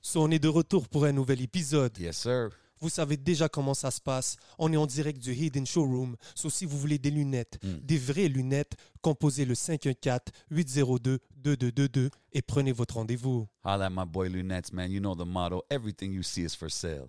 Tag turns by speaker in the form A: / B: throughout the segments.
A: So, on est de retour pour un nouvel épisode.
B: Yes, sir.
A: Vous savez déjà comment ça se passe. On est en direct du Hidden Showroom. So, si vous voulez des lunettes, des vraies lunettes, composez le 514-802-2222 et prenez votre rendez-vous.
B: Holla at my boy Lunettes, man. You know the motto. Everything you see is for sale.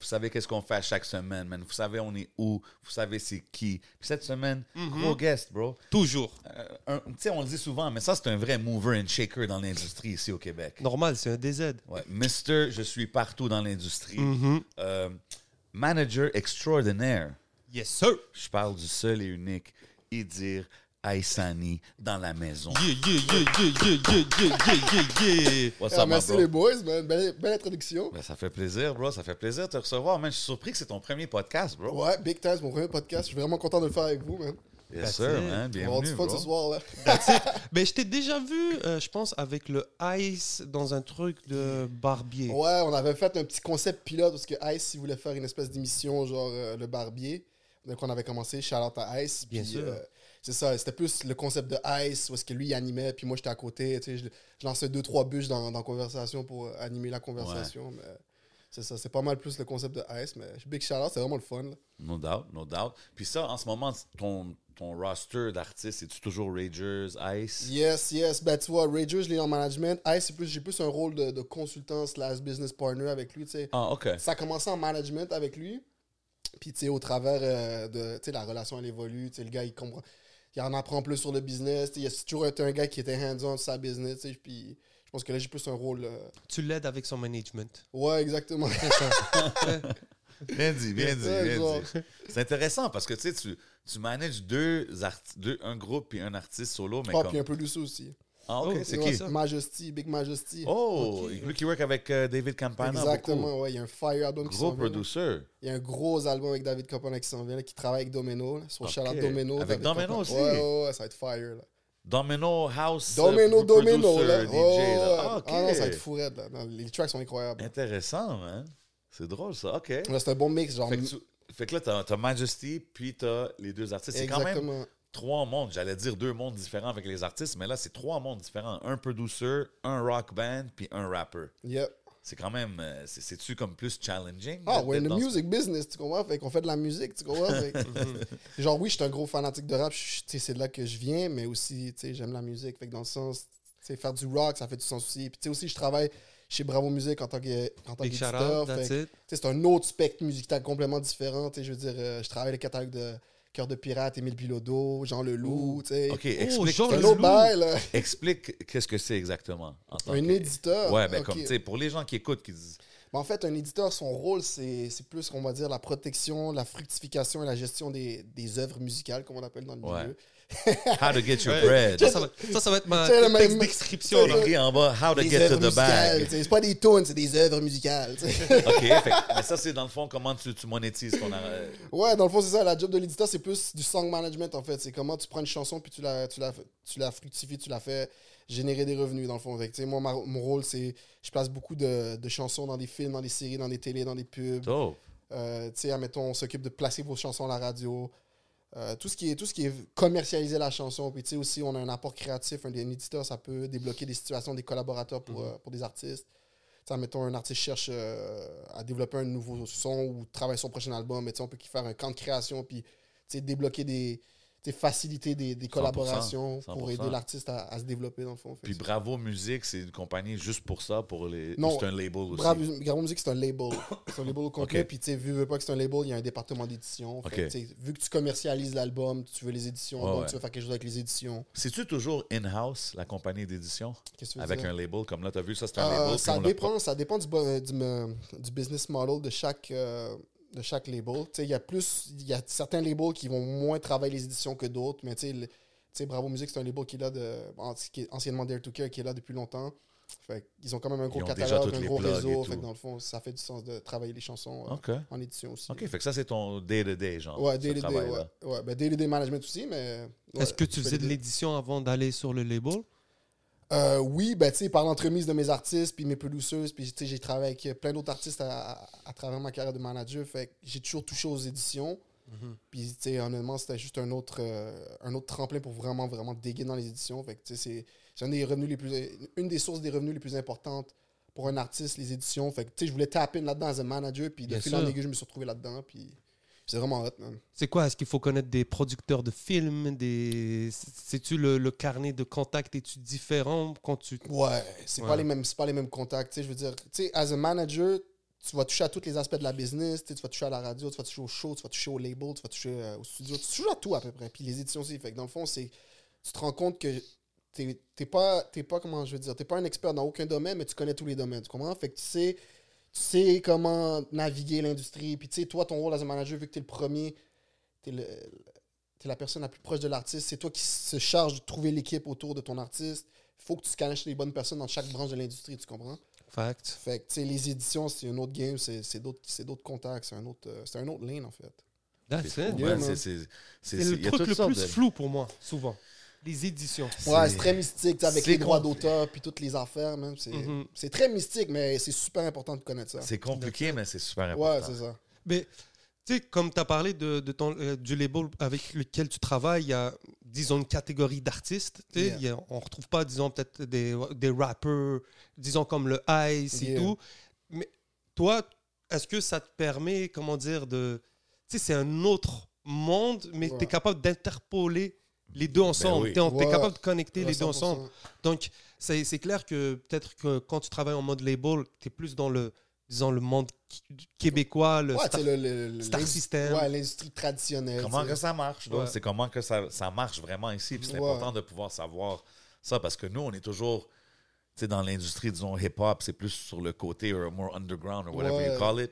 B: Vous savez qu'est-ce qu'on fait à chaque semaine, man. Vous savez on est où. Vous savez c'est qui. Puis cette semaine, gros guest, bro.
A: Toujours.
B: Euh, un- Tu sais, on le dit souvent, mais ça, c'est un vrai mover and shaker dans l'industrie ici au Québec.
A: Normal, c'est un DZ.
B: Ouais. Mister, je suis partout dans l'industrie. Euh, manager extraordinaire.
A: Yes, sir.
B: Je parle du seul et unique Idir Aïsani dans la maison.
C: Ah,
A: Yeah, yeah, yeah, yeah, yeah, yeah, yeah, yeah, yeah.
B: What's
C: Ah,
B: up, my
C: merci
B: bro?
C: les boys, man. Belle, belle introduction.
B: Ben, ça fait plaisir, bro. Ça fait plaisir de te recevoir. Man, je suis surpris que c'est ton premier podcast, bro.
C: Ouais, Big Time, c'est mon premier podcast. Je suis vraiment content de le faire avec vous, man.
B: Yes,
A: That's
B: sir,
A: it.
B: man.
C: On va avoir
B: Bienvenue,
C: du fun
B: bro.
C: ce soir, là.
A: Ben, je t'ai déjà vu, euh, je pense, avec le ice dans un truc de barbier.
C: Ouais, on avait fait un petit concept pilote parce que Ice, il voulait faire une espèce d'émission, genre euh, le barbier. Donc, on avait commencé Charlotte à Ice.
A: Bien
C: puis,
A: sûr.
C: euh, c'est ça, c'était plus le concept de Ice, où est-ce que lui, il animait, puis moi, j'étais à côté. Tu sais, je, je lançais deux, trois bûches dans, dans conversation pour euh, animer la conversation. Mais c'est ça, c'est pas mal plus le concept de Ice, mais Big Charlotte, c'est vraiment le fun. là.
B: No doubt, no doubt. Puis ça, en ce moment, ton, ton roster d'artistes, es-tu toujours Ragers, Ice?
C: Yes, yes. Ben, tu vois, Rager, je l'ai en management. Ice, c'est plus- j'ai plus un rôle de, de consultant slash business partner avec lui, tu sais.
B: Ah, OK.
C: Ça a commencé en management avec lui. Puis, tu sais, au travers euh, de... Tu sais, la relation, elle évolue. Tu sais, le gars, il comprend... Il en apprend plus sur le business. Tu sais, il a toujours été un gars qui était hands-on sur sa business, tu sais. Puis, je pense que là, j'ai plus un rôle... euh,
A: Tu l'aides avec son management.
C: Ouais, exactement.
B: Bien dit, bien dit,
C: Ouais,
B: bien
C: genre.
B: dit. C'est intéressant parce que, tu sais, tu, tu manages deux, arti- deux, un groupe et un artiste solo, mais
C: oh, puis
B: comme...
C: un peu Lusso aussi.
B: Ah, OK,
A: Oh,
B: c'est
A: ouais,
B: qui?
A: ça.
C: Majesty, Big Majesty.
B: Oh, lui qui work avec euh, David Campana beaucoup.
C: Exactement, ouais. Il y a un Fire album qui
B: Gros
C: s'en vient, là.
B: producer.
C: Il y a un gros album avec David Coppola qui s'en vient, là, qui travaille avec Domino. là, Son
B: Ok.
C: shout-out Domino.
B: Avec
C: David
B: Domino
C: Coppola.
B: aussi.
C: Ouais, ouais, ouais, ça va être fire. Là.
B: Domino House. euh, pro-
C: Domino, Domino.
B: producer,
C: Là.
B: DJ.
C: Ouais, ouais,
B: là.
C: ouais.
B: Ah, ok.
C: Ah non, ça va être fourette. Là. Non, les tracks sont incroyables.
B: Intéressant, man. C'est drôle, ça. OK.
C: Ouais, c'est un bon mix. Genre,
B: Fait que, tu- fait que là, t'as as Majesty, puis t'as les deux artistes. C'est quand même
C: exactement.
B: trois mondes. J'allais dire deux mondes différents avec les artistes, mais là, c'est trois mondes différents. Un producer, un rock band, puis un rapper.
C: Yep.
B: C'est quand même... euh, c'est- C'est-tu comme plus challenging?
C: Ah,
B: d'être
C: we're in the
B: dans ce-
C: music business, tu comprends? Fait qu'on fait de la musique, tu comprends? Fait que- genre, oui, je suis un gros fanatique de rap, je suis- tu sais, c'est de là que je viens, mais aussi, tu sais, j'aime la musique. Fait que dans le sens, tu sais, faire du rock, ça fait du sens aussi. Puis, tu sais, aussi, je travaille chez Bravo Music en tant que- en tant
A: Big shout
C: qu'éditeur.
A: out,
C: Fait
A: that's
C: que-
A: it.
C: Tu sais, c'est un autre spectre musical complètement différent. tu sais, Je veux dire, euh, je travaille le catalogue de Cœur de Pirate, Émile Bilodeau, Jean Leloup. tu sais.
B: OK,
C: C'est
B: explique,
A: Jean
C: un
A: Leloup.
C: autre bail, là.
B: explique qu'est-ce que c'est exactement. en tant
C: Un
B: que-
C: éditeur.
B: Ouais, ben
C: ok.
B: comme, tu sais, pour les gens qui écoutent, qui disent...
C: Mais en fait, un éditeur, son rôle, c'est c'est plus, on va dire, la protection, la fructification et la gestion des, des œuvres musicales, comme on appelle dans le
B: Ouais.
C: milieu.
B: How to get your
A: Ouais.
B: bread.
A: Ça, ça va, ça, ça va être ma
C: Tu sais, le
A: texte
C: même-
A: description. là.
C: Ouais.
B: écrit en bas How to
C: Des
B: get to
C: œuvres
B: the
C: musicales.
B: bag.
C: tu sais, C'est pas des tunes, c'est des œuvres musicales. tu sais.
B: OK, fait que- mais ça, c'est dans le fond comment tu, tu monétises ton. euh,
C: Ouais, dans le fond, c'est ça. La job de l'éditeur, c'est plus du song management, en fait. C'est comment tu prends une chanson, puis tu la, tu la, tu la fructifies, tu la fais générer des revenus, dans le fond. Fait que, tu sais, moi, ma- mon rôle, c'est. Je place beaucoup de, de chansons dans des films, dans des séries, dans des télés, dans des pubs.
B: Oh,
C: Euh, tu sais, admettons, on s'occupe de placer vos chansons à la radio. Euh, tout, ce qui est, tout ce qui est commercialiser la chanson. Puis, tu sais, aussi, on a un apport créatif. Un, un éditeur, ça peut débloquer des situations des collaborateurs pour, euh, pour des artistes. Tu sais, admettons, un artiste cherche euh, à développer un nouveau son ou travailler son prochain album. Mais, tu sais, on peut qu'il faire un camp de création. Puis, tu sais, débloquer des. tu sais, faciliter des, des collaborations pour
B: 100%.
C: aider l'artiste à, à se développer, dans le fond. Fait
B: puis
C: que
B: Bravo Musique, c'est une compagnie juste pour ça, pour les. ou
C: Non,
B: C'est un label aussi.
C: Bravo, Bravo Musique, c'est un label. C'est un label au complet.
B: Ok.
C: Puis, tu sais, vu, vu pas que c'est un label, il y a un département d'édition. Fait que,
B: Ok.
C: tu sais, Vu que tu commercialises l'album, tu veux les éditions,
B: Ouais,
C: donc
B: ouais.
C: tu veux faire quelque chose avec les éditions.
B: C'est-tu toujours in-house, la compagnie d'édition
C: Qu'est-ce que tu veux
B: Avec
C: dire?
B: un label comme là, t'as vu, ça, c'est un
C: Euh,
B: label. puis
C: ça,
B: on l'a
C: dépend, ça dépend du, bo- euh, du, euh, du business model de chaque, euh, de chaque label. Tu sais, Il y a plus, il y a certains labels qui vont moins travailler les éditions que d'autres, mais tu sais, le- tu sais, Bravo Musique, c'est un label qui est là de, anti- qui est anciennement Dare to Care, qui est là depuis longtemps. Fait qu'ils ont quand même un gros
B: Ils ont déjà
C: catalogue,
B: tous
C: un
B: les
C: gros
B: blogs et
C: réseau.
B: tout.
C: Fait que dans le fond, ça fait du sens de travailler les chansons euh,
B: OK.
C: en édition aussi.
B: OK, fait que ça, c'est ton day-to-day, genre.
C: Ouais,
B: ce
C: day to day,
B: travail-là.
C: ouais.
A: Ah,
C: ouais. Ben, day to day management aussi, mais. ouais,
A: Est-ce que tu
C: je fais
A: faisais
C: les
A: de
C: deux.
A: l'édition avant d'aller sur le label?
C: Euh, oui, ben, tu sais, par l'entremise de mes artistes, puis mes produceuses, puis tu sais, j'ai travaillé avec euh, plein d'autres artistes à, à- à travers ma carrière de manager. Fait que j'ai toujours touché aux éditions.
A: Mm-hmm.
C: Puis, tu sais, honnêtement, c'était juste un autre, euh, un autre tremplin pour vraiment, vraiment déguer dans les éditions. Fait que, tu sais, c'est- c'est un des revenus les plus, une des sources des revenus les plus importantes pour un artiste, les éditions. Fait que, tu sais, je voulais taper là-dedans as un manager, puis de
A: Bien
C: fil
A: sûr.
C: en aiguille, je me suis retrouvé là-dedans, puis c'est vraiment hot, man.
A: C'est quoi Est-ce qu'il faut connaître des producteurs de films des... Sais-tu le, le carnet de contacts Est-tu différent quand tu...
C: Ouais, c'est
A: Ouais.
C: pas les mêmes, c'est pas les mêmes contacts. tu sais, Je veux dire, tu sais, as a manager, tu vas toucher à tous les aspects de la business. tu sais, Tu vas toucher à la radio, tu vas toucher au show, tu vas toucher au label, tu vas toucher euh, au studio. Tu touches à tout à peu près. Puis les éditions aussi. Fait que dans le fond, c'est, tu te rends compte que t'es t'es pas, t'es pas comment je veux dire, t'es pas un expert dans aucun domaine, mais tu connais tous les domaines. Tu comprends? Fait que tu sais, tu sais comment naviguer l'industrie. Puis tu sais, toi, ton rôle as a manager, vu que t'es le premier, t'es le t'es la personne la plus proche de l'artiste, c'est toi qui se charge de trouver l'équipe autour de ton artiste faut que tu connectes les bonnes personnes dans chaque branche de l'industrie, tu comprends?
A: Fact.
C: Fait que, tu sais, les éditions, c'est un autre game, c'est c'est d'autres c'est d'autres contacts, c'est un, autre, euh, c'est un autre lane, en fait.
A: That's
B: C'est
A: it.
B: fou,
C: Yeah,
B: man.
C: man.
B: C'est- c'est- c'est-
A: C'est
B: c'est-
A: le
B: il y a
A: truc
B: toutes
A: le
B: sortes
A: plus
B: de-
A: flou pour moi, souvent. Les éditions.
C: Ouais, c'est très mystique, tu sais, avec
B: c'est
C: les droits
B: compl-
C: d'auteur, puis toutes les affaires, même. C'est
A: Mhm.
C: c'est très mystique, mais c'est super important de connaître ça.
B: C'est compliqué, mais c'est super
C: Ouais,
B: important.
C: c'est ça.
A: Mais tu sais, comme tu as parlé de, de ton, euh, du label avec lequel tu travailles, il y a, disons, une catégorie d'artistes. tu sais,
C: Yeah.
A: il y a- On retrouve pas, disons, peut-être des, des rappers, disons, comme le Ice et
C: Yeah.
A: tout. Mais toi, est-ce que ça te permet, comment dire, de. Tu sais, c'est un autre monde, mais
C: Ouais. Ben
A: tu es capable d'interpoler les deux ensemble.
B: oui.
A: Tu es,
C: Ouais.
A: capable de connecter
C: Ouais,
A: les deux
C: 100%.
A: ensemble. Donc, c'est c'est clair que peut-être que quand tu travailles en mode label, tu es plus dans le, disons, le monde qui- québécois, le
C: Ouais, tu
A: star-
C: sais, le- le- le-
A: Star
C: l'indu-
A: System.
C: Ouais, l'industrie traditionnelle.
B: euh, Comment
C: Ben, tu
B: que
C: sais.
B: ça marche, donc,
A: Ouais.
B: c'est comment que ça, ça marche vraiment ici. Puis c'est
C: Ouais.
B: important de pouvoir savoir ça parce que nous, on est toujours tu sais, dans l'industrie, disons, hip-hop, c'est plus sur le côté or more underground or whatever
C: Ouais.
B: you call it.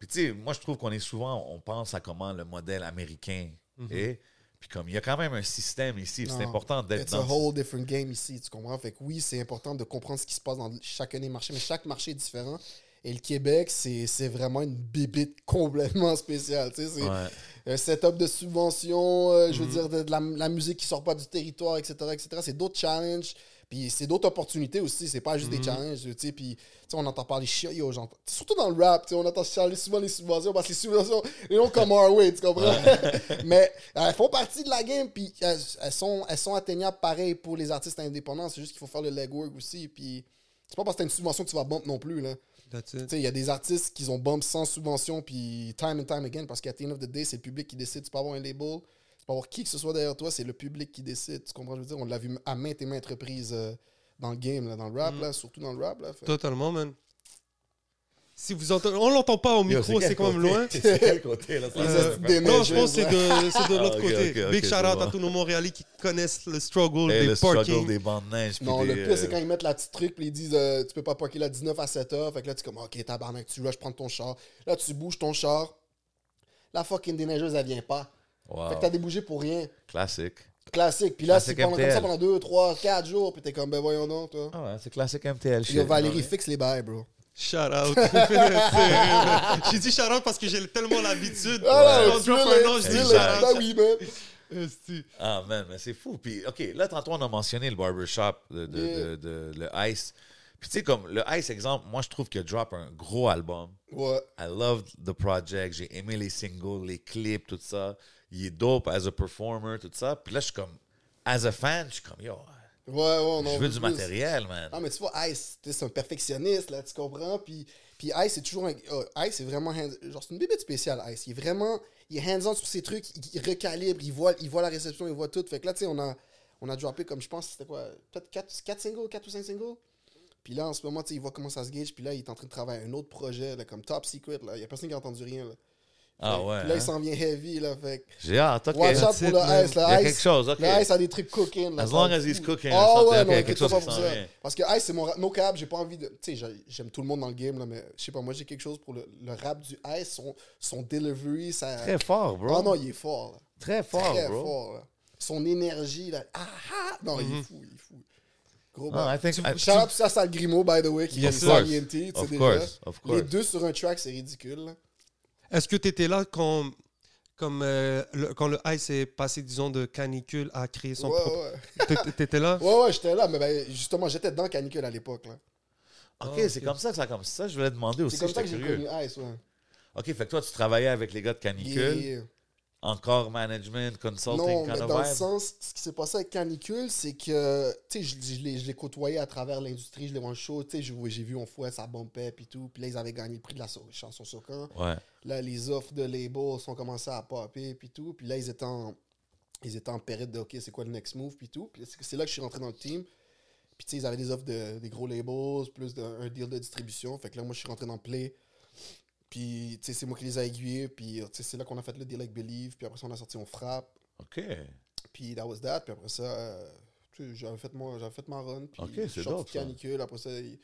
B: Puis tu sais, moi, je trouve qu'on est souvent, on pense à comment le modèle américain est. Puis comme il y a quand même un système ici, puis c'est
C: Mhm. Non.
B: important d'être
C: It's a
B: dans.
C: whole different game ici, tu comprends? Fait que oui, c'est important de comprendre ce qui se passe dans chacun des marchés, mais chaque marché est différent. Et le Québec, c'est c'est vraiment une bibite complètement spéciale. tu sais, C'est
B: Ouais.
C: un euh, setup de subventions, euh, je veux
A: Mhm.
C: dire, de, de la, la musique qui sort pas du territoire, etc. etc. C'est d'autres challenges, puis c'est d'autres opportunités aussi. C'est pas juste
A: Mhm.
C: des challenges, tu sais. Puis, tu sais, on entend parler shit, yo, j'entends- Surtout dans le rap, tu sais, on entend parler souvent les subventions, parce que les subventions, les noms comme Harway, tu comprends? Mais elles font partie de la game, puis elles, elles sont, elles sont atteignables pareil pour les artistes indépendants. C'est juste qu'il faut faire le legwork aussi, puis... C'est pas parce que t'as une subvention que tu vas bump non plus, là.
A: That's it.
C: Tu sais, il y a des artistes qui ont bombe sans subvention, puis time and time again, parce qu'à the end of the day, c'est le public qui décide. Tu peux avoir un label, tu peux avoir qui que ce soit derrière toi, c'est le public qui décide. Tu comprends, ce que je veux dire, on l'a vu à maintes et maintes reprises euh, dans le game, là, dans le rap,
A: Mm.
C: là, surtout dans le rap. Là, Fait-
A: Totalement, man. Si vous entendez, on l'entend pas au
B: Yo,
A: micro, c'est
B: quel
A: quand même
B: côté?
A: loin. Euh,
B: C'est quel côté, là? ça
C: Les
B: va
C: hosties
B: faire
C: des
B: mal.
A: Non,
C: Mais
A: je
C: je
A: pense que c'est
C: vais-
A: de, c'est de
B: Ah,
A: l'autre
B: ok,
A: côté.
B: ok, ok,
A: Big
B: je
A: shout out à
B: vois.
A: tous nos Montréalais qui connaissent le struggle
B: Eh,
A: des
B: le struggle
A: parkings.
B: des bandes de neige. puis
C: Non,
B: des,
C: le pire, c'est
B: euh,
C: quand ils mettent la petite truc, puis ils disent euh, Tu peux pas parker la 19 à 7 heures. Fait que là, tu es comme Ok, tabarnak, tu rush prendre ton char. Là, tu bouges ton char. La fucking déneigeuse, elle vient pas.
B: wow,
C: Fait que t'as débougé pour rien.
B: Classique.
C: Classique. Puis là, c'est
B: Ah. Classique
C: pendant comme
B: MTL.
C: ça pendant 2, 3, 4 jours, puis t'es comme Ben voyons donc, toi.
B: Ah ouais, c'est classique MTL.
C: Yo,
B: shit.
C: Valérie, fixe les bails, bro.
A: Shout out. C'est- J'ai dit shout out parce que j'ai tellement l'habitude.
C: Ah
A: Quand
C: non,
A: on
C: tu
A: drop
C: veux
A: un nom, je
C: tu
A: dis
C: veux
B: Exact.
A: shout out.
C: Ben oui, man.
A: Esti.
B: Ah, man, mais c'est fou. Puis, OK, là, tantôt, on a mentionné le barbershop, de, de,
C: Yeah.
B: de- de- le Ice. Puis, tu sais, comme le Ice, exemple, moi, je trouve que Drop a un gros album.
C: Ouais.
B: I loved the project. J'ai aimé les singles, les clips, tout ça. Il est dope as a performer, tout ça. Puis là, je suis comme, as a fan, je suis comme, yo,
C: Ouais, ouais, on en
B: je veux
C: veut
B: du
C: plus.
B: matériel, man.
C: Non, mais tu vois, Ice, tu sais, c'est un perfectionniste, là, tu comprends? Puis, puis Ice, c'est toujours un. euh, Ice, c'est vraiment. hand- Genre, c'est une bébête spéciale, Ice. Il est vraiment. Il est hands-on sur ses trucs, il, il recalibre, il voit, il voit la réception, il voit tout. Fait que là, tu sais, on a, on a droppé, comme je pense, c'était quoi? Peut-être 4, singles, 4 ou 5 singles? Puis là, en ce moment, tu sais, il voit comment ça se gauge, puis là, il est en train de travailler un autre projet, là, comme Top Secret, là. Il y a personne qui a entendu rien, là.
B: Ah
C: Fait que-
B: ouais,
C: Puis là,
B: hein?
C: il s'en vient heavy, là. Fait que-
B: J'ai hâte, OK.
C: Watch out
A: that's
C: pour
A: it,
C: le
A: man.
C: Ice.
B: Il y a
C: Le Ice,
B: quelque chose, OK.
C: le Ice a des trucs cooking. là,
B: As
C: ça
B: long
C: me
B: as he's
C: fout.
B: cooking,
C: Ah
B: something,
C: ouais,
B: ok,
C: non,
B: quelque
C: quelque
B: chose
C: chose
B: qui
C: pour
B: s'en
C: ça.
B: vient.
C: Parce que Ice, c'est mon rap. No cap, j'ai pas envie de. Tu sais, j'ai- j'aime tout le monde dans le game, là, mais je sais pas, moi j'ai quelque chose pour le, le rap du Ice, son, son delivery, ça.
B: Très fort, bro.
C: Ah non, il est fort, là.
B: Très fort,
C: Très
B: bro. Mm-hmm.
C: fort, là. Son énergie, là. Ah ah! Non, il est fou, il est fou. Gros
B: Non, I
C: bad.
B: think- I-
C: Shout out tout ça, Sal Grimo, by the way, qui
B: Yes,
C: est
B: sir.
C: INT, tu sais
B: Of
C: déjà.
B: course, of
C: Les
B: course.
C: deux sur un track, c'est ridicule. là.
A: Est-ce que tu étais là quand, comme, euh, le- quand le ice est passé, disons, de canicule à créer son
C: Ouais,
A: propre.
C: ouais.
A: T'étais- T'étais là
C: Ouais, ouais, j'étais là, mais ben, justement, j'étais dans Canicule à l'époque. là.
B: Ok,
A: Ah,
B: c'est
A: ok.
B: comme ça que ça a comme ça. Je voulais demander aussi.
C: C'est comme ça que
B: j'étais
C: j'ai
B: curieux.
C: connu Ice, ouais.
B: Ok, fait que toi, tu travaillais avec les gars de Canicule,
C: Yeah.
B: encore management, consulting,
C: Non, mais
B: kind
C: dans
B: of
C: le
B: vibe.
C: sens, ce qui s'est passé avec Canicule, c'est que, tu sais, je, je l'ai- je l'ai côtoyé à travers l'industrie, je l'ai rendu chaud, tu sais, je- j'ai vu on fouet, ça bumpait, puis tout, puis là, ils avaient gagné le prix de la so- chanson sur camp.
B: Ouais.
C: Là, les offres de labels sont commencées à popper, puis tout, puis là, ils étaient en, ils étaient en période de, OK, c'est quoi le next move, puis tout, puis c'est- c'est là que je suis rentré dans le team, puis tu sais, ils avaient des offres de, des gros labels, plus d'un un deal de distribution, fait que là, moi, je suis rentré dans Play, puis, tu sais, c'est moi qui les ai aiguillés, puis, euh, tu sais, c'est là qu'on a fait le deal avec Believe, puis après ça, on a sorti On Frappe,
B: Ok.
C: puis that was that. Puis après ça, euh, tu sais, j'avais fait, mon- j'avais fait ma run. Puis
B: Ok,
C: je
B: c'est
C: suis sorti
B: dope,
C: de
B: ça.
C: canicule. Après ça, il,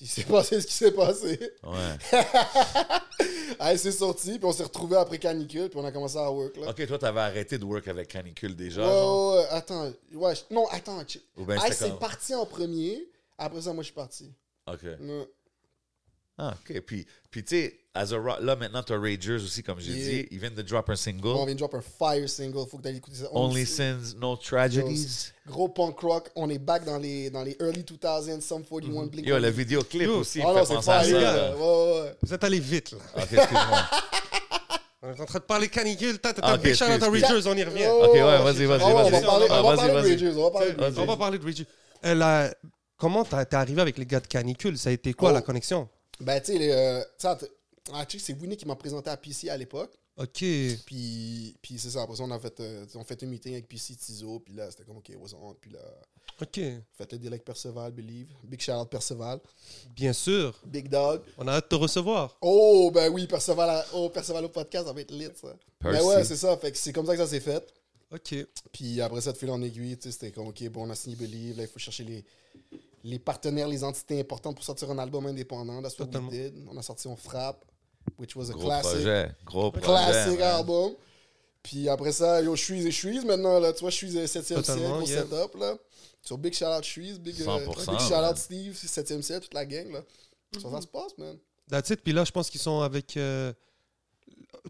C: il s'est passé ce qui s'est passé.
B: Ouais.
C: ah, c'est sorti. Puis on s'est retrouvés après canicule. Puis on a commencé à work. Là.
B: Ok, toi, t'avais arrêté de work avec Canicule déjà.
C: ouais,
B: genre?
C: ouais, ouais, attends. Ouais, je- non, attends. tu-
B: Ou ben,
C: ah,
B: c'était
C: c'est
B: comme-
C: parti en premier. Après ça, moi, je suis parti.
B: Ok.
C: Ouais.
B: Ah, ok. Puis, puis tu sais, as a rock- là, maintenant, t'as Ragers aussi, comme j'ai
C: Yeah.
B: dit. Ils viennent de drop un single.
C: On vient de drop un fire single. Faut que t'ailles écouter ça. On
B: Only
C: est-
B: Sins, No Tragedies.
C: Gros punk rock. On est back dans les, dans les early 2000s. Some 41 Blink.
B: Mhm. Yo, le vidéoclip
A: Yo.
B: aussi, il
C: Oh
B: me
C: non,
B: fait
C: c'est
B: penser à ça.
C: fire. là.
B: là.
C: Ouais, ouais, ouais.
A: Vous êtes allé vite, là.
B: Ok, excuse-moi.
A: On est en train de parler canicule. T'as
B: Ah,
A: t'as
B: ok,
A: Big Shout Out à
B: excuse,
A: Rangers, on y revient.
B: Ok, ouais, vas-y, vas-y,
C: Ah, On va
B: vas-y.
C: parler,
B: Ah,
C: on
B: vas-y,
C: va parler de
B: vas-y.
C: Rangers, on va parler de
B: Vas-y.
A: On va parler de Reggie. Euh, la- Comment t'as- t'es arrivé avec les gars de Canicule Ça a été quoi
C: Oh.
A: la connexion
C: Ben, tu sais, les, euh, tu sais, att- ah, tu sais, c'est Winnie qui m'a présenté à PC à l'époque.
A: Ok.
C: Puis, puis c'est ça, après ça, on a fait, euh, on fait un meeting avec PC, Tizo. Puis là, c'était comme, OK, what's on? Puis là,
A: Ok.
C: fait le deal avec Perceval, Believe. Big shout out Perceval.
A: Bien sûr.
C: Big Dog.
A: On a hâte de te recevoir.
C: Oh, ben oui, Perceval, à- oh, Perceval au podcast, ça va être lit, ça.
B: Percy.
C: Ben ouais, c'est ça. Fait que c'est comme ça que ça s'est fait.
A: Ok.
C: Puis après ça, de fil en aiguille, tu sais, c'était comme, OK, bon, on a signé Believe. Là, il faut chercher les, les partenaires, les entités importantes pour sortir un album indépendant. That's what
A: Totalement.
C: we did. On a sorti On Frappe, which was a
B: Gros
C: classic.
B: projet. Gros projet.
C: Classique hein.
B: man.
C: album. Puis après ça, yo, je suis et je suis maintenant, là. Tu vois, je suis 7e siècle,
A: Totalement,
C: au
A: yeah.
C: setup, là. Sur Big Shout Out Shreeze, Big, euh,
B: 100%,
C: big Shout
B: man.
C: Out Steve, 7e siècle, toute la gang, là. Ça,
A: Mm-hmm.
C: Ça se passe, man.
A: That's it. Puis là, je pense qu'ils sont avec. euh,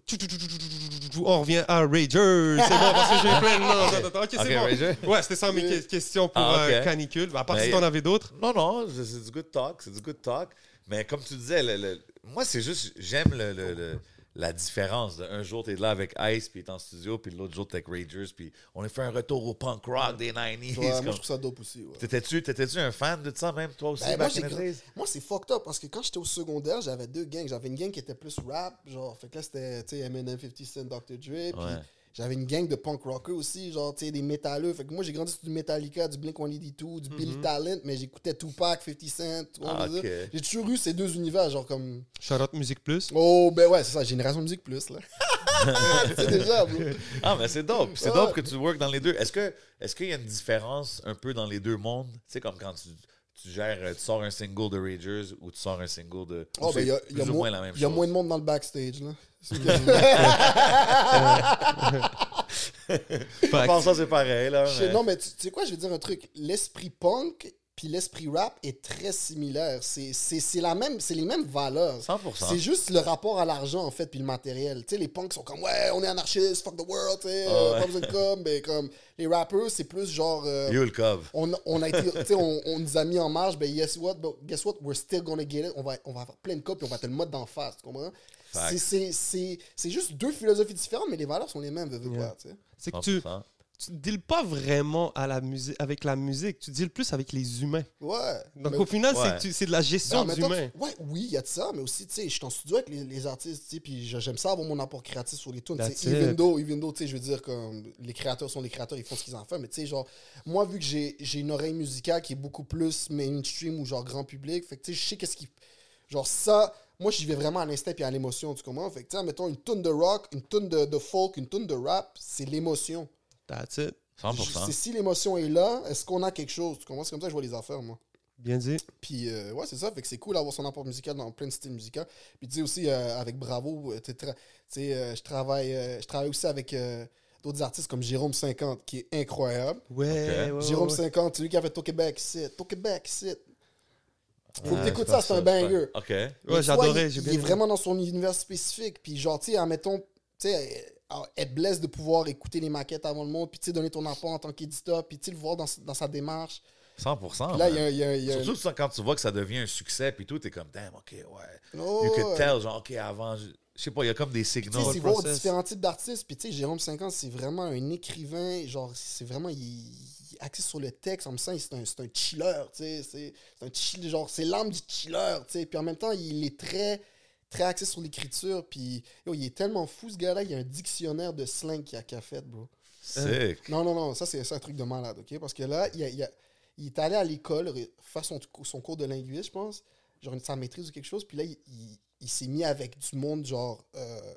A: tout, tout, tout, tout, tout, tout, tout. On revient à Ragers. C'est bon, parce que j'ai plein de noms. Attends, attends. Ok, c'est
B: Ok,
A: bon.
B: Ragers.
A: Ouais, c'était ça mes que- questions pour
B: Ah, ok.
A: euh, Canicule. À part
B: Mais-
A: si t'en avais d'autres.
B: Non, non, c'est c'est du good talk, c'est du good talk. Mais comme tu disais, le- le- moi, c'est juste, j'aime le, le- le- la différence. de un jour, t'es là avec Ice, puis t'es en studio, puis l'autre jour, t'es avec Ragers, puis on a fait un retour au punk rock des 90s.
C: Ouais, moi,
B: comme-
C: je trouve ça dope aussi, ouais.
B: T'étais-tu t'étais-tu un fan de ça, même toi aussi,
C: Ben, moi,
B: back
C: j'ai
B: in the
C: gra-
B: days?
C: moi, c'est fucked up parce que quand j'étais au secondaire, j'avais deux gangs. J'avais une gang qui était plus rap, genre, fait que là, c'était, tu sais, Eminem, 50 Cent, Dr. Dre. Puis
B: Ouais.
C: j'avais une gang de punk rockers aussi, genre, tu sais, des métalleux. Fait que moi, j'ai grandi sur du Metallica, du Blink 182, du Billy Talent, mais j'écoutais Tupac, 50 Cent. tu vois,
B: Mhm. Ah,
C: je veux dire.
B: ok.
C: J'ai toujours eu ces deux univers, genre, comme.
A: Shout out Musique Plus.
C: Oh, ben ouais, c'est ça, Génération Musique Plus, là. c'est déjà, bro.
B: Ah, mais c'est dope. C'est
C: Ouais.
B: dope que tu work dans les deux. Est-ce que est-ce qu'il y a une différence un peu dans les deux mondes? Tu sais, comme quand tu, tu gères, euh, tu sors un single de Ragers ou tu sors un single de. ou
C: Oh, ben,
B: c'est
C: il y a, il y a
B: plus ou moins
C: moins-
B: la même
C: il y a
B: chose.
C: moins de monde dans le backstage, là. C'est que-
B: Je pense que c'est pareil, là.
C: Je sais-
B: mais-
C: non, mais tu, tu sais quoi, je vais dire un truc. L'esprit punk puis l'esprit rap est très similaire. C'est c'est- c'est la même, c'est les mêmes valeurs.
B: 100%.
C: C'est juste le rapport à l'argent, en fait, puis le matériel. Tu sais, les punks sont comme, ouais, on est anarchistes, fuck the world, tu sais, euh,
B: ouais.
C: pas besoin de com. Mais comme, les rappers, c'est plus genre. euh,
B: Yo, le cove.
C: on, on a été, tu sais, on, on nous a mis en marge, ben guess what, but guess what, we're still gonna get it. On va, on va avoir plein de copes et on va te le mettre d'en face, tu comprends?
B: Fact.
C: C'est- C'est c'est- c'est juste deux philosophies différentes, mais les valeurs sont les mêmes, veux, veux
A: Yeah.
C: pas, tu sais.
A: C'est
B: Oh,
A: que tu,
B: 100%.
A: tu deals pas vraiment à la musique, avec la musique. Tu deals plus avec les humains.
C: Ouais.
A: Donc
C: Mais-
A: au final,
B: Ouais.
A: c'est tu- c'est de la gestion
C: Non, mais toi,
A: d'humains.
C: tu- ouais, oui, il y a de ça, mais aussi, tu sais, je suis en studio avec les, les artistes, tu sais, puis je- j'aime ça avoir mon apport créatif sur les tunes. tu
A: That's
C: sais, Even
A: it.
C: though, even though, tu sais, je veux dire, comme les créateurs sont les créateurs, ils font ce qu'ils en font, mais tu sais, genre, moi, vu que j'ai j'ai une oreille musicale qui est beaucoup plus mainstream ou genre grand public, fait que tu sais, je sais qu'est-ce qui. Genre, ça, moi, j'y vais vraiment à l'instinct et à l'émotion, tu comprends? Fait que, tu sais, mettons une tune de rock, une tune de, de folk, une tune de rap, c'est l'émotion.
A: That's it.
C: C'est
B: 100%.
C: si l'émotion est là, est-ce qu'on a quelque chose? Tu comprends? C'est comme ça que je vois les affaires, moi.
A: Bien dit.
C: Puis euh, ouais, c'est ça. Fait que c'est cool d'avoir son apport musical dans plein de styles musicaux. Puis tu sais aussi, euh, avec Bravo, euh, t'es tra- tu sais, euh, je travaille euh, je travaille aussi avec euh, d'autres artistes comme Jérôme 50, qui est incroyable.
A: Ouais, ouais, ouais,
C: Jérôme
A: ouais.
C: 50, c'est lui qui a fait Au Québec, c'est Au Québec, c'est. Faut que
B: Ah,
C: t'écoutes
B: c'est
C: ça,
B: pas
C: c'est un
B: c'est pas-
C: banger.
B: OK.
C: Des fois,
A: Ouais, j'adorais,
C: il-
A: j'ai
C: il
A: bien
C: est
A: aimé.
C: vraiment dans son univers spécifique. Puis genre, tu sais, admettons, tu sais, elle- elle- elle blesse de pouvoir écouter les maquettes avant le monde, puis tu sais, donner ton apport en tant qu'éditeur, puis tu sais, le voir dans, s- dans sa démarche.
B: 100
A: Ah,
C: Puis là, il
B: man.
C: y a, il y a- il y a-
B: Surtout ça, quand tu vois que ça devient un succès, puis tout, t'es comme, damn, OK, ouais.
C: Oh,
B: you
C: ouais.
B: could tell, genre, OK, avant, je je sais pas, il y a comme des
C: Tu sais,
B: signaux.
C: c'est voir différents types d'artistes. Puis, tu sais, Jérôme 50, c'est vraiment un écrivain. Genre, c'est vraiment. Il, il est axé sur le texte. En me sens, c'est un, c'est un chiller. Tu sais, c'est c'est un chill. Genre, c'est l'âme du chiller. Tu sais, puis en même temps, il est très. Très axé sur l'écriture, puis yo, il est tellement fou ce gars-là, il y a un dictionnaire de slang qu'il a, qu'il a fait, bro.
B: Sick.
C: Non, non, non, ça c'est c'est un truc de malade, ok? Parce que là, il, a- il a- il est allé à l'école ré- faire son, son cours de linguisme, je pense, genre une- sa maîtrise ou quelque chose, puis là, il, il- il s'est mis avec du monde, genre, euh,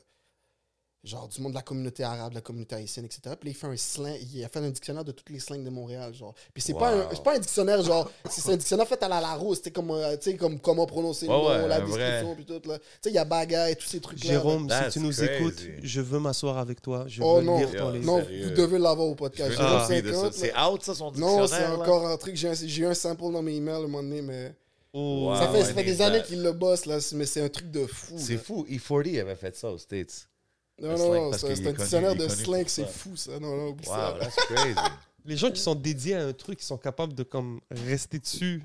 C: genre du monde de la communauté arabe, de la communauté haïtienne, etc. Puis là, il fait un slang, il a fait un dictionnaire de toutes les slangs de Montréal, genre. Puis c'est pas, un-
B: Wow.
C: c'est pas un dictionnaire, genre, c'est c'est un dictionnaire fait à la Larousse, tu sais, comme, euh, tu sais, comme comment prononcer
B: Ouais,
C: le nom,
B: ouais,
C: la
B: un vrai.
C: description, puis tout, là. Tu sais, il y a bagaille, tous ces trucs-là. là.
A: Jérôme, si
B: That's
A: tu nous
B: crazy.
A: écoutes, je veux m'asseoir avec toi. Je
C: Oh
A: veux
C: non,
A: lire ton
B: Yeah.
A: livre.
C: non,
B: sérieux.
C: vous devez l'avoir au
B: Je
C: podcast.
B: veux une
C: Jérôme
B: copie de ça.
C: 50, là.
B: C'est out, ça, son dictionnaire?
C: Non, c'est
B: là?
C: encore un truc. J'ai un, j'ai eu un sample dans mes emails à un moment donné, mais.
A: Oh,
B: Wow.
C: ça
B: Ah
C: fait,
B: ouais,
C: ça fait des
B: exact.
C: années qu'il le bosse, là, mais c'est un truc de fou.
B: C'est
C: là.
B: fou. E40 avait fait ça aux States.
C: Non,
B: Le
C: non,
B: slang,
C: non,
B: parce
C: c'est
B: qu'il
C: c'est
B: est
C: un
B: connu-
C: dictionnaire
B: il est
C: de
B: connu
C: slang,
B: pour
C: c'est
B: ça.
C: fou, ça. Non, non, oublie ça.
B: Wow, that's crazy.
A: Les gens qui sont dédiés à un truc, qui sont capables de comme rester dessus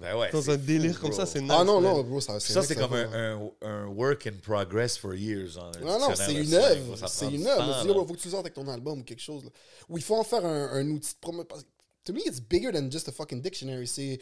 B: ben ouais.
A: dans
B: c'est
A: un délire
B: fou,
A: comme ça,
B: bro.
A: c'est nice.
C: Ah non,
A: man.
C: non, bro, ça,
B: Ça,
C: vrai
B: c'est
C: que ça
B: comme un,
C: va.
B: un, un work in progress for years. hein, un
C: Non, non, c'est
B: dictionnaire
C: une
B: de slang.
C: œuvre.
B: Ça
C: C'est
B: prend
C: une
B: du
C: œuvre.
B: temps,
C: Il
B: là.
C: faut que tu le sortes avec ton album ou quelque chose. là. Ou il faut en faire un, un outil de promo. parce que, To me, it's bigger than just a fucking dictionary. C'est.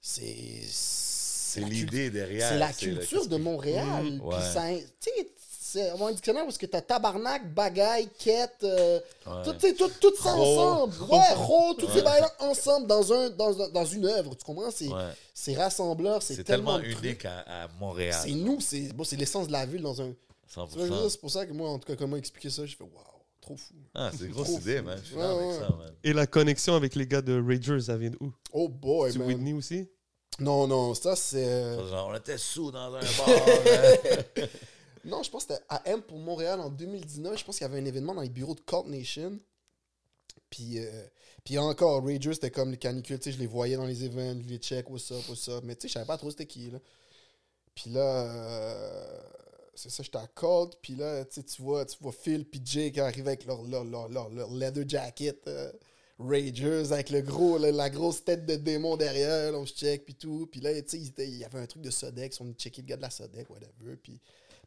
C: C'est.
B: C'est
C: C'est la culture-
B: l'idée derrière.
C: C'est la
B: le- Mm-hmm.
C: culture de Montréal. Puis
B: Ouais.
C: ça- Tu sais, c'est avoir un dictionnaire parce que t'as tabarnak, bagaille, quête, euh, tout, tu sais, tout, tout ça
B: Ro.
C: ensemble. Ouais, ro, tous ces
B: Ouais.
C: bails-là ensemble dans, un, dans, un- dans une œuvre. Tu comprends? C'est
B: Ouais.
C: c'est rassembleur, c'est
B: C'est
C: tellement,
B: tellement
C: de trucs.
B: unique à, à Montréal.
C: C'est nous, c'est bon, c'est l'essence de la ville dans un. Tu vois, je veux
B: 100%.
C: dire, C'est pour ça que moi, en tout cas, comment expliquer ça, je fais waouh, trop fou.
B: Ah, c'est une grosse
C: Trop
B: idée,
C: fou.
B: man. Je suis
C: Ouais,
B: d'accord
C: ouais.
B: avec ça, man.
A: Et la connexion avec les gars de Ragers, ça vient d'où
C: Oh boy,
A: C'est
C: man.
A: Whitney aussi
C: Non, non, ça c'est. euh,
B: Genre, on était sous dans un bar. hein.
C: Non, je pense que c'était à M pour Montréal en 2019. Je pense qu'il y avait un événement dans les bureaux de Court Nation. Puis, euh, puis encore, Ragers, c'était comme les canicules. Tu sais, je les voyais dans les événements, je les check, what's up, what's up. Mais tu sais, je savais pas trop c'était qui, là. Puis là, euh, c'est ça, j'étais à Court. Puis là, tu sais, tu vois, tu vois Phil puis Jake arriver avec leur, leur, leur, leur- leur leather jacket. euh, Ragers avec le gros, la, la grosse tête de démon derrière, là, on se check, puis tout. Puis là, tu sais, il était- il y avait un truc de Sodec, on checkait le gars de la Sodec, whatever. Puis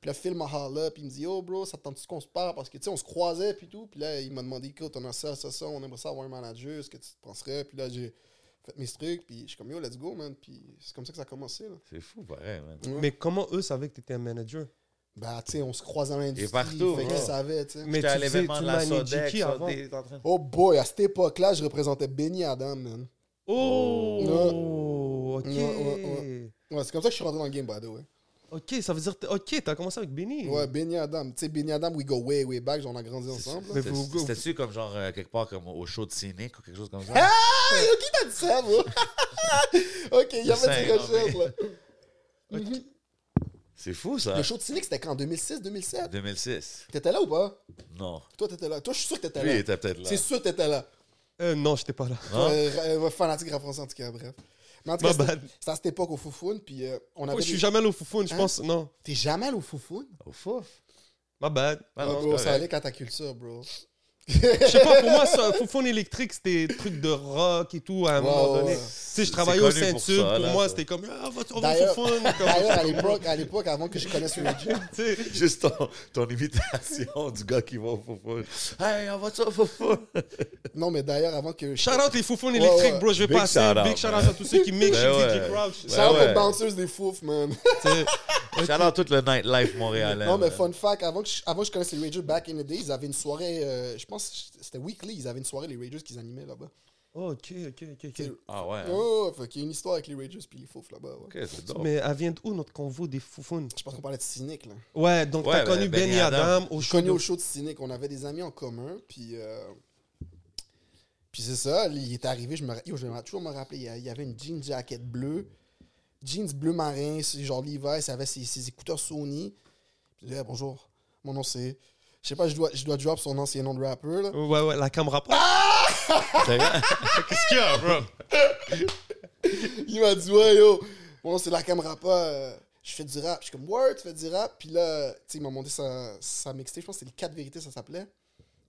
C: puis là, Phil m'a holla, puis il me dit, oh bro, ça te tente-tu qu'on se parle? Parce que, tu sais, on se croisait, puis tout. Puis là, il m'a demandé, écoute, on a ça, ça, ça, on aimerait ça avoir un manager, ce que tu te penserais. Puis là, j'ai fait mes trucs, puis je suis comme, yo, let's go, man. Puis c'est comme ça que ça a commencé, là.
B: C'est fou, pareil, man.
C: Ouais.
A: Mais comment eux savaient que t'étais un manager
C: Bah, tu sais, on se croise dans l'industrie.
B: Et partout,
C: Fait
B: ouais.
C: qu'ils savaient, tu sais.
A: Mais
B: J'étais
A: tu
B: à
A: faisais,
B: l'événement
A: tu
B: de la
A: manageais
B: Sodec.
A: qui
B: ça,
A: avant
B: t'es en train de-
C: Oh boy, à cette époque-là, je représentais Benny Adam, man.
A: Oh, ok.
C: Ouais, ouais, Ouais, c'est comme ça que je suis rentré dans le game, by the way.
A: Ok, ça veut dire. t'- Ok, t'as commencé avec Benny.
C: Ouais, Benny Adam. Tu sais, Benny Adam, we go way, way back, genre, on a grandi ensemble. hein. là.
A: Mais
B: C'était-
A: vous-
B: C'était-tu comme genre euh, quelque part comme au show de Cynic ou quelque chose comme ça?
C: Ah, yo, qui t'a dit ça, bro? ok, il y
B: Le
C: avait des
B: singe, non, mais-
C: recherches, là.
B: C'est fou, ça.
C: Le show de Cynic, c'était quand? 2006, 2007?
B: 2006.
C: T'étais là ou pas?
B: Non.
C: Toi, t'étais là. Toi, je suis sûr que t'étais
B: Lui,
C: là.
B: il était peut-être là. Hein?
C: C'est sûr que t'étais là.
A: Euh, non, j'étais pas là.
B: Non?
C: Euh, euh, fanatique rap français, en tout cas, bref. Mais en tout
A: Ma
C: cas, c'était-
A: bad.
C: c'était à cette époque au Foufoune, puis euh, on
A: Oh,
C: avait.
A: je suis
C: des-
A: jamais allé au Foufoune, je
C: Hein?
A: pense. Non.
C: T'es jamais allé au Foufoune?
B: Au fouf.
A: Ma bad.
B: Ah,
C: Ouais,
B: non,
C: bro,
B: c'est
C: euh, ça
B: correct.
C: allait quand ta culture, bro.
A: Je sais pas, pour moi, ça, Foufoune électrique, c'était truc de rock et tout à un
C: Ouais,
A: moment
C: ouais,
A: donné.
C: ouais.
A: Tu sais, je
B: C'est
A: travaillais au
B: connu pour
A: Saint-Tube. Pour,
B: ça, là,
A: moi,
B: ça.
A: c'était comme, ah, on va- on va au
C: D'ailleurs,
A: Foufoune.
C: d'ailleurs, à l'époque, à l'époque, avant que je connaisse Reggie,
A: comme, tu sais.
B: Juste ton, ton imitation du gars qui va au foufou. Hey, on va-tu au foufou?
C: non, mais d'ailleurs, avant que je.
A: Shout out les Foufounes
C: Ouais,
A: électriques,
C: ouais.
A: bro. Je vais
B: Big
A: passer.
B: shout out,
A: Big shout out
B: man.
A: à tous ceux qui mixent
B: Ben
A: DJ
B: ouais.
A: Crouch.
B: Ouais.
C: Shout out
B: ouais.
C: aux bouncers des fouf, man.
A: Tu sais.
B: Shout out tout le nightlife montréalais.
C: non, mais
B: man.
C: fun fact, avant que je, avant que je connaisse les Ragers back in the day, ils avaient une soirée, euh, je pense que c'était weekly, ils avaient une soirée, les Ragers qu'ils animaient là-bas.
A: Oh, ok, ok, ok, ok.
B: Ah ouais. hein?
C: Oh, fait qu'il y a une histoire avec les Ragers puis les fouf là-bas. ouais.
B: Ok, c'est dope.
A: Mais elle vient d'où notre convo des Foufounes
C: Je pense qu'on parlait de cynique, là.
A: Ouais, donc
B: Ouais,
A: t'as
B: ben,
A: connu
B: Benny
A: Benny Adam, au
C: Je
A: show
C: connais
A: de-
C: au show de Cynic, on avait des amis en commun, puis... euh, Puis c'est ça, il est arrivé, je me, ra- yo, je vais toujours me rappeler, il y a- il y avait une jean jacket bleue, jeans bleu marin, c'est genre l'hiver, ça avait ses, ses écouteurs Sony. Puis là, bonjour, mon nom c'est... Je sais pas, je dois, je dois drop son ancien nom de rappeur. là.
A: Ouais, ouais, la caméra pro.
B: Ah! Sérieux?
A: Qu'est-ce qu'il y a, bro?
C: Il m'a dit, ouais, yo, bon, c'est la caméra pas. euh, je fais du rap. Je suis comme, ouais, tu fais du rap. Puis là, tu sais, il m'a monté sa, sa mixtape. Je pense que c'est les 4 vérités, ça s'appelait.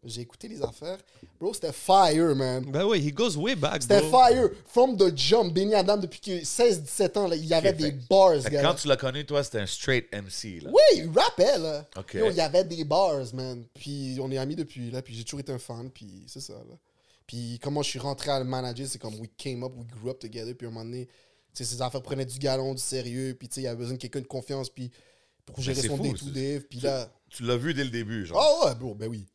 C: J'ai écouté les affaires. Bro, c'était fire, man.
A: Ben oui, he goes way back,
C: C'était
A: bro.
C: fire. From the jump, Benny Adam, depuis que 16-17 ans, là, il y avait
B: Ok,
C: des
B: fait-
C: bars,
B: Fait que
C: gars.
B: Quand tu l'as connu, toi, c'était un straight MC. Là.
C: Oui, il rappait, là.
B: Ok.
C: Yo, il y avait des bars, man. Puis on est amis depuis, là. Puis j'ai toujours été un fan, puis c'est ça, là. Puis comment je suis rentré à le manager, c'est comme we came up, we grew up together. Puis à un moment donné, tu sais, ses affaires prenaient du galon, du sérieux. Puis tu sais, il y avait besoin de quelqu'un de confiance, puis pour
B: Mais
C: gérer
B: Ben, c'est
C: son
B: fou,
C: day-to-day.
B: c'est-
C: puis là.
B: Tu l'as vu dès le début, genre.
C: Oh, ouais, bro, ben oui.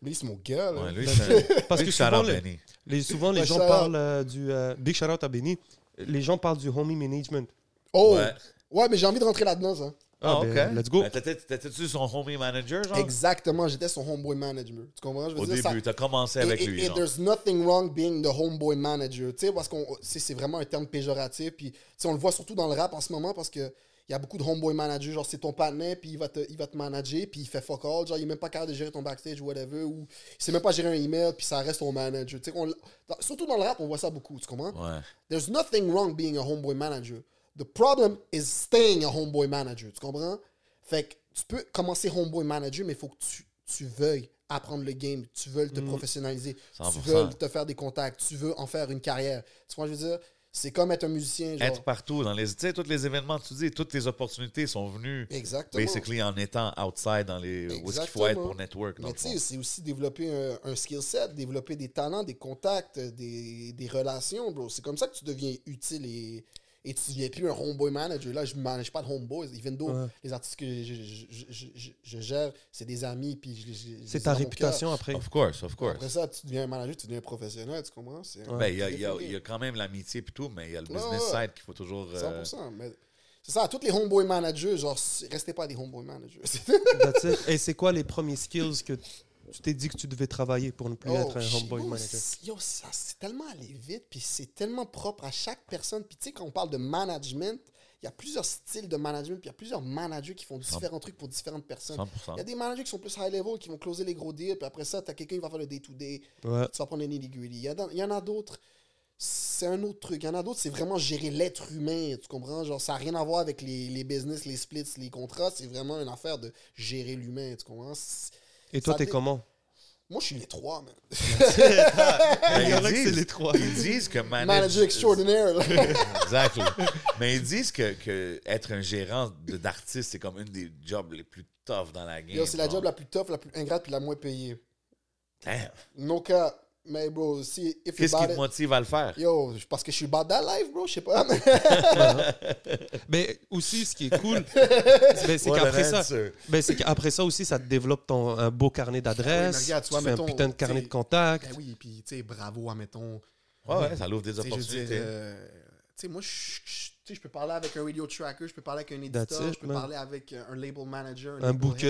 C: Mais c'est mon gars, là.
B: Ouais, lui,
C: Ben,
B: c'est un-
A: Parce
B: lui,
A: que
B: shout out
A: souvent, le-
B: Benny.
A: les, souvent, les
C: Ouais,
A: gens
C: shout out.
A: parlent euh, du... euh, big shout-out à Benny. Les gens parlent du homie management.
C: Oh!
B: Ouais.
C: Ouais. mais j'ai envie de rentrer là-dedans, ça.
B: Ah,
A: ben,
B: ok.
A: Let's go.
B: Mais t'étais- T'étais-tu son homie manager, genre?
C: Exactement, j'étais son homeboy manager. Tu comprends? Je veux
B: Ah. Au
C: dire,
B: début,
C: ça-
B: t'as commencé
C: Et-
B: avec
C: et,
B: lui,
C: et
B: genre.
C: there's nothing wrong being the homeboy manager. Tu sais, parce qu'on c'est c'est vraiment un terme péjoratif. Puis, tu sais, on le voit surtout dans le rap en ce moment parce que il y a beaucoup de homeboy managers. Genre, c'est ton partenaire, puis il va, te, il va te manager, puis il fait fuck all. Genre, il est même pas capable de gérer ton backstage ou whatever. Ou il sait même pas gérer un email, puis ça reste ton manager. Tu sais, on l- dans- surtout dans le rap, on voit ça beaucoup. Tu comprends?
B: Ouais.
C: There's nothing wrong being a homeboy manager. The problem is staying a homeboy manager. Tu comprends? Fait que tu peux commencer homeboy manager, mais il faut que tu, tu veuilles apprendre le game, tu veux
B: Mm.
C: te professionnaliser, tu
B: 100%.
C: veux te faire des contacts, tu veux en faire une carrière. Tu vois, je veux dire, c'est comme être un musicien. Genre,
B: Être partout dans les. Tu sais, tous les événements, tu dis, toutes les opportunités sont venues
C: Exactement.
B: basically en étant outside dans les. Où est-ce qu'il faut
C: Exactement.
B: être pour network, dans
C: Mais
B: le
C: tu
B: fond.
C: sais, c'est aussi développer un, un skill set, développer des talents, des contacts, euh, des, des relations, bro. C'est comme ça que tu deviens utile et, et tu deviens plus un homeboy manager. Là, je ne manage pas de homeboys. Even though
A: Ouais.
C: les artistes que je, je- je- je- je- je gère, c'est des amis. puis je- je- je-
A: C'est
C: je-
A: ta
C: dans mon
A: réputation après.
B: Of course, of
C: cœur.
B: course.
C: Après ça, tu deviens un manager, tu deviens un professionnel, tu comprends? C'est un-
B: Ben, il y, a-
C: c'est
B: il y a-
C: défini.
B: il y a quand même l'amitié et tout, mais il y a le
C: Ouais,
B: business
C: ouais.
B: side qu'il faut toujours. euh,
C: 100%. mais c'est ça, à tous les homeboy managers, genre, c'est- restez pas des homeboy managers.
A: That's it. Et c'est quoi les premiers skills que tu t'es dit que tu devais travailler pour ne plus
C: Oh,
A: être un
C: shit,
A: homeboy
C: bro,
A: manager?
C: c'est- Yo, ça, c'est tellement allé vite, puis c'est tellement propre à chaque personne. Puis tu sais, quand on parle de management, il y a plusieurs styles de management, puis il y a plusieurs managers qui font différents trucs pour différentes personnes.
B: 100%.
C: Il y a des managers qui sont plus high level, qui vont closer les gros deals, puis après ça, tu as quelqu'un qui va faire le day-to-day,
A: Ouais.
C: tu vas prendre les nitty-gritty. Il y, a dans- il y en a d'autres, c'est un autre truc. Il y en a d'autres, c'est vraiment gérer l'être humain, tu comprends? Genre, ça n'a rien à voir avec les, les business, les splits, les contrats, c'est vraiment une affaire de gérer l'humain, tu comprends? C'est-
A: Et toi,
C: Ça
A: t'es
C: dé-
A: comment?
C: Moi, je suis les trois, man.
B: Ben,
A: Il y en a
B: ils
A: que c'est
B: disent-
A: les trois.
B: Ils disent que manage-
C: Manager extraordinaire, là.
B: Exactly. Mais ils disent que, que être un gérant de- d'artiste, c'est comme une des jobs les plus tough dans la game.
C: Yo, c'est la job la plus tough, la plus ingrate, puis la moins payée.
B: Damn.
C: No cas, mais bro, si if you
B: Qu'est-ce qui
C: about
B: te
C: it-
B: motive à le faire?
C: Yo, je- parce que je suis bad that life, bro, je sais pas. mais-
A: Mais aussi, ce qui est cool, ben, c'est
B: What an
A: qu'après ça,
B: answer.
A: ben, c'est qu'après ça aussi, ça te développe ton, un beau carnet
C: Oui, mais
A: d'adresses,
C: regarde, Ah tu
A: tu,
C: vois,
A: fais
C: mettons,
A: un putain de
C: tu sais,
A: carnet de contacts.
C: ben oui, puis tu sais, bravo, admettons.
B: Ouais, ouais, ça l'ouvre des
C: Tu sais, je veux dire,
B: opportunités.
C: euh, tu sais, moi, je je- tu sais, je peux parler avec un radio tracker, je peux parler avec un éditeur,
A: That's it,
C: je peux
A: man.
C: parler avec un un label manager,
A: un
C: label
A: booker.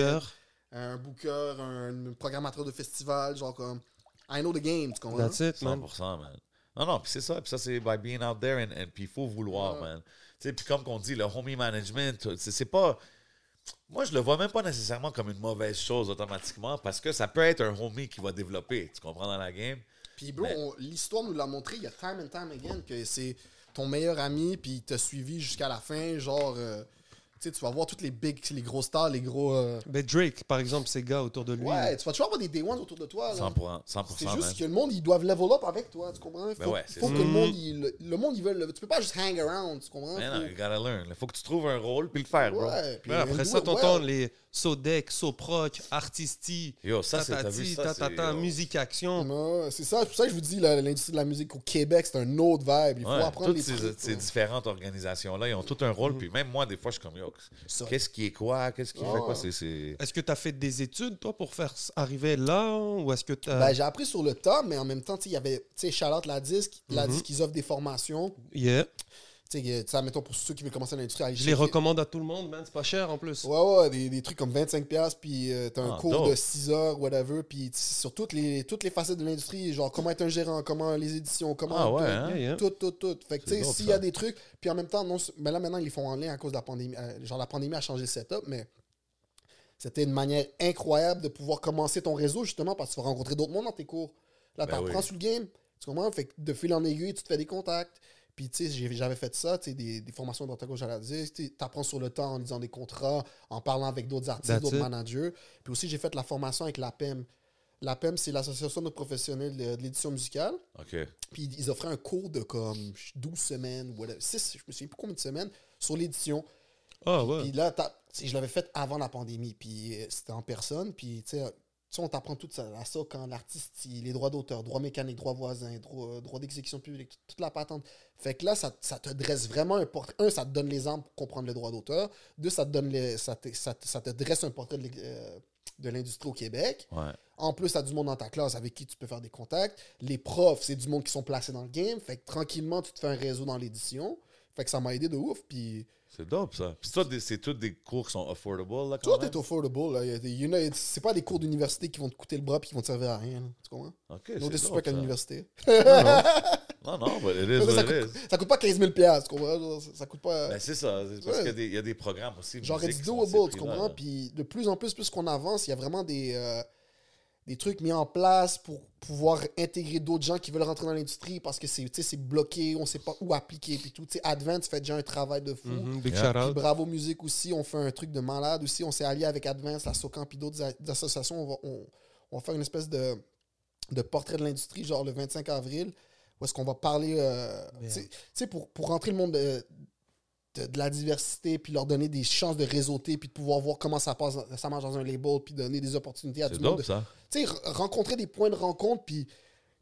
C: head, un booker, un programmateur de festival, genre comme I know the game, tu comprends?
A: That's it, man.
B: 100%, man. Non, non, puis c'est ça. Puis ça, c'est by being out there, and, and- puis il faut vouloir, man. Tu sais, puis comme qu'on dit, le homie management, euh, c'est c'est pas... Moi, je le vois même pas nécessairement comme une mauvaise chose automatiquement, parce que ça peut être un homie qui va développer, tu comprends, dans la game.
C: Puis, bro,
B: Mais-
C: on- l'histoire nous l'a montré, il y a time and time again, que c'est ton meilleur ami, puis il t'a suivi jusqu'à la fin. Genre, euh, tu sais, tu vas voir toutes les big, les gros stars, les gros. euh,
A: Ben, Drake, par exemple, ces gars autour de lui.
C: Ouais, tu vas toujours avoir des day ones autour de toi. là.
B: 100%, 100%,
C: C'est juste
B: man.
C: que le monde, ils doivent level up avec toi, tu comprends? Il faut,
B: Ben ouais, c'est
C: faut
B: ça.
C: que le monde, il, le, monde, ils veulent. Tu peux pas juste hang around, tu comprends?
B: Mais
C: Faut-
B: Ben non, you gotta learn. Il faut que tu trouves un rôle, puis le faire, bro.
C: ouais, puis
A: Ouais, après
C: do
A: ça,
C: it
A: t'entends
C: well.
A: les Sodec, Soproc, Artisti,
B: Yo, ça, c'est- t'as
A: Tatati,
B: vu ça, c'est-
A: Tatata,
B: yo.
A: Musique Action.
C: Non, C'est ça, c'est pour ça que je vous dis, la- l'industrie de la musique au Québec, c'est un autre vibe. Il faut
B: Ouais,
C: apprendre
B: toutes
C: les
B: ces,
C: trucs,
B: ces
C: ouais.
B: différentes organisations-là, ils ont tout un rôle. Puis même moi, des fois, je suis comme, yo,
C: Ça. Ah.
B: qu'est-ce qui est quoi? Qu'est-ce qui
C: Ouais,
B: fait quoi?
C: ouais.
B: C'est- C'est...
A: Est-ce que t'as fait des études, toi, pour faire s- arriver là Ou est-ce que
B: hein.
A: t'as.
C: Ben, j'ai appris sur le tas, mais en même temps, tu sais, il y avait, tu sais, Charlotte la disque, la
B: Mm-hmm.
A: Mhm.
C: disque, ils offrent des formations.
A: Yeah.
C: Tu sais, tu sais, mettons pour ceux qui veulent commencer l'industrie, aller
A: Je les
C: checker.
A: recommande à tout le monde, man. C'est pas cher en plus.
C: Ouais, ouais, des, des trucs comme 25$, puis euh, t'as un
B: Ah,
C: cours
B: dope.
C: de 6 heures, whatever, puis t- sur toutes les, toutes les facettes de l'industrie, genre comment être un gérant, comment les éditions, comment.
B: Ah ouais,
C: tout,
B: hein?
A: Yeah, yeah.
C: Tout, tout, tout. Fait que,
B: C'est
C: tu sais,
B: dope,
C: s'il y a
B: ça.
C: des trucs, puis en même temps, non, mais là, maintenant, ils les font en ligne à cause de la pandémie. euh, genre, la pandémie a changé le setup, mais C'était une manière incroyable de pouvoir commencer ton réseau, justement, parce que tu vas rencontrer d'autres monde dans tes cours. Là,
B: Ben
C: tu
B: oui.
C: apprends sur le game. Tu comprends? Fait que de fil en aiguille, tu te fais des contacts. Puis, tu sais, j'ai- j'avais fait ça, tu sais, des, des formations de droite à gauche à la disque. Tu apprends sur le temps en lisant des contrats, en parlant avec d'autres artistes,
A: That's
C: d'autres
A: it.
C: managers. Puis aussi, j'ai fait la formation avec l'APEM. L'APEM, c'est l'Association de professionnels de de l'édition musicale.
B: OK.
C: Puis ils offraient un cours de comme 12 semaines, whatever, 6, je me souviens plus combien de semaines, sur l'édition.
A: Ah
C: Puis là, t'as- tu sais, je l'avais fait avant la pandémie, puis euh, c'était en personne. Puis tu sais, euh, tu sais, on t'apprend tout ça, à ça quand l'artiste, il- les droits d'auteur, droit mécanique, droit voisin, droit, droit d'exécution publique, toute- toute la patente. Fait que là, ça, ça te dresse vraiment un portrait. Un, ça te donne les armes pour comprendre le droit d'auteur. Deux, ça te, donne les, ça, te, ça te- ça te dresse un portrait de l'ex- euh, de l'industrie au Québec.
B: Ouais.
C: En plus, t'as du monde dans ta classe avec qui tu peux faire des contacts. Les profs, c'est du monde qui sont placés dans le game. Fait que tranquillement, tu te fais un réseau dans l'édition. Fait que ça m'a aidé de ouf. Puis
B: C'est dope, ça. Puis toi, des- c'est tous des cours qui sont affordable, là, quand
C: tout
B: même?
C: est affordable. Là. Il y a des- il y en a- C'est pas des cours d'université qui vont te coûter le bras puis qui vont te servir à rien. là. Tu comprends?
B: OK,
C: No
B: c'est
C: disrespect à
B: dope, ça.
C: l'université.
B: Non, non, mais it is
C: Ça,
B: what it
C: coûte-
B: is.
C: ça coûte pas 15 000 piastres, tu comprends? Genre, Ça, ça coûte pas. euh,
B: Ben, c'est ça. c'est Parce
C: Ouais.
B: qu'il y a des- il y, a des programmes aussi.
C: Genre,
B: musique
C: it's
B: qui sont à ces
C: doable, tu
B: prix-là,
C: comprends?
B: là.
C: Puis de plus en plus, plus qu'on avance, il y a vraiment des, euh, des trucs mis en place pour pouvoir intégrer d'autres gens qui veulent rentrer dans l'industrie parce que c'est tu sais, c'est bloqué, on sait pas où appliquer. Puis tout, tu sais, Advent fait déjà un travail de fou.
A: Mhm, Big
B: Yeah.
A: shout
C: Puis
A: out.
C: Bravo Musique aussi, on fait un truc de malade aussi. On s'est allié avec Advance, la SOCAM, puis d'autres a- associations. On va, on, on va faire une espèce de, de portrait de l'industrie, genre le 25 avril, où est-ce qu'on va parler. euh,
A: Yeah.
C: tu sais- tu sais, pour, pour rentrer le monde de, de, de la diversité, puis leur donner des chances de réseauter, puis de pouvoir voir comment ça, passe, ça marche dans un label, puis donner des opportunités à
B: C'est
C: tout le monde.
B: dope, ça.
C: Tu sais, re- rencontrer des points de rencontre, puis.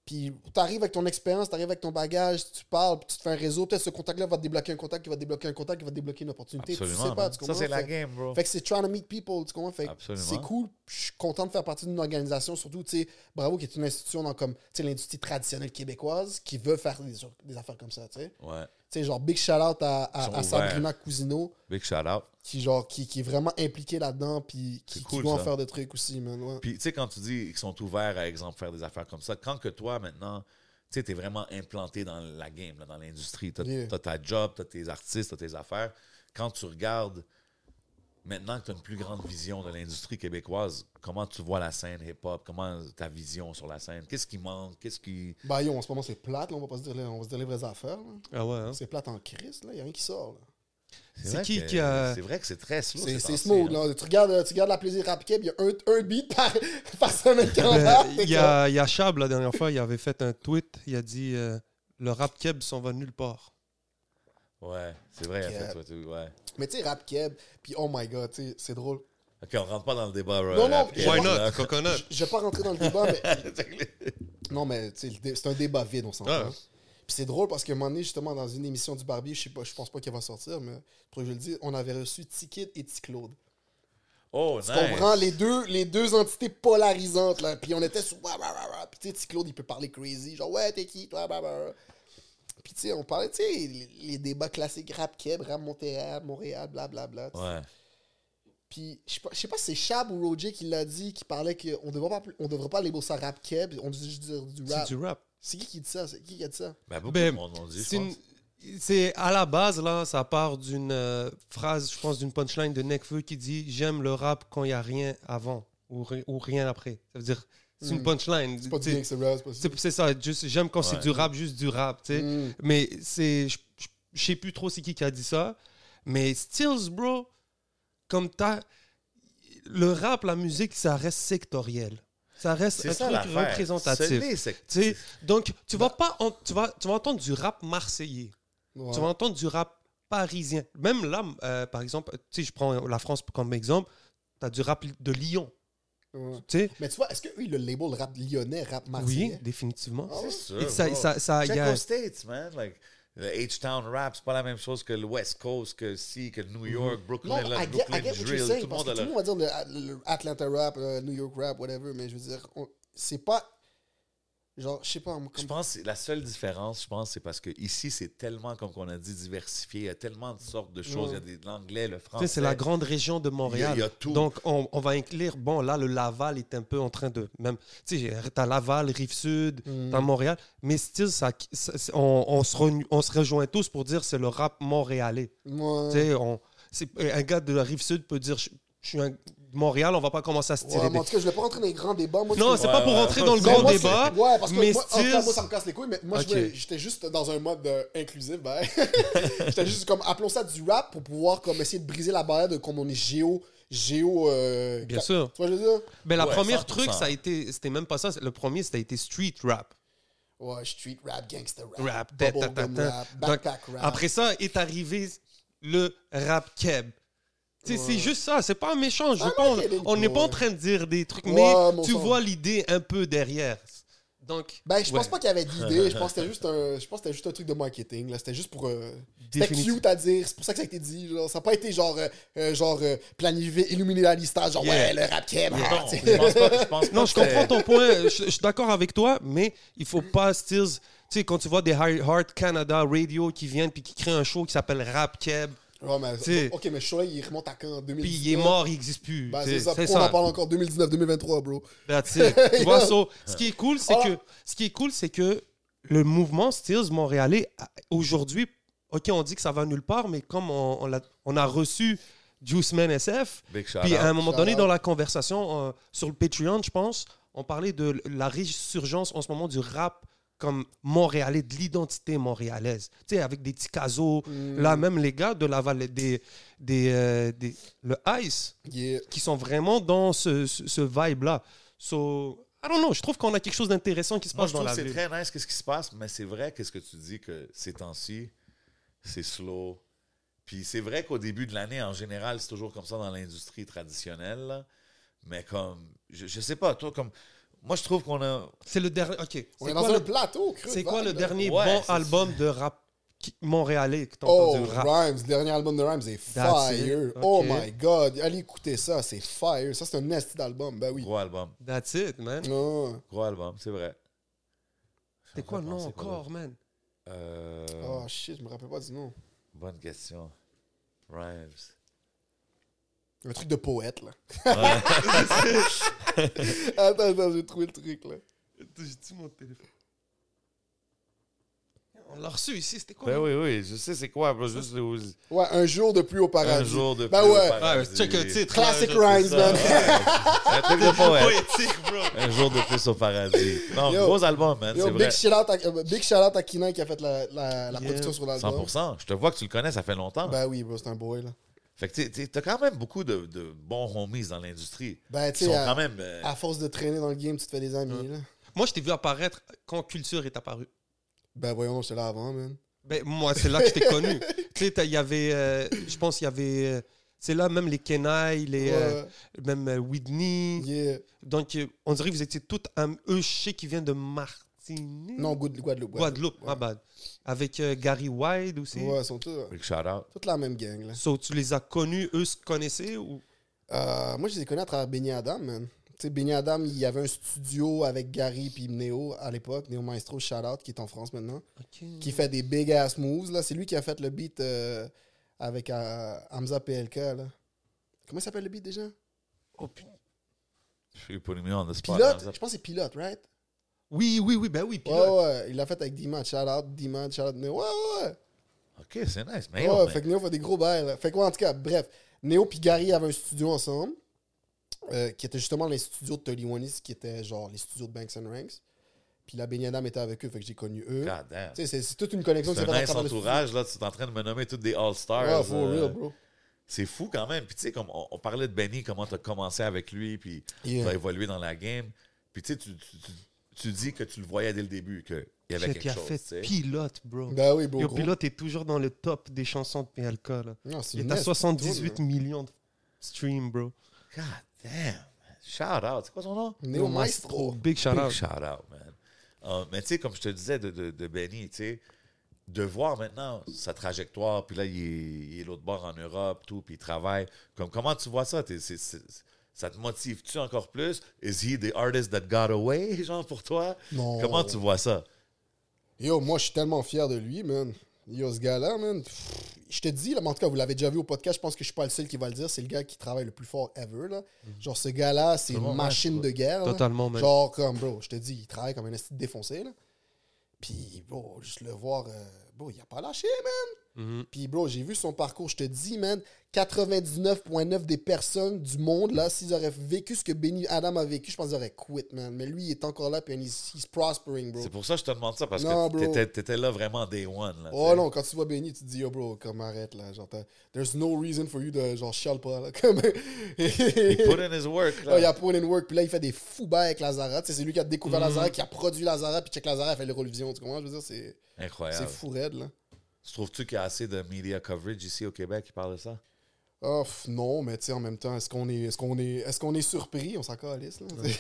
C: Puis t'arrives avec ton expérience, t'arrives avec ton bagage, tu parles, puis tu te fais un réseau. Peut-être ce contact-là va te débloquer un contact, qui va te débloquer un contact, qui va te débloquer une opportunité.
B: Absolument.
C: tu sais pas,
B: man.
C: tu
B: ça,
C: comprends?
B: c'est la
C: Fait-
B: game, bro.
C: fait que c'est trying to meet people, tu comprends? Fait que
B: Absolument.
C: c'est cool. Je suis content de faire partie d'une organisation, surtout, tu sais, Bravo, qui est une institution dans comme, tu sais, l'industrie traditionnelle québécoise qui veut faire des, des affaires comme ça, tu sais.
B: Ouais.
C: Tu sais, genre, big shout-out à, à-
B: Ils sont
C: à Sabrina Cousino,
B: Big shout-out.
C: qui, genre, qui, qui est vraiment impliquée là-dedans, puis
B: C'est
C: qui, qui
B: cool,
C: doit en
B: ça.
C: faire des trucs aussi, man. ouais.
B: Puis, tu sais, quand tu dis qu'ils sont ouverts à, exemple, faire des affaires comme ça, quand que toi, maintenant, tu sais, t'es vraiment implanté dans la game, là, dans l'industrie, t'as
C: Yeah.
B: t'as ta job, t'as tes artistes, t'as tes affaires, quand tu regardes, maintenant que t'as une plus grande vision de l'industrie québécoise, comment tu vois la scène hip-hop, comment ta vision sur la scène, qu'est-ce qui manque, qu'est-ce qui...
C: Bah, yo, en ce moment, c'est plate, là, on va pas se dire, les- on va se dire les vraies affaires, là.
A: Ah ouais, hein?
C: C'est plate en crise, là, y a rien qui sort, là.
A: C'est
B: vrai
A: qui
B: que-
A: qui a-
B: C'est vrai que c'est très slow.
C: C'est
B: ces
C: c'est
B: temps-ci,
C: smooth,
B: hein.
C: là. Tu regardes, euh, tu regardes la plaisir rap Keb, y a un, un beat par, par semaine qui en
A: Ben,
C: va,
A: Il y a, il y a Chab, la dernière fois, il avait fait un tweet. Il a dit euh, Le rap keb s'en va nulle part.
B: Ouais, c'est vrai,
C: Puis,
B: en fait,
C: euh,
B: toi, tu- ouais.
C: Mais tu sais, Rap Keb, puis oh my god, tu sais, c'est drôle.
B: OK, on rentre pas dans le débat, bro.
C: Non, non,
B: Rap,
C: why
B: rap,
C: not?
B: là.
A: Coconut.
C: Je vais pas rentrer dans le débat, mais. Non, mais tu sais, le dé- c'est un débat vide, on s'entend.
A: Ah.
C: Puis c'est drôle parce qu'à un moment donné, justement, dans une émission du Barbier, je sais pas, je pense pas qu'elle va sortir, mais pour que je le dis, on avait reçu T-Kid et T-Claude.
B: Oh,
C: Tu
B: nice.
C: comprends les deux, les deux entités polarisantes, là. Puis on était sur. Wah, wah, wah, wah. Puis tu sais, T-Claude, il peut parler crazy, genre, ouais, t'es qui, toi, wah, wah, wah. Puis tu sais, on parlait, tu sais, les, les débats classiques rap Keb, rap Montréal, Montréal, blablabla. tu sais.
B: Ouais.
C: Puis, je sais pas, je sais pas si c'est Chab ou Roger qui l'a dit, qui parlait qu'on devrait pas, on devrait pas label ça rap keb, on devrait juste dire du
A: C'est
C: rap.
A: du rap.
C: C'est qui qui dit ça? C'est qui qui a dit ça?
B: Ben, beaucoup
A: Ben,
B: de monde l'ont dit, je
A: C'est une-
B: pense.
A: c'est à la base, là, ça part d'une euh, phrase, je pense, d'une punchline de Nekfeu qui dit J'aime le rap quand il n'y a rien avant ou, ri- ou rien après. Ça veut dire, c'est une
C: Mm.
A: punchline.
C: C'est pas du
A: Tu sais,
C: bien que c'est rap, c'est pas ça.
A: c'est- C'est ça, juste- j'aime quand c'est
B: Ouais.
A: du rap, juste du rap. tu sais.
C: Mm.
A: Mais c'est. Je je- je sais plus trop c'est qui qui a dit ça. Mais Stills, bro, comme t'as. Le rap, la musique, ça reste sectoriel. Ça reste
B: C'est
A: un
B: ça
A: truc
B: l'affaire. Bah Ce
A: représentatif.
B: n'est sec-
A: Tu sais, donc, tu vas, pas en- tu, vas, tu vas entendre du rap marseillais.
C: Ouais.
A: Tu vas entendre du rap parisien. Même là, euh, par exemple, tu sais, je prends la France comme exemple. Tu as du rap de Lyon.
C: Ouais.
A: Tu sais,
C: Mais tu vois, est-ce que eux, ils le label rap lyonnais, rap
A: oui,
C: marseillais?
A: définitivement.
C: Ah ouais?
B: C'est sûr,
A: Et ça,
B: bro.
A: ça, ça- il
B: Check
A: y a-
B: aux States, man. Like, le H-Town rap, c'est pas la même chose que le West Coast, que si, que
A: Mm-hmm.
B: New York, Brooklyn,
C: Non,
B: là,
C: I get,
B: Brooklyn
C: I get what
B: Drill,
C: you're
B: tout le
C: saying,
B: monde
C: parce que
B: a
C: tout le
B: le...
C: monde va dire le, le Atlanta rap, euh, New York rap, whatever, mais je veux dire, on- c'est pas... Genre, je sais pas, moi,
B: Je
C: comme...
B: pense que la seule différence, je pense, c'est parce que ici, c'est tellement, comme on a dit, diversifié. Il y a tellement de sortes de choses. Il y a des- de l'anglais, le
A: Mm. Tu sais,
B: français.
A: C'est la grande région de Montréal.
B: Il y a- il y a tout.
A: Donc, on, on va inclure. Bon, là, le Laval est un peu en train de. Même, tu sais, t'as Laval, Rive-Sud,
C: Mm.
A: t'as Montréal. Mais still, ça, ça- c'est- on, on se re- on se rejoint tous pour dire c'est le rap montréalais.
C: Moi,
A: euh, Tu sais, on- c'est- un gars de la Rive-Sud peut dire je je suis un Montréal, on va pas commencer à se tirer
C: Ouais, mais
A: des...
C: en tout cas, je ne l'ai pas rentrer dans les grands débats. Moi,
A: Non,
C: tu-
A: c'est
B: Ouais,
A: pas pour
B: ouais.
A: rentrer dans le
B: Mais
A: grand
C: moi,
A: débat,
C: c'est- Ouais, parce que
A: mais
C: moi, en tout cas, moi, ça
A: Stills...
C: me casse les couilles, mais moi, je
A: Ok.
C: voulais- j'étais juste dans un mode euh, inclusif. ben. j'étais juste comme, appelons ça du rap pour pouvoir comme, essayer de briser la barrière de comme on est géo. géo euh,
A: Bien
C: ca-
A: sûr.
C: Tu vois, ce que je veux dire?
A: Mais la
B: Ouais,
A: première
B: 100%.
A: truc, ça a été... C'était même pas ça. Le premier, c'était été street rap.
C: Ouais, street rap, gangster rap,
A: Rap, ta- ta- ta-
C: bubblegum
A: ta.
C: rap,
A: Donc,
C: backpack rap.
A: Après ça, est arrivé le rap keb. Tu sais, C'est juste ça, c'est pas méchant. Je veux
C: Ah,
A: pas-
C: non, ok, les-
A: on n'est pas
C: ouais.
A: en train de dire des trucs,
C: Ouais,
A: mais
C: mon
A: tu
C: sens.
A: vois l'idée un peu derrière. Donc,
C: Ben, je pense
A: ouais,
C: pas qu'il y avait d'idée. Je pense que c'était juste un, je pense que c'était juste un truc de marketing. là. C'était juste pour. euh, c'était
A: définitive-
C: cute à dire. C'est pour ça que ça a été dit. genre. Ça n'a pas été genre, euh, euh, genre euh, planifié, illuminé la liste. Genre,
A: Yeah.
C: ouais, le rap keb. ah,
B: Non,
C: tu sais.
B: je pense pas- je pense pas
A: Non,
B: que
A: je comprends
B: c'était-
A: ton point. Je, je suis d'accord avec toi, mais il faut pas, Stills. Tu sais, quand tu vois des Hard Heart Canada Radio qui viennent puis qui créent un show qui s'appelle Rap Keb,
C: Ouais, mais-
A: T'sais.
C: ok, mais Shoei, il remonte à quand en 2019
A: puis il est mort, il n'existe plus.
C: Ben,
A: Tu sais,
C: c'est ça.
A: c'est
C: Pourquoi
A: ça.
C: on en parle encore 2019-2023, bro?
A: That's it. tu vois,
C: Yeah.
A: so, ce qui est cool, c'est
C: Ah.
A: que ce qui est cool, c'est que le mouvement Steels montréalais a- aujourd'hui, ok, on dit que ça va nulle part, mais comme on, on l'a- on a reçu Juice Man SF,
B: Big shout
A: puis à un
B: out.
A: moment
C: Shout
A: donné
C: out.
A: dans la conversation euh, sur le Patreon, je pense, on parlait de l- la résurgence en ce moment du rap comme montréalais, de l'identité montréalaise, tu sais, avec des petits casos.
C: Hmm.
A: Là,
C: Mm.
A: même les gars de la vallée des, des, euh, des- le Ice,
C: Yeah.
A: qui sont vraiment dans ce, ce, ce vibe-là. So, I don't know, je trouve qu'on a quelque chose d'intéressant qui se
B: Moi,
A: passe
B: je
A: dans
B: trouve
A: la
B: que c'est
A: ville.
B: très nice qu'est-ce qui se passe, mais c'est vrai qu'est-ce que tu dis que ces temps-ci, c'est slow. Puis c'est vrai qu'au début de l'année, en général, c'est toujours comme ça dans l'industrie traditionnelle. là. Mais comme, je, je sais pas, toi, comme, moi, je trouve qu'on a.
A: C'est le dernier. Ok. C'est
C: On est
A: quoi
C: dans
A: le,
C: un plateau, creux.
A: c'est quoi le dernier
B: Ouais,
A: bon
B: c'est-
A: album de rap qui- montréalais que t'as
C: Oh,
A: entendu rap
C: Rhymes, le dernier album de Rhymes, c'est
A: That's
C: fire.
A: it. Ok.
C: Oh my god, allez écouter ça, c'est fire. Ça, c'est un nasty d'album, ben oui. Ah.
B: Gros album.
A: That's it, man.
C: Non.
B: Gros album, c'est vrai.
A: C'est quoi le nom
B: C'est quoi
A: encore, man
B: Euh,
A: Ah.
C: Oh shit, je me rappelle pas du nom.
B: Bonne question. Rhymes.
C: Un truc de poète, là. attends, attends, j'ai trouvé le truc, là.
A: J'ai dit mon téléphone. On l'a reçu ici, c'était quoi
B: Ben
A: le-
B: oui, oui, je sais c'est quoi, bro, juste le-
C: Ouais, un jour de pluie au
B: un
C: paradis.
B: jour de
C: Ben
B: plus au
C: ouais.
A: Ah, ouais,
B: paradis.
A: check le titre.
C: Classic
A: Ouais, je-
C: Rhymes,
B: ça.
C: man.
B: Un truc de poète.
A: Poétique, bro.
B: Un jour de plus au paradis. Non,
C: Yo.
B: gros album, man,
C: Yo,
B: c'est vrai.
C: big shout out à, euh, big shout out à Kinan qui a fait la, la, la
A: Yeah.
C: production sur l'album.
B: 100%. Je te vois que tu le connais, ça fait longtemps.
C: Ben oui, bro, c'est un boy, là.
B: Fait que tu- tu t'as quand même beaucoup de, de bons homies dans l'industrie.
C: Ben,
B: Qui
C: tu
B: sont
C: sais,
B: quand
C: à,
B: même. euh,
C: à force de traîner dans le game, tu te fais des amis, là.
A: Moi, je t'ai vu apparaître quand Culture est apparu.
C: Ben voyons, j'étais là avant, man.
A: Ben, moi, c'est là que je t'ai connu. tu sais, t'as- il y avait. euh, je pense qu'il y avait. euh, c'est là même les Kenai, les. euh, même euh, Whitney.
C: Ouais, yeah.
A: Donc, euh, on dirait que vous étiez toutes euh, un eux, je sais qui viennent de Martinique.
C: Non, Guadeloupe. Guadeloupe.
A: Guadeloupe,
C: Ouais.
A: ma bad. Avec euh, Gary Wilde aussi.
C: Ouais, ils sont tous, euh,
B: Big shout out.
C: toute la même gang, là.
A: So, tu les as connus, eux se connaissaient ou.
C: Euh, moi, je les ai connus à travers Benny Adam, man. Tu sais, Benny Adam, il y avait un studio avec Gary puis Neo à l'époque, Neo Maestro, shout out, qui est en France maintenant, qui fait des big ass moves, là. C'est lui qui a fait le beat euh, avec euh, Hamza PLK, là. Comment il s'appelle le beat déjà
A: Oh, putain.
B: Je suis pas mis on the spot.
C: Pilote
B: hein,
C: Je pense que c'est Pilote, right
A: Oui, oui, oui, ben oui. puis
C: Ouais,
A: là-
C: ouais, il l'a fait avec D-Man, shout out, D-Man, shout out, Neo. Ouais, ouais,
B: ça.
C: ouais.
B: hein. Ok, c'est nice. Mais
C: Ouais,
B: yo,
C: fait
B: man,
C: que Neo fait des gros bails. là. Fait que, ouais, en tout cas, bref, Neo puis Gary avaient un studio ensemble, euh, qui était justement les studios de Tully Wanis, qui étaient genre les studios de Banks and Ranks. Puis la Beignet Dame était avec eux, fait que j'ai connu eux.
B: God damn.
C: Tu sais, c'est- c'est toute une connexion qui
B: C'est
C: s'est faite
B: un
C: à
B: nice
C: travers le studio.
B: entourage, là. Tu es en train de me nommer toutes des All-Stars.
C: Ouais, for
B: euh,
C: real, bro.
B: C'est fou quand même. Puis tu sais, comme on, on parlait de Benny, comment tu as commencé avec lui, puis
C: Yeah.
B: tu as évolué dans la game. Puis tu sais, tu, tu- tu- tu dis que tu le voyais dès le début, qu'il y avait
A: Shit, il
B: quelque
A: a
B: chose.
A: fait
B: tu sais.
A: pilote, bro.
C: Ben oui, bro.
A: Yo,
C: gros.
A: pilote est toujours dans le top des chansons de PLK. Là.
C: Non, c'est
A: Il
C: une
A: est à
C: nice
A: 78
C: tune,
A: millions de streams, bro.
B: God damn. Shout out. C'est quoi son nom?
C: là. Neo Maestro.
A: Big shout
B: Big
A: out.
B: shout out, man. Euh, mais tu sais, comme je te disais de, de, de Benny, tu sais, de voir maintenant sa trajectoire, puis là, il est, il est l'autre bord en Europe, tout, puis il travaille. Comme, comment tu vois ça? T'es- c'est- c'est- ça te motive-tu encore plus? Is he the artist that got away, genre, pour toi?
C: Non.
B: Comment tu vois ça?
C: Yo, moi, je suis tellement fier de lui, man. Yo, ce gars-là, man. pff, Je te dis, là, mais en tout cas, vous l'avez déjà vu au podcast, je pense que je suis pas le seul qui va le dire. C'est le gars qui travaille le plus fort ever, là. Genre, ce gars-là, c'est
B: C'est bon,
C: une
B: Mhm. ouais,
C: machine
B: c'est
C: de guerre. là.
A: Totalement, man.
C: Genre, comme, bro, je te dis, il travaille comme un esti défoncé, là. Puis, bro, juste le voir, euh, bro, il a pas lâché, man.
A: Mhm.
C: Puis, bro, j'ai vu son parcours. Je te dis, man, 99,9 des personnes du monde, là, s'ils auraient vécu ce que Benny Adam a vécu, je pense qu'ils auraient quit, man. Mais lui, il est encore là, puis he's, he's prospering, bro.
B: C'est pour ça que je te demande ça, parce
C: Non,
B: que
C: bro.
B: t'étais, t'étais là vraiment day one. Là,
C: Oh
B: t'sais.
C: non, quand tu vois Benny, tu te dis, yo, bro, comme arrête, là. Genre, t'as- there's no reason for you de, genre, chiale pas, là. Comme.
B: He put in his work. Là.
C: Là, il a Paul in Work, puis là, il fait des fous bails avec Lazara. Tu sais, c'est lui qui a découvert
B: Mhm.
C: Lazara, qui a produit Lazara, puis check Lazara, il fait l'Eurovision. Tu comprends? Je veux dire, c'est, c'est
B: Incroyable.
C: fou raide, là.
B: Tu trouves-tu qu'il y a assez de media coverage ici au Québec qui parle de ça?
C: Oh, pff, non, mais tu sais, en même temps, est-ce qu'on est, est-ce qu'on est, est-ce qu'on est surpris? On s'en calisse, là.
A: Tu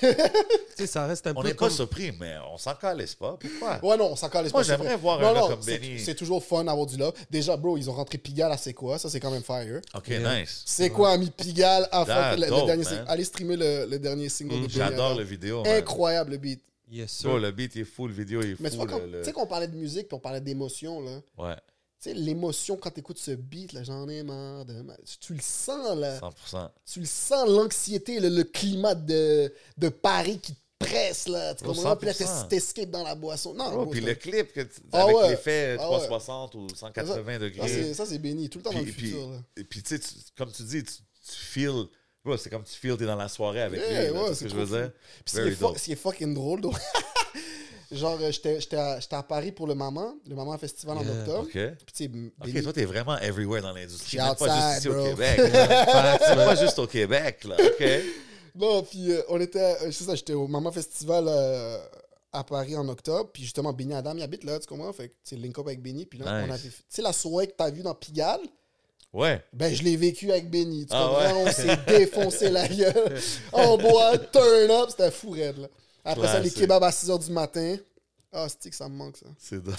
A: sais, ça reste un
B: On
A: peu
B: n'est pas
A: comme...
B: surpris, mais on s'en calisse pas. Pourquoi?
C: Ouais, non, on s'en calisse
B: Moi,
C: pas, c'est
B: j'aimerais
C: vrai.
B: voir
C: Non,
B: un gars
C: non,
B: comme
C: c'est-
B: Benny.
C: C'est toujours fun d'avoir du love. Déjà, bro, ils ont rentré Pigalle à C'est quoi? Ça, c'est quand même fire.
B: OK,
A: Yeah.
B: nice.
C: C'est quoi, ami Pigalle? À
B: That
C: fuck, le, le
B: dope,
C: dernier,
B: man. Mm,
C: sing- allez streamer le, le dernier single de Benny
B: J'adore
C: Adam.
B: le vidéo. man.
C: Incroyable, le beat.
A: Yes, sir.
B: Oh, le beat il est fou, le vidéo il est
C: Mais tu
B: fou.
C: vois,
B: le-
C: quand-
B: le-
C: tu sais qu'on parlait de musique, puis on parlait d'émotion, là.
B: Ouais,
C: Tu sais, l'émotion quand t'écoutes ce beat, là, j'en ai marre. De... ma- Tu, tu le sens, là.
B: 100%.
C: Tu le sens, l'anxiété, le, le climat de, de Paris qui te presse, là. Tu
B: Bro,
C: comprends? Puis là,
B: 100%.
C: t'es- t'escapes dans la boisson. Non,
B: Oh,
C: bro,
B: puis
C: c'est-
B: le clip que tu-
C: Ah
B: avec
C: ouais.
B: l'effet
C: Ah
B: 360 ou
C: ça-
B: 180
C: ça,
B: degrés.
C: c'est- Ça, c'est béni. Tout le temps dans
B: Puis,
C: le
B: puis,
C: futur, là.
B: et puis, tu sais, tu- comme tu dis, tu, tu feels. bro, c'est comme tu feels, t'es dans la soirée avec
C: Yeah,
B: lui. là,
C: ouais,
B: tu sais
C: c'est
B: ce que je
C: trop
B: veux dire?
C: Puis ce qui,
B: Very
C: est fu-
B: dope.
C: ce qui est fucking drôle, donc, genre, euh, j'étais j'étais à, j'étais à Paris pour le Maman, le Maman Festival
A: Yeah.
C: en octobre.
B: OK.
C: Puis tu sais, Benny-
B: OK, toi, t'es vraiment everywhere dans l'industrie.
C: Je suis
B: Même pas juste
C: outside,
B: ici au
C: bro.
B: Québec. C'est pas juste au Québec, là. OK.
C: Non, puis euh, on était, euh, c'est ça, j'étais au Maman Festival euh, à Paris en octobre, puis justement, Benny Adam, il habite là, tu comprends? Fait que, tu sais, link up avec Benny, puis là,
B: Nice.
C: on avait... Tu sais, la soirée que t'as vue dans Pigalle,
B: Ouais.
C: ben, je l'ai vécu avec Benny, tu
B: Ah
C: comprends?
B: ouais?
C: On s'est défoncé la gueule, en bois, turn up, c'était fou raide, là. Après ça, les
B: Classique.
C: kebabs à 6h du matin. Ah, c'est que ça me manque, ça.
B: C'est dope.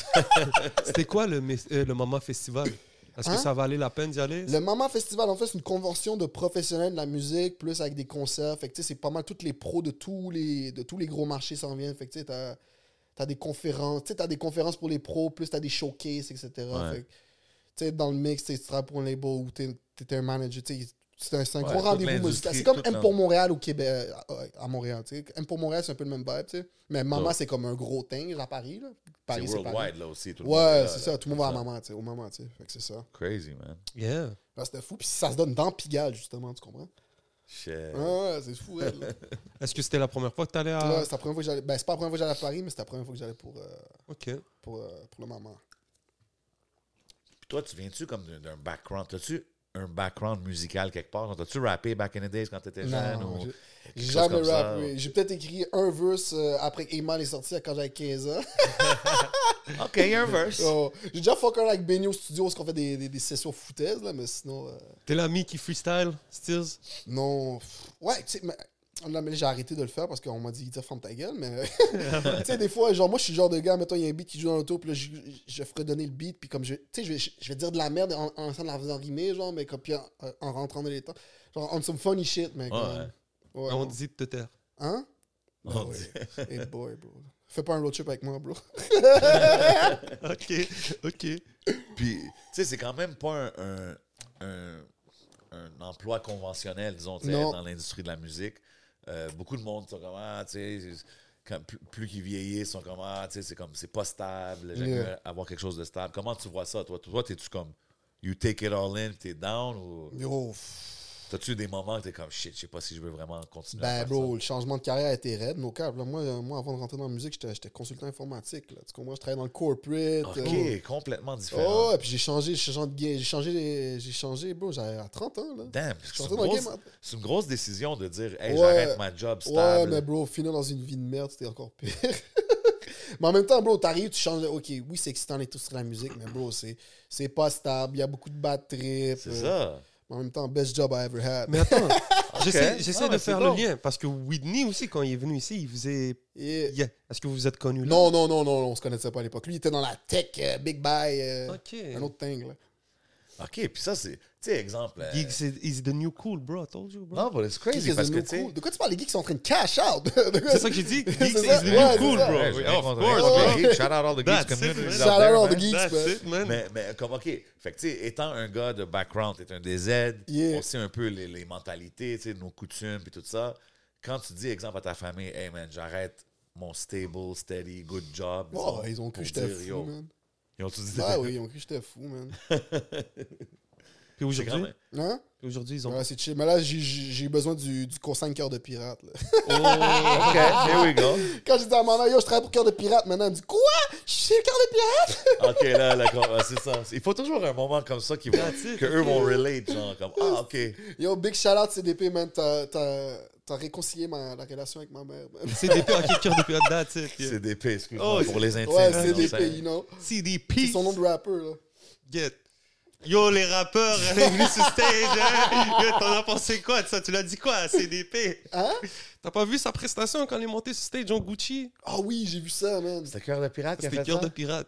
A: C'était quoi le, mes- euh, le Mama Festival? Est-ce que
C: Hein?
A: ça valait la peine d'y aller?
C: Le Maman Festival, en fait, c'est une convention de professionnels de la musique, plus avec des concerts. Fait que, tu sais, c'est pas mal tous les pros de tous les, de tous les gros marchés s'en viennent. Fait que, tu sais, t'as, t'as des conférences. Tu sais, t'as des conférences pour les pros, plus t'as des showcases, etc.
B: Ouais.
C: Fait que, tu sais, dans le mix, tu sais, tu travailles pour un label ou t'es, t'es un manager, tu sais, c'est un, c'est un
B: Ouais,
C: gros
B: toute
C: rendez-vous
B: l'industrie,
C: musical. C'est comme
B: toute
C: M
B: la-
C: pour Montréal au Québec, euh, à, à Montréal. tu sais. M pour Montréal, c'est un peu le même vibe, tu sais. Mais Maman,
B: Ouais.
C: c'est comme un gros thing à Paris, là.
B: C'est
C: Paris, c'est Paris.
B: worldwide, là aussi. Tout le monde est
C: Ouais,
B: là,
C: c'est
B: là.
C: ça. Tout le monde va à Maman, tu sais, au Maman, tu sais. Fait que c'est ça.
B: Crazy, man.
A: Yeah.
C: Ah, c'était fou. Puis ça se donne dans Pigalle, justement, tu comprends?
B: Shit.
C: Ah, ouais, c'est fou, elle. là.
A: Est-ce que c'était la première fois que tu allais à...
C: Là, c'est la première fois que j'allais. Ben, c'est pas la première fois que j'allais à Paris, mais c'était la première fois que j'allais pour, euh,
A: OK.
C: pour, euh, pour le maman.
B: Puis toi, tu viens-tu comme d'un- d'un background? T'as-tu un background musical quelque part? T'as-tu rappé back in the days quand t'étais jeune?
C: Non,
B: ou...
C: j'ai-
B: quelque chose
C: jamais
B: comme ça,
C: rappé.
B: ouais.
C: J'ai peut-être écrit un verse euh, après que Iman est sorti quand j'avais 15 ans.
B: OK, il y a un verse.
C: Oh, J'ai déjà fucké avec Benny au studio parce qu'on fait des, des, des sessions foutaises, là, mais sinon. euh,
A: T'es l'ami qui freestyle, Stills?
C: Non. pff, Ouais, tu sais, mais. Non, mais j'ai arrêté de le faire parce qu'on m'a dit, Tiens, ferme ta gueule, mais. tu sais, des fois, genre, moi, je suis le genre de gars, mettons, il y a un beat qui joue dans l'auto, puis là, je, je ferai donner le beat, puis comme je. Tu sais, je vais, je vais dire de la merde en, en, en la faisant rimer, genre, mais comme, puis en, en rentrant dans les temps. Genre, on some funny shit, mec.
B: Ouais.
C: ouais.
A: On dit de te taire.
C: Hein?
B: On
C: Ah ouais.
B: dit-
C: Hey boy, bro. Fais pas un road trip avec moi, bro.
A: OK, OK.
B: Puis, tu sais, c'est quand même pas un, un, un- un emploi conventionnel, disons, tu sais,
C: Non.
B: dans l'industrie de la musique. Euh, beaucoup de monde sont comme, ah, tu sais, c'est- quand- plus, plus qu'ils vieillissent, sont comme, ah, tu sais, c'est comme, c'est pas stable, j'aime
C: Yeah.
B: mieux avoir quelque chose de stable. Comment tu vois ça, toi? Toi, t'es-tu comme, you take it all in, t'es down, ou
C: Yo, pff,
B: t'as-tu des moments que t'es comme, shit, je sais pas si je veux vraiment continuer à
C: ben,
B: faire
C: bro, le changement de carrière a été raide, no cap. Là, moi, euh, moi, avant de rentrer dans la musique, j'étais j'étais consultant informatique. Là. Tu comprends? Je travaillais dans le corporate.
B: ça?
C: euh,
B: OK, complètement différent.
C: Oh, et puis j'ai changé, j'ai changé, de ga- j'ai changé, les- j'ai changé, bro, j'avais à 30 ans, là.
B: Damn,
C: Je
B: c'est
C: suis
B: une,
C: rentré dans le
B: grosse-
C: game. hein.
B: c'est une grosse décision de dire, hey,
C: Ouais.
B: j'arrête ma job
C: Ouais,
B: stable.
C: mais bro, finir dans une vie de merde, c'était encore pire. mais en même temps, bro, t'arrives, tu changes, ok, oui, c'est excitant l'industrie de la musique, mais bro, c'est, c'est pas stable, il y a beaucoup de bad trips.
B: c'est
C: euh,
B: ça.
C: Mais en même temps, best job I ever had.
A: Mais attends, j'essaie j'essaie
B: Ah,
A: de
B: mais c'est
A: faire
B: bon.
A: le lien. Parce que Whitney aussi, quand il est venu ici, il faisait...
C: Et-
A: Yeah. Est-ce que vous vous êtes connus là?
C: Non, non, non, non, on se connaissait pas à l'époque. Lui, il était dans la tech, euh, Big Buy, euh,
A: OK.
C: un autre Ben. thing, là.
B: OK, puis ça, c'est. Tu sais, exemple. euh,
A: Geeks is, is the new cool, bro. I told you, bro.
B: Non, but it's
C: Geeks is
B: crazy
C: the
B: parce que,
C: new
B: tu sais.
C: cool. De quoi tu parles, les geeks qui sont en train de cash out?
A: C'est ça que j'ai dit. Geeks is the
C: ça.
A: new
C: Ouais,
A: cool,
C: c'est ça.
A: bro.
B: Ouais, j'ai rien
A: of
B: contre
A: course,
B: les
A: bro.
C: Oh.
B: geeks. Shout out all the geeks
A: That's it,
B: community.
A: man.
B: out
C: Shout
B: there,
C: out all
B: man.
C: the geeks,
A: That's
C: man.
A: it, man.
B: Mais, mais comme, OK, fait que, tu sais, étant un gars de background, t'es un DZ,
C: Yeah.
B: on sait un peu les, les mentalités, tu sais, nos coutumes, puis tout ça. Quand tu dis, exemple, à ta famille, hey man, j'arrête mon stable, steady, good job.
C: Oh,
B: disons,
C: ils ont cru
B: pour
C: que j'étais
B: dire,
C: fou,
B: Yo,
C: man.
B: Ils ont tout dit.
C: Ah oui, ils ont cru que j'étais fou, man.
A: Puis
B: C'est quand
A: aujourd'hui,
B: même-
C: Hein?
A: puis aujourd'hui, ils ont.
C: Ouais, c'est chill. Mais là, j'ai- j'ai j'ai besoin du, du consigne cœur de pirate. là.
A: Oh.
B: OK, here we go.
C: Quand j'ai dit à mon yo, je travaille pour cœur de pirate maintenant, elle me dit Quoi Je suis cœur de pirate
B: OK, là, la con- ah, c'est ça. Il faut toujours un moment comme ça qu'ils vont, que eux vont relate, genre, comme, ah, OK.
C: Yo, big shout out CDP, man. T'as- T'as t'as réconcilié ma, la relation avec ma mère, man.
A: CDP, ok, cœur de pirate, that's it. yeah.
B: CDP, excuse-moi,
A: Oh,
B: pour les intimes.
C: Ouais,
B: non, ça-
C: CDP, you know. C'est
A: CDP.
C: son nom de rapper, là.
A: Get. Yo, les rappeurs, elle est venue sur stage. hein? Yo, t'en as pensé quoi de ça? Tu l'as dit quoi à CDP?
C: Hein
A: T'as pas vu sa prestation quand elle est montée sur stage en Gucci?
C: Ah oui, j'ai vu ça, man.
B: C'était Cœur de Pirate qui a
A: C'était
B: fait
A: cœur
B: ça?
A: de pirate.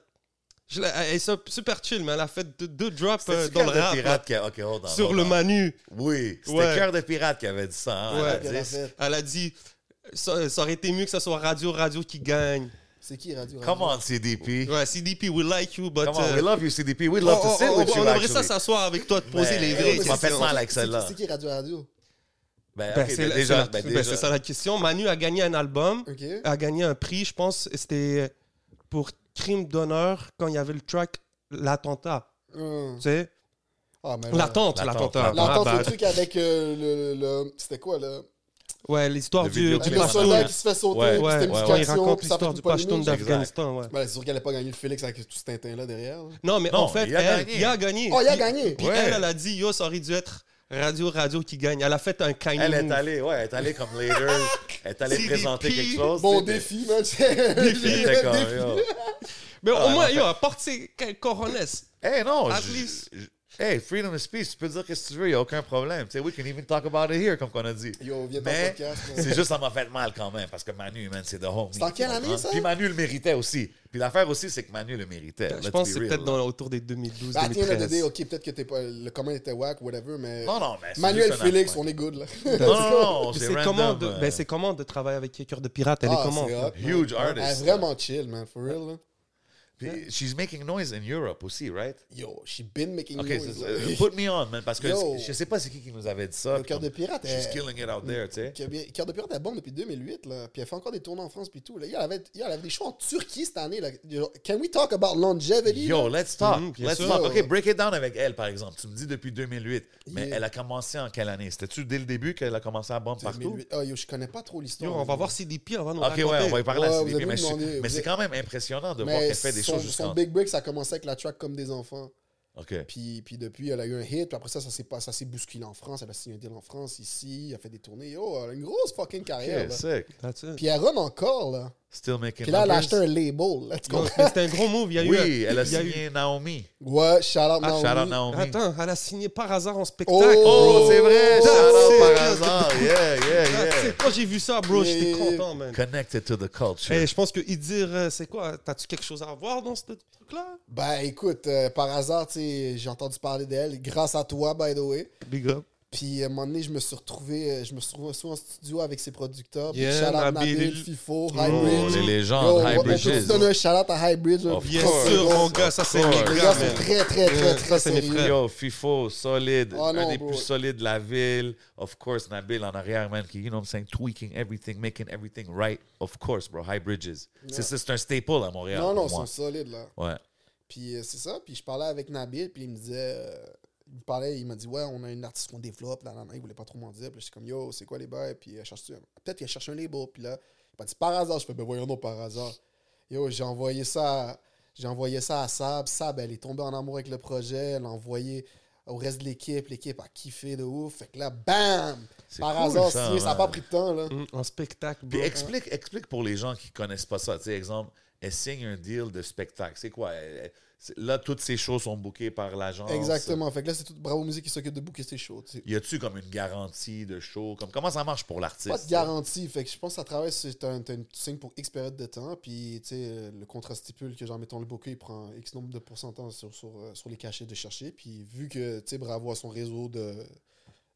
A: Je l'ai- elle est super chill, mais elle a fait deux, deux drops euh,
B: C'était
A: dans le
B: Cœur de
A: rap
B: Pirate qui a... OK, hold on,
A: là, sur
B: hold
A: le
B: on.
A: Manu.
B: Oui, c'était
A: Ouais.
B: Cœur de Pirate qui avait dit ça, hein, à
A: Ouais.
B: la
C: Qu'elle a
B: 10.
C: fait.
A: Elle a dit ça, ça aurait été mieux que ça soit Radio Radio qui gagne.
C: C'est qui, Radio
B: Come
C: Radio?
B: on, CDP.
A: Ouais, CDP, we like you, but.
B: Come on, we
A: euh,
B: love you, CDP. We love
A: on-
B: to sit
A: on-
B: with
A: oh, on
B: you,
A: aimerait ça
B: actually.
A: s'asseoir avec toi, te poser
B: Mais-
A: les
B: Ouais,
A: vraies
B: mais
C: c'est-
A: questions.
B: parfaitement
C: c'est-
B: like
C: c'est-
B: celle-là.
C: C'est qui Radio Radio
B: Ben,
A: Ben,
B: ok,
A: c'est la-
B: déjà,
A: c'est la-
B: ben,
A: ben,
B: déjà-
A: c'est ça la question. Manu a gagné un album,
C: Ok. Ah,
A: a gagné un prix, je pense, c'était pour crime d'honneur quand il y avait le track L'attentat.
C: Hum.
A: Tu sais,
C: Ah, mais là-
A: l'attente,
B: L'attente,
A: l'attentat.
C: L'entente,
A: Ah,
C: le
A: bah,
C: truc avec euh, le. le- le- C'était quoi, là
A: bah, Ouais, l'histoire
B: Le
A: du,
B: vidéo
A: du
C: Avec
B: clip.
C: le
B: Pashtoun,
A: Pashtun.
C: soldat
B: hein.
C: qui se fait sauter,
B: Ouais,
C: puis
A: Ouais,
C: c'était une
A: ouais,
C: situation,
A: ouais, il raconte
C: puis Ah, ça fait
A: l'histoire
C: une
A: du
C: polémique.
A: Pashtun
B: Exact.
A: d'Afghanistan. ouais.
C: Ben, c'est sûr qu'elle n'a pas gagné le Félix avec tout cet intin-là derrière. là.
A: Non, mais
B: Non,
A: en fait,
B: il a
A: elle,
B: gagné.
A: il a gagné.
C: Oh, il a
A: Puis-
C: gagné.
A: Puis
B: Ouais.
A: elle, elle a dit, yo, ça aurait dû être Radio Radio qui gagne. Elle a fait un kind
B: Elle est
A: move.
B: allée, ouais, elle est allée comme leader. Elle est allée
A: CDP,
B: présenter quelque chose.
C: Bon
B: tu sais,
C: défi, man. Défi,
B: J'étais comme,
C: défi.
B: yo.
A: Mais
B: Ah,
A: au moins,
B: elle a
A: yo, apporte ses coronets.
B: Hey, non.
A: At
B: je-
A: least.
B: je- Hey, freedom of speech, tu peux dire ce que tu veux, il n'y a aucun problème. Tu sais, we can even talk about it here, comme qu'on a dit.
C: Yo, viens dans le
B: Mais
C: podcast. man.
B: c'est juste, ça m'a fait mal quand même, parce que Manu, man, c'est the homie.
C: C'est en quelle année, ça?
B: Puis Manu le méritait aussi. Puis l'affaire aussi, c'est que Manu le méritait.
C: Ben,
A: Je
B: Eh, Let's
A: pense
B: be
A: que c'est
B: real,
A: peut-être
B: là.
A: dans- autour des 2012,
C: Bah, à the end of the day,
A: 2013.
C: ok, peut-être que t'es pas, le comment était whack, whatever, mais.
B: Non, non, mais c'est
C: Manuel
B: juste un
C: Félix,
B: affaire.
C: on est good, là.
B: Non, non, non,
A: Puis
B: c'est
A: C'est
B: random.
A: comment, de-
B: euh,
A: ben, c'est comment de travailler avec Cœur de Pirate Elle
C: Ah,
A: est comment
C: c'est hot, man. Ah,
B: Huge
C: Elle est
B: artist.
C: vraiment chill, man, for real, là.
B: Puis she's making noise in Europe aussi, right?
C: Yo, she been making
B: Ok,
C: noise.
B: c'est-
C: là.
B: euh, put me on, man, parce que
C: Yo.
B: je sais pas c'est qui qui nous avait dit ça.
C: Le cœur de euh, pirate,
B: She's
C: elle-
B: killing it out there, tu sais.
C: Cœur de- Cœur de Pirate, elle est bonne depuis 2008, là. Puis elle fait encore des tournées en France, puis tout. Là. Yo, Elle, avait, yo, elle avait des shows en Turquie cette année, là. Yo, Can we talk about longevity?
B: Yo,
C: là?
B: let's talk.
A: Mhm, bien
B: let's
A: sûr.
B: talk. OK, break it down avec elle, par exemple. Tu me dis depuis 2008, mais
C: Yeah.
B: elle a commencé en quelle année? C'était-tu dès le début qu'elle a commencé à bomber partout?
C: 2008. Ah, yo, je connais pas trop l'histoire.
A: Yo, on va
C: là.
A: voir si Lipi, on va nous
B: OK, ouais,
A: raconter.
B: on va y parler
C: Ouais,
B: à
C: vous
B: CDP,
C: avez
B: mais, je-
C: demandé-
B: mais
C: vous
B: c'est
C: avez-
B: quand même impressionnant de voir
C: Mais
B: qu'elle fait des
C: son,
B: choses
C: son
B: jusqu'en...
C: big break, ça a commencé avec la track Comme des enfants.
B: OK.
C: Puis, puis depuis, elle a eu un hit. Puis après ça, ça s'est, pas, ça s'est bousculé en France. Elle a signé un deal en France, ici. Elle a fait des tournées. Yo, elle a une grosse fucking carrière.
B: OK,
C: là.
B: sick.
A: That's it.
C: Puis elle run encore, là.
B: Still making
C: Puis là, elle a
B: numbers.
C: acheté un label. Là, tu
A: Yo,
C: comprends?
A: mais C'était un gros move. Il y a eu un-
B: Oui, elle a
A: il y eu-
B: signé Naomi.
C: Ouais, shout out
B: Ah,
C: Naomi.
B: shout out Naomi.
A: Attends, elle a signé par hasard en
C: Oh,
A: spectacle.
B: Oh, c'est vrai!
A: Oh,
B: Shout-out
A: c'est-
B: par hasard! Yeah, yeah,
A: Ah, tu
B: yeah!
A: sais, Quand j'ai vu ça, bro, j'étais
C: Mais-
A: content, man.
B: Connected to the culture.
A: Eh, je pense que Idir, euh, c'est quoi T'as-tu quelque chose à voir dans ce truc-là
C: Ben écoute, euh, par hasard, tu sais, j'ai entendu parler d'elle. Grâce à toi, by the way.
A: Big up.
C: Puis à un moment donné, je me suis retrouvé, euh, je me suis retrouvé soit en studio avec ses producteurs.
A: Yeah,
C: puis shout out
A: Nabil.
C: Nabil, Fifo,
B: Oh,
C: Highbridge.
B: les
C: Yo,
B: légendes,
C: on- on peut
B: Hybridges.
C: juste donner un shout out à Highbridge. là.
B: Of
A: Bien
B: course.
A: sûr, mon gars, ça c'est
B: Of
A: mes
B: course.
C: Les
A: gars,
C: gars sont
A: man.
C: très, très, très,
A: ça,
C: très
A: c'est mes
C: sérieux.
A: frères.
B: Yo, FIFO, solide.
C: Ah
B: un
C: non,
B: des
C: bro.
B: plus solides de la ville. Of course, Nabil en arrière, man, qui, you know what I'm saying, tweaking everything, making everything right. Of course, bro. High Bridges. C'est- C'est un staple à Montréal.
C: Non, non, ils
B: pour
C: sont
B: moi.
C: solides, là.
B: Ouais.
C: Puis euh, c'est ça. Puis je parlais avec Nabil, puis il me disait. euh, il me parlait, il m'a dit, ouais, on a une artiste qu'on développe. Là, là, là. Il voulait pas trop m'en dire. Puis j'étais comme, yo, c'est quoi les bails? Puis euh, cherche-tu un- peut-être qu'il a cherché un label. Puis là, il m'a dit, par hasard. Je fais, ben voyons, non, par hasard. Yo, j'ai envoyé ça. à- J'ai envoyé ça à Sab. Sab, elle est tombée en amour avec le projet. Elle l'a envoyé au reste de l'équipe. L'équipe a kiffé de ouf. Fait que là, bam!
B: C'est
C: Par
B: cool,
C: hasard,
B: ça,
C: signé, ça n'a
B: man.
C: pas pris de temps, là.
A: Mm, En spectacle,
B: Puis
A: bro.
B: explique, explique pour les gens qui connaissent pas ça. Tu sais, exemple, elle signe un deal de spectacle. C'est quoi? Elle- elle- c'est- Là, toutes ces choses sont bookées par l'agence.
C: Exactement. Fait que là, c'est tout Bravo Musique qui s'occupe de booker ses shows. tu sais.
B: Y a-tu comme une garantie de show? Comme, comment ça marche pour l'artiste?
C: Pas de garantie. Fait que je pense que ça travaille, c'est un, t'as une- tu signes pour X période de temps, puis tu sais, euh, le contrat stipule que, genre, mettons, le bokeh, il prend X nombre de pourcentage sur, sur, euh, sur les cachets de chercher. Puis vu que, tu sais, Bravo a son réseau de,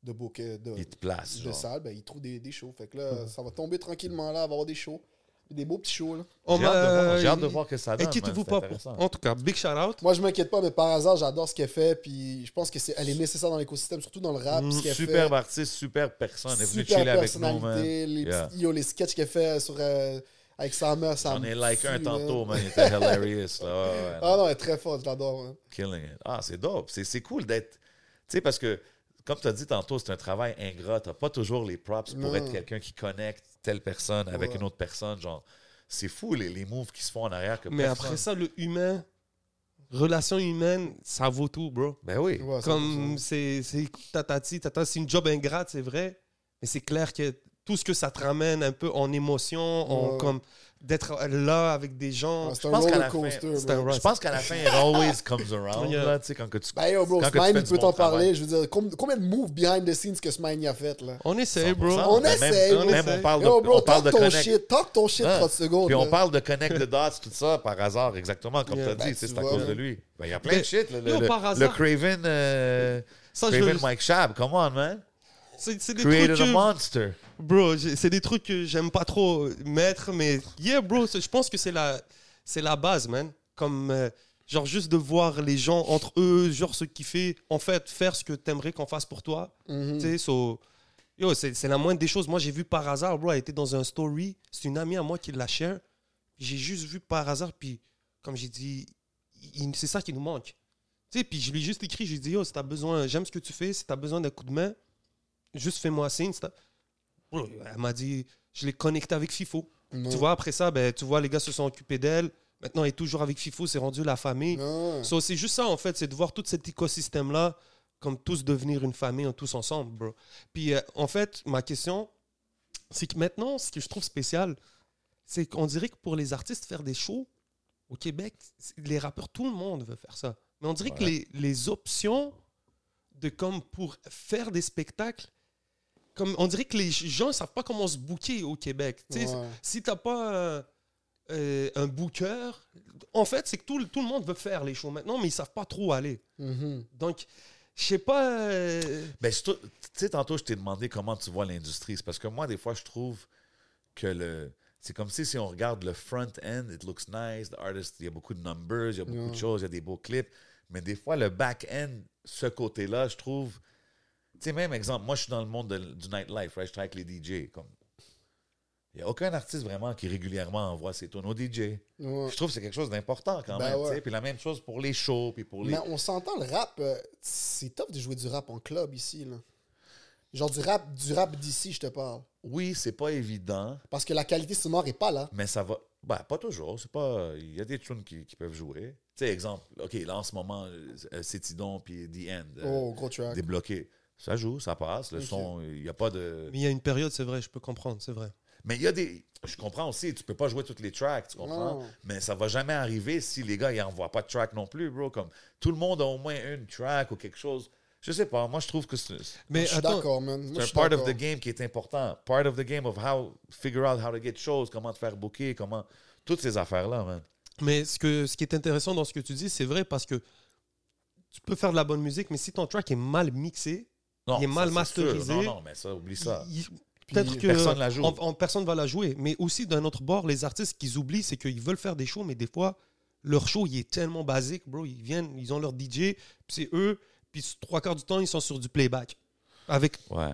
C: de bokeh, de,
B: Il te place,
C: de
B: genre.
C: salles, ben, il trouve des, des shows. Fait que là,
B: Mm-hmm.
C: ça va tomber tranquillement, là, avoir des shows. Des beaux petits shows, là.
A: On
B: J'ai hâte de
A: m'a-
B: voir- j'ai hâte de voir que ça donne.
A: Inquiétez-vous
B: man, c'est
A: pas. pour-
B: intéressant.
A: En tout cas, big shout out.
C: Moi, je m'inquiète pas, mais par hasard, j'adore ce qu'elle fait, puis je pense que c'est, elle est nécessaire dans l'écosystème, surtout dans le rap.
B: Mm-hmm.
C: ce qu'elle fait.
B: Superbe artiste, super personne. Elle est venue
C: Super
B: chiller avec nous, man.
C: personnalité, les,
B: Yeah.
C: petits- yo, les sketchs qu'elle fait sur. euh, Avec sa meuf, ça
B: J'en
C: me
B: ai like un
C: tue, man.
B: tantôt, man. Il était hilarious. Là. Ouais, ouais,
C: Ah non, elle est très forte, je l'adore. man.
B: Killing it. Ah, c'est dope. C'est, c'est cool d'être. Tu sais, parce que, comme tu as dit tantôt, c'est un travail ingrat. Tu pas toujours les props pour
C: Non.
B: être quelqu'un qui connecte telle personne avec
C: Ouais.
B: une autre personne. Genre, c'est fou les, les moves qui se font en arrière. Que
A: Mais
B: personne-
A: après ça, le humain, relation humaine, ça vaut tout, bro.
B: Ben oui.
C: Ouais, ça,
A: Comme
C: ça.
A: c'est c'est tatati, tata, c'est une job ingrate, c'est vrai, mais c'est clair que tout ce que ça te ramène un peu en émotion, en
C: Ouais.
A: comme d'être là avec des gens.
C: Ah, C'est un
B: pense qu'à la
C: roller coaster,
A: c'est un
C: bro.
A: ride.
B: Je pense qu'à la fin, it always comes around.
A: Yeah.
B: là, tu sais, quand que tu.
C: Ben yo, bro,
B: Quand que tu
C: Smine,
B: fais
C: il
B: du
C: peut
B: bon
C: t'en
B: travail.
C: parler. Je veux dire, com- combien de moves behind the scenes que Smine y a fait, là?
A: On essaie,
B: 100%.
A: bro.
C: On
B: Mais Ben,
C: essaie,
B: même,
A: on
B: même
A: essaie.
B: on parle de,
C: Yo, bro,
B: on parle de
C: talk ton
B: connect.
C: shit, talk ton shit
B: Ah.
C: 30 secondes.
B: Puis on
C: là.
B: parle de connect the dots, tout ça, par hasard, exactement, comme
A: Yeah.
B: tu as
C: Ben,
B: dit.
C: tu
B: C'est à
C: vois,
B: cause
C: là.
B: de lui. Ben, il y a plein de shit. Le, le-
A: Yo,
B: le-
A: par
B: le
A: hasard.
B: Craven, euh,
A: Ça, je
B: Craven
A: veux-
B: Mike Shab, come on, man.
A: C'est c'est des trucs
B: Created a
A: que-
B: monster.
A: Bro, j'ai- c'est des trucs que j'aime pas trop mettre, mais yeah, bro, c'est- je pense que c'est la, c'est la base, man. Comme, euh, genre, juste de voir les gens entre eux, genre, se kiffer, en fait, faire ce que t'aimerais qu'on fasse pour toi.
C: Mhm.
A: Tu sais, so- yo, c'est c'est la moindre des choses. Moi, j'ai vu par hasard, bro, elle était dans un story. C'est une amie à moi qui la share. J'ai juste vu par hasard, puis comme j'ai dit, il- c'est ça qui nous manque. Tu sais, puis je lui ai juste écrit, je lui ai dit, yo, si t'as besoin, j'aime ce que tu fais, si t'as besoin d'un coup de main, juste fais-moi signe. si t'as- Bro, elle m'a dit, je l'ai connecté avec FIFO.
C: Non.
A: Tu vois, après ça, ben, tu vois, les gars se sont occupés d'elle. Maintenant, elle est toujours avec FIFO, c'est rendu la famille.
C: Non.
A: So, c'est juste ça, en fait, c'est de voir tout cet écosystème-là comme tous devenir une famille, hein, tous ensemble, bro. Puis, euh, en fait, ma question, c'est que maintenant, ce que je trouve spécial, c'est qu'on dirait que pour les artistes, faire des shows au Québec, c'est- les rappeurs, tout le monde veut faire ça. Mais on dirait que les, les options de comme pour faire des spectacles, comme on dirait que les gens ne savent pas comment se booker au Québec. Tu sais,
C: Ouais.
A: si t'as pas un, euh, un booker, en fait, c'est que tout, le- tout le monde veut faire les shows maintenant, mais ils savent pas trop où aller.
C: Mhm.
A: Donc, je sais pas. euh,
B: Ben, c'est tout- tu sais, tantôt, je t'ai demandé comment tu vois l'industrie. C'est parce que moi, des fois, je trouve que le. C'est comme si, si on regarde le front-end, it looks nice, the artist, il y a beaucoup de numbers, il y a beaucoup de
C: Ouais.
B: choses, il y a des beaux clips. Mais des fois, le back-end, ce côté-là, je trouve. Tu sais, même exemple, moi, je suis dans le monde de- du nightlife, right? Je travaille avec les DJ. Comme... Il n'y a aucun artiste vraiment qui régulièrement envoie ses tunes aux DJ.
C: Ouais.
B: Je trouve que c'est quelque chose d'important quand
C: Ben
B: même. tu
C: ouais.
B: sais. Puis la même chose pour les shows, puis pour les.
C: Mais on s'entend, le rap, euh, c'est top de jouer du rap en club ici. Là. Genre du rap du rap d'ici, je te parle.
B: Oui, c'est pas évident.
C: Parce que la qualité sonore est pas là.
B: Mais ça va. Ben, pas toujours. C'est pas. Il y a des tunes qui, qui peuvent jouer. Tu sais, exemple, OK, là en ce moment, euh, c'est Tidon puis The End. euh,
C: Oh, gros track.
B: Débloqué. Ça joue, ça passe. Le
C: Ok.
B: son, il n'y a pas de.
A: Mais il y a une période, c'est vrai, je peux comprendre, c'est vrai.
B: Mais il y a des. Je comprends aussi, tu peux pas jouer toutes les tracks, tu comprends?
C: Non.
B: Mais ça va jamais arriver si les gars, ils envoient pas de track non plus, bro. Comme tout le monde a au moins une track ou quelque chose. Je sais pas. Moi, je trouve que c'est.
A: Mais
C: je suis
A: attends,
C: d'accord, man. Moi,
B: C'est
C: je
B: un
C: suis
B: part of
C: d'accord.
B: the game qui est important. Part of the game of how figure out how to get shows, comment te faire booker, comment. Toutes ces affaires-là, man.
A: mais ce, que, ce qui est intéressant dans ce que tu dis, c'est vrai parce que tu peux faire de la bonne musique, mais si ton track est mal mixé,
B: Non,
A: Il est
B: ça,
A: mal
B: c'est
A: masterisé.
B: sûr. Non, non, mais ça, oublie ça.
A: il-
C: Puis-
A: peut-être que
B: personne la joue.
A: en- en- personne va la jouer. Mais aussi, d'un autre bord, les artistes qu'ils oublient, c'est qu'ils veulent faire des shows, mais des fois, leur show, il est tellement basique, bro. Ils viennent, ils ont leur DJ, puis c'est eux, puis trois quarts du temps, ils sont sur du playback avec
B: Ouais.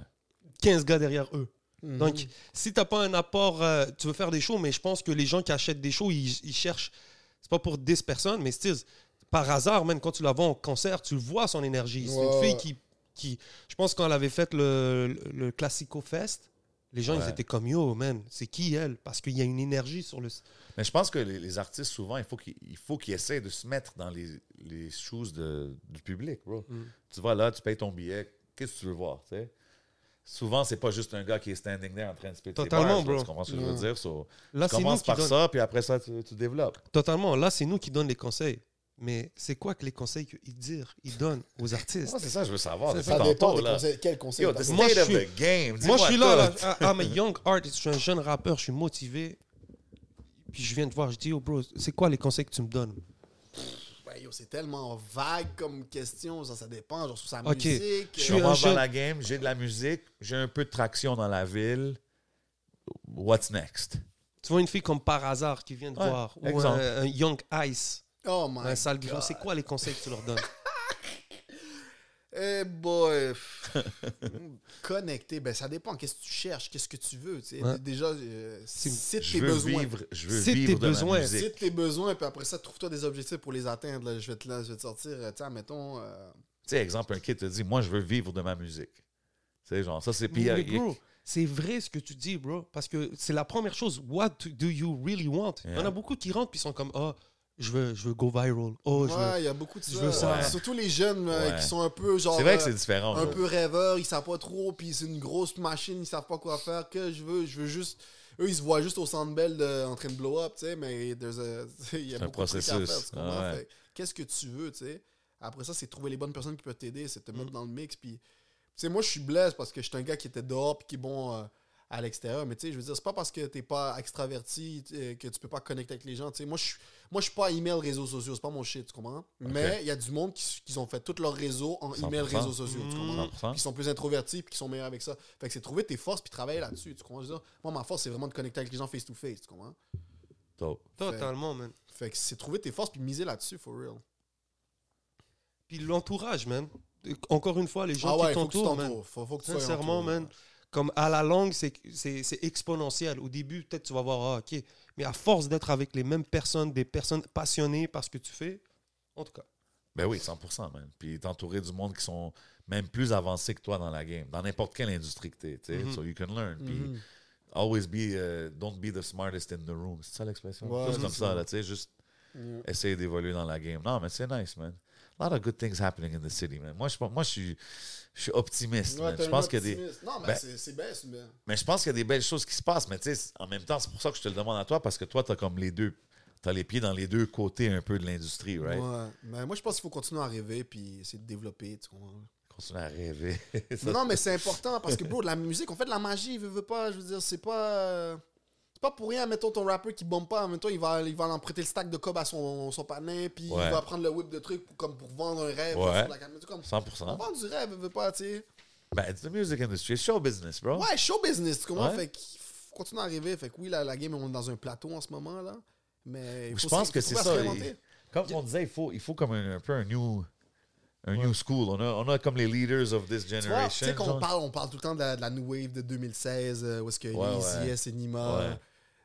A: 15 gars derrière eux.
C: Mhm.
A: Mm-hmm. Donc, si t'as pas un apport, euh, tu veux faire des shows, mais je pense que les gens qui achètent des shows, ils, ils cherchent. C'est pas pour 10 personnes, mais c'est par hasard, même quand tu la vois en concert, tu le vois son énergie. C'est
C: Ouais,
A: une fille
C: ouais.
A: qui, qui. Je pense quand elle avait fait le, le, le Classico Fest, les gens,
B: Ouais.
A: ils étaient comme yo, man, c'est qui elle Parce qu'il y a une énergie sur le.
B: Mais je pense que les, les artistes, souvent, il faut qu'ils il faut qu'ils essaient de se mettre dans les, les shoes de- du public, bro.
A: Mm.
B: Tu vas là, tu payes ton billet, qu'est-ce que tu veux voir, tu sais? Souvent, c'est pas juste un gars qui est standing there en train de se péter les
A: Totalement,
B: bars, là,
A: bro.
B: Tu comprends ce que je
C: Mm.
B: veux dire? So,
A: Là,
B: tu
A: c'est nous
B: commences
A: qui
B: par
A: donne-
B: ça, puis après ça, tu, tu développes.
A: Totalement. Là, c'est nous qui donnent les conseils. Mais c'est quoi que les conseils qu'ils disent, ils donnent aux artistes
B: Moi, c'est ça que je veux savoir depuis
C: ça dépend
B: tantôt,
C: des
B: là.
C: conseils. Quel conseil
B: Yo,
C: t'as
B: the
C: fait?
A: Moi,
B: state
A: je
B: of
A: suis-
B: the game.
A: Moi, je
B: dis-moi
A: suis là, là.
B: tout.
A: I- I'm a ah, young artist. Je suis un jeune rappeur. Je suis motivé. Puis je viens te voir. Je dis, oh, bro, c'est quoi les conseils que tu me donnes?
C: Ouais, yo, c'est tellement vague comme question. Ça, ça dépend. Genre, sur sa
A: Ok.
C: musique.
A: Je
B: Je
A: suis un
B: commence dans
A: jeune-
B: la game, j'ai de la musique, j'ai un peu de traction dans la ville. What's next?
A: Tu vois une fille comme par hasard qui vient te
B: Ouais,
A: voir. Ou
B: exemple.
A: un, un young ice.
C: Oh my
A: un sale gros.
C: God.
A: C'est quoi les conseils que tu leur donnes?
C: Eh boy! Connecté, ben ça dépend. Qu'est-ce que tu cherches? Qu'est-ce que tu veux? tu sais.
A: Ouais.
C: Déjà, euh,
A: Si-
C: cite
B: Je
C: tes
B: veux
C: besoins.
B: vivre, je veux
A: C'est
B: vivre
A: tes
B: de
A: besoins.
B: ma musique.
C: Cite tes besoins, puis après ça, trouve-toi des objectifs pour les atteindre. là. Je, vais te, là, je vais te sortir, euh, tiens, mettons. euh,
B: Tu sais, exemple, un kid te dit, moi, je veux vivre de ma musique. Tu sais, genre, ça, c'est... puis,
A: Mais
B: euh, il-
A: bro, c'est vrai ce que tu dis, bro, parce que c'est la première chose. What do you really want? Il y en
B: Yeah.
A: a beaucoup qui rentrent puis ils sont comme, oh, je veux, je veux go viral. Oh, je veux.
C: ouais, il y a beaucoup de
A: je veux
C: ça.
A: ça.
C: Surtout les jeunes euh,
B: Ouais.
C: qui sont un peu genre.
B: C'est vrai que
C: euh,
B: c'est différent.
C: un
B: genre.
C: peu rêveurs, ils savent pas trop, puis c'est une grosse machine, ils savent pas quoi faire. Que je veux, je veux juste. Eux, ils se voient juste au centre belle en train de blow up, tu sais, mais there's a- tu sais, il y a
B: C'est un
C: beaucoup de trucs à
B: processus.
C: faire, tu comprends?
B: Ah ouais.
C: Fait que, Qu'est-ce que tu veux, tu sais? Après ça, c'est trouver les bonnes personnes qui peuvent t'aider, c'est te
B: Mm.
C: mettre dans le mix, puis. Tu sais, moi, je suis blessé parce que je suis un gars qui était dehors, puis qui est bon. euh, à l'extérieur, mais tu sais, je veux dire, c'est pas parce que t'es pas extraverti euh, que tu peux pas connecter avec les gens. Tu sais, moi, je suis moi, je suis pas email, réseaux sociaux, c'est pas mon shit, tu comprends? Mais il y a du monde qui, s- qui ont fait tout leur réseau en email,
B: 100%.
C: réseaux sociaux, tu comprends?
B: 100%.
C: Puis Qui sont plus introvertis, puis qui sont meilleurs avec ça. Fait que c'est trouver tes forces, puis travailler là-dessus, tu comprends? Je veux dire, moi, ma force, c'est vraiment de connecter avec les gens face-to-face, tu comprends?
B: Dope.
A: Totalement, man.
C: Fait que c'est trouver tes forces, puis miser là-dessus, for real.
A: Puis l'entourage, man. Encore une fois, les gens
C: ah ouais,
A: qui
C: faut que tu
A: t'entourent, man.
C: t'entoures. Faut, faut que tu sois
A: Sincèrement,
C: entouré.
A: man, comme à la langue, c'est c'est- c'est exponentiel. Au début, peut-être tu vas voir, ah, ok. Mais à force d'être avec les mêmes personnes, des personnes passionnées par ce que tu fais, en tout cas.
B: Ben oui, 100%, man. Puis t'entourer du monde qui sont même plus avancés que toi dans la game, dans n'importe quelle industrie que t'es, tu sais.
C: Mm-hmm.
A: Mhm.
B: So you can learn. Puis
C: Mhm.
B: always be, euh, don't be the smartest in the room. C'est ça l'expression?
C: Ouais,
B: Juste
C: c'est
B: comme
C: ça.
B: ça, là, tu sais, juste
C: Yeah.
B: essayer d'évoluer dans la game. Non, mais c'est nice, man. A lot of good things happening in the city, man. Moi, je, pense- moi, je, suis, je suis optimiste,
C: Ouais,
B: man.
C: t'es
B: Je
C: un
B: pense qu'il y a des...
C: optimiste. Non, mais
B: Ben-
C: c'est c'est bien, c'est bien.
B: Mais je pense qu'il y a des belles choses qui se passent. Mais tu sais, en même temps, c'est pour ça que je te le demande à toi, parce que toi, t'as comme les deux. T'as les pieds dans les deux côtés un peu de l'industrie, right?
C: Ouais. Mais moi, je pense qu'il faut continuer à rêver, puis essayer de développer, tu comprends?
B: Continue à rêver.
C: Mais
B: Ça,
C: non, mais c'est important parce que, bro, de la musique, on fait de la magie, veut, veut pas, je veux dire, c'est pas. euh, C'est pas pour rien, mettons ton rappeur qui bombe pas, en même temps, il va, il va en prêter le stack de cob à son, son panin, puis
B: Ouais.
C: il va prendre le whip de trucs pour, comme pour vendre un rêve
B: Ouais. Ah.
C: sur la caméra. tu sais, Comme, on
B: 100%.
C: vend du rêve, veut, veut pas, tu sais.
B: Ben, it's the music industry. It's show business, bro.
C: Ouais, show business, tu comprends?
B: Ah. Ouais.
C: Fait qu'il faut continuer à arriver. Fait que oui, la, la game, on est dans un plateau en ce moment, là. Mais. il
B: Je
C: faut
B: pense
C: se-
B: que
C: faut
B: c'est
C: pas se
B: ça.
C: réinventer.
B: il- comme on disait, il faut, il faut comme un, un peu un new, un new school. On a, on a comme les leaders of this
C: Tu vois,
B: generation.
C: tu sais, quand on
B: genre.
C: parle, on parle tout le temps de la, de la New Wave de 2016, euh, où est-ce que
B: Ouais,
C: Easy
B: ouais.
C: S et Nima,
B: Ouais.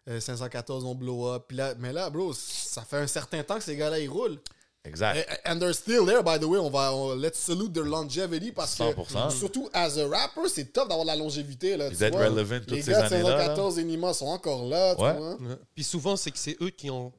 C: euh, 514 ont blow up. Puis là, mais là, bro, ça fait un certain temps que ces gars-là, ils roulent.
B: Exact.
C: Et- And they're still there, by the way. On va, on- let's salute their longevity parce
B: 100%.
C: que, surtout as a rapper, c'est tough d'avoir de la longévité. Là,
B: Ils
C: tu
B: êtes
C: vois.
B: relevant toutes
C: Les
B: ces
C: gars de
B: années-là, là.
C: 514 et Nima sont encore là, tu
B: Ouais.
C: vois.
A: Puis souvent, c'est que c'est eux qui ont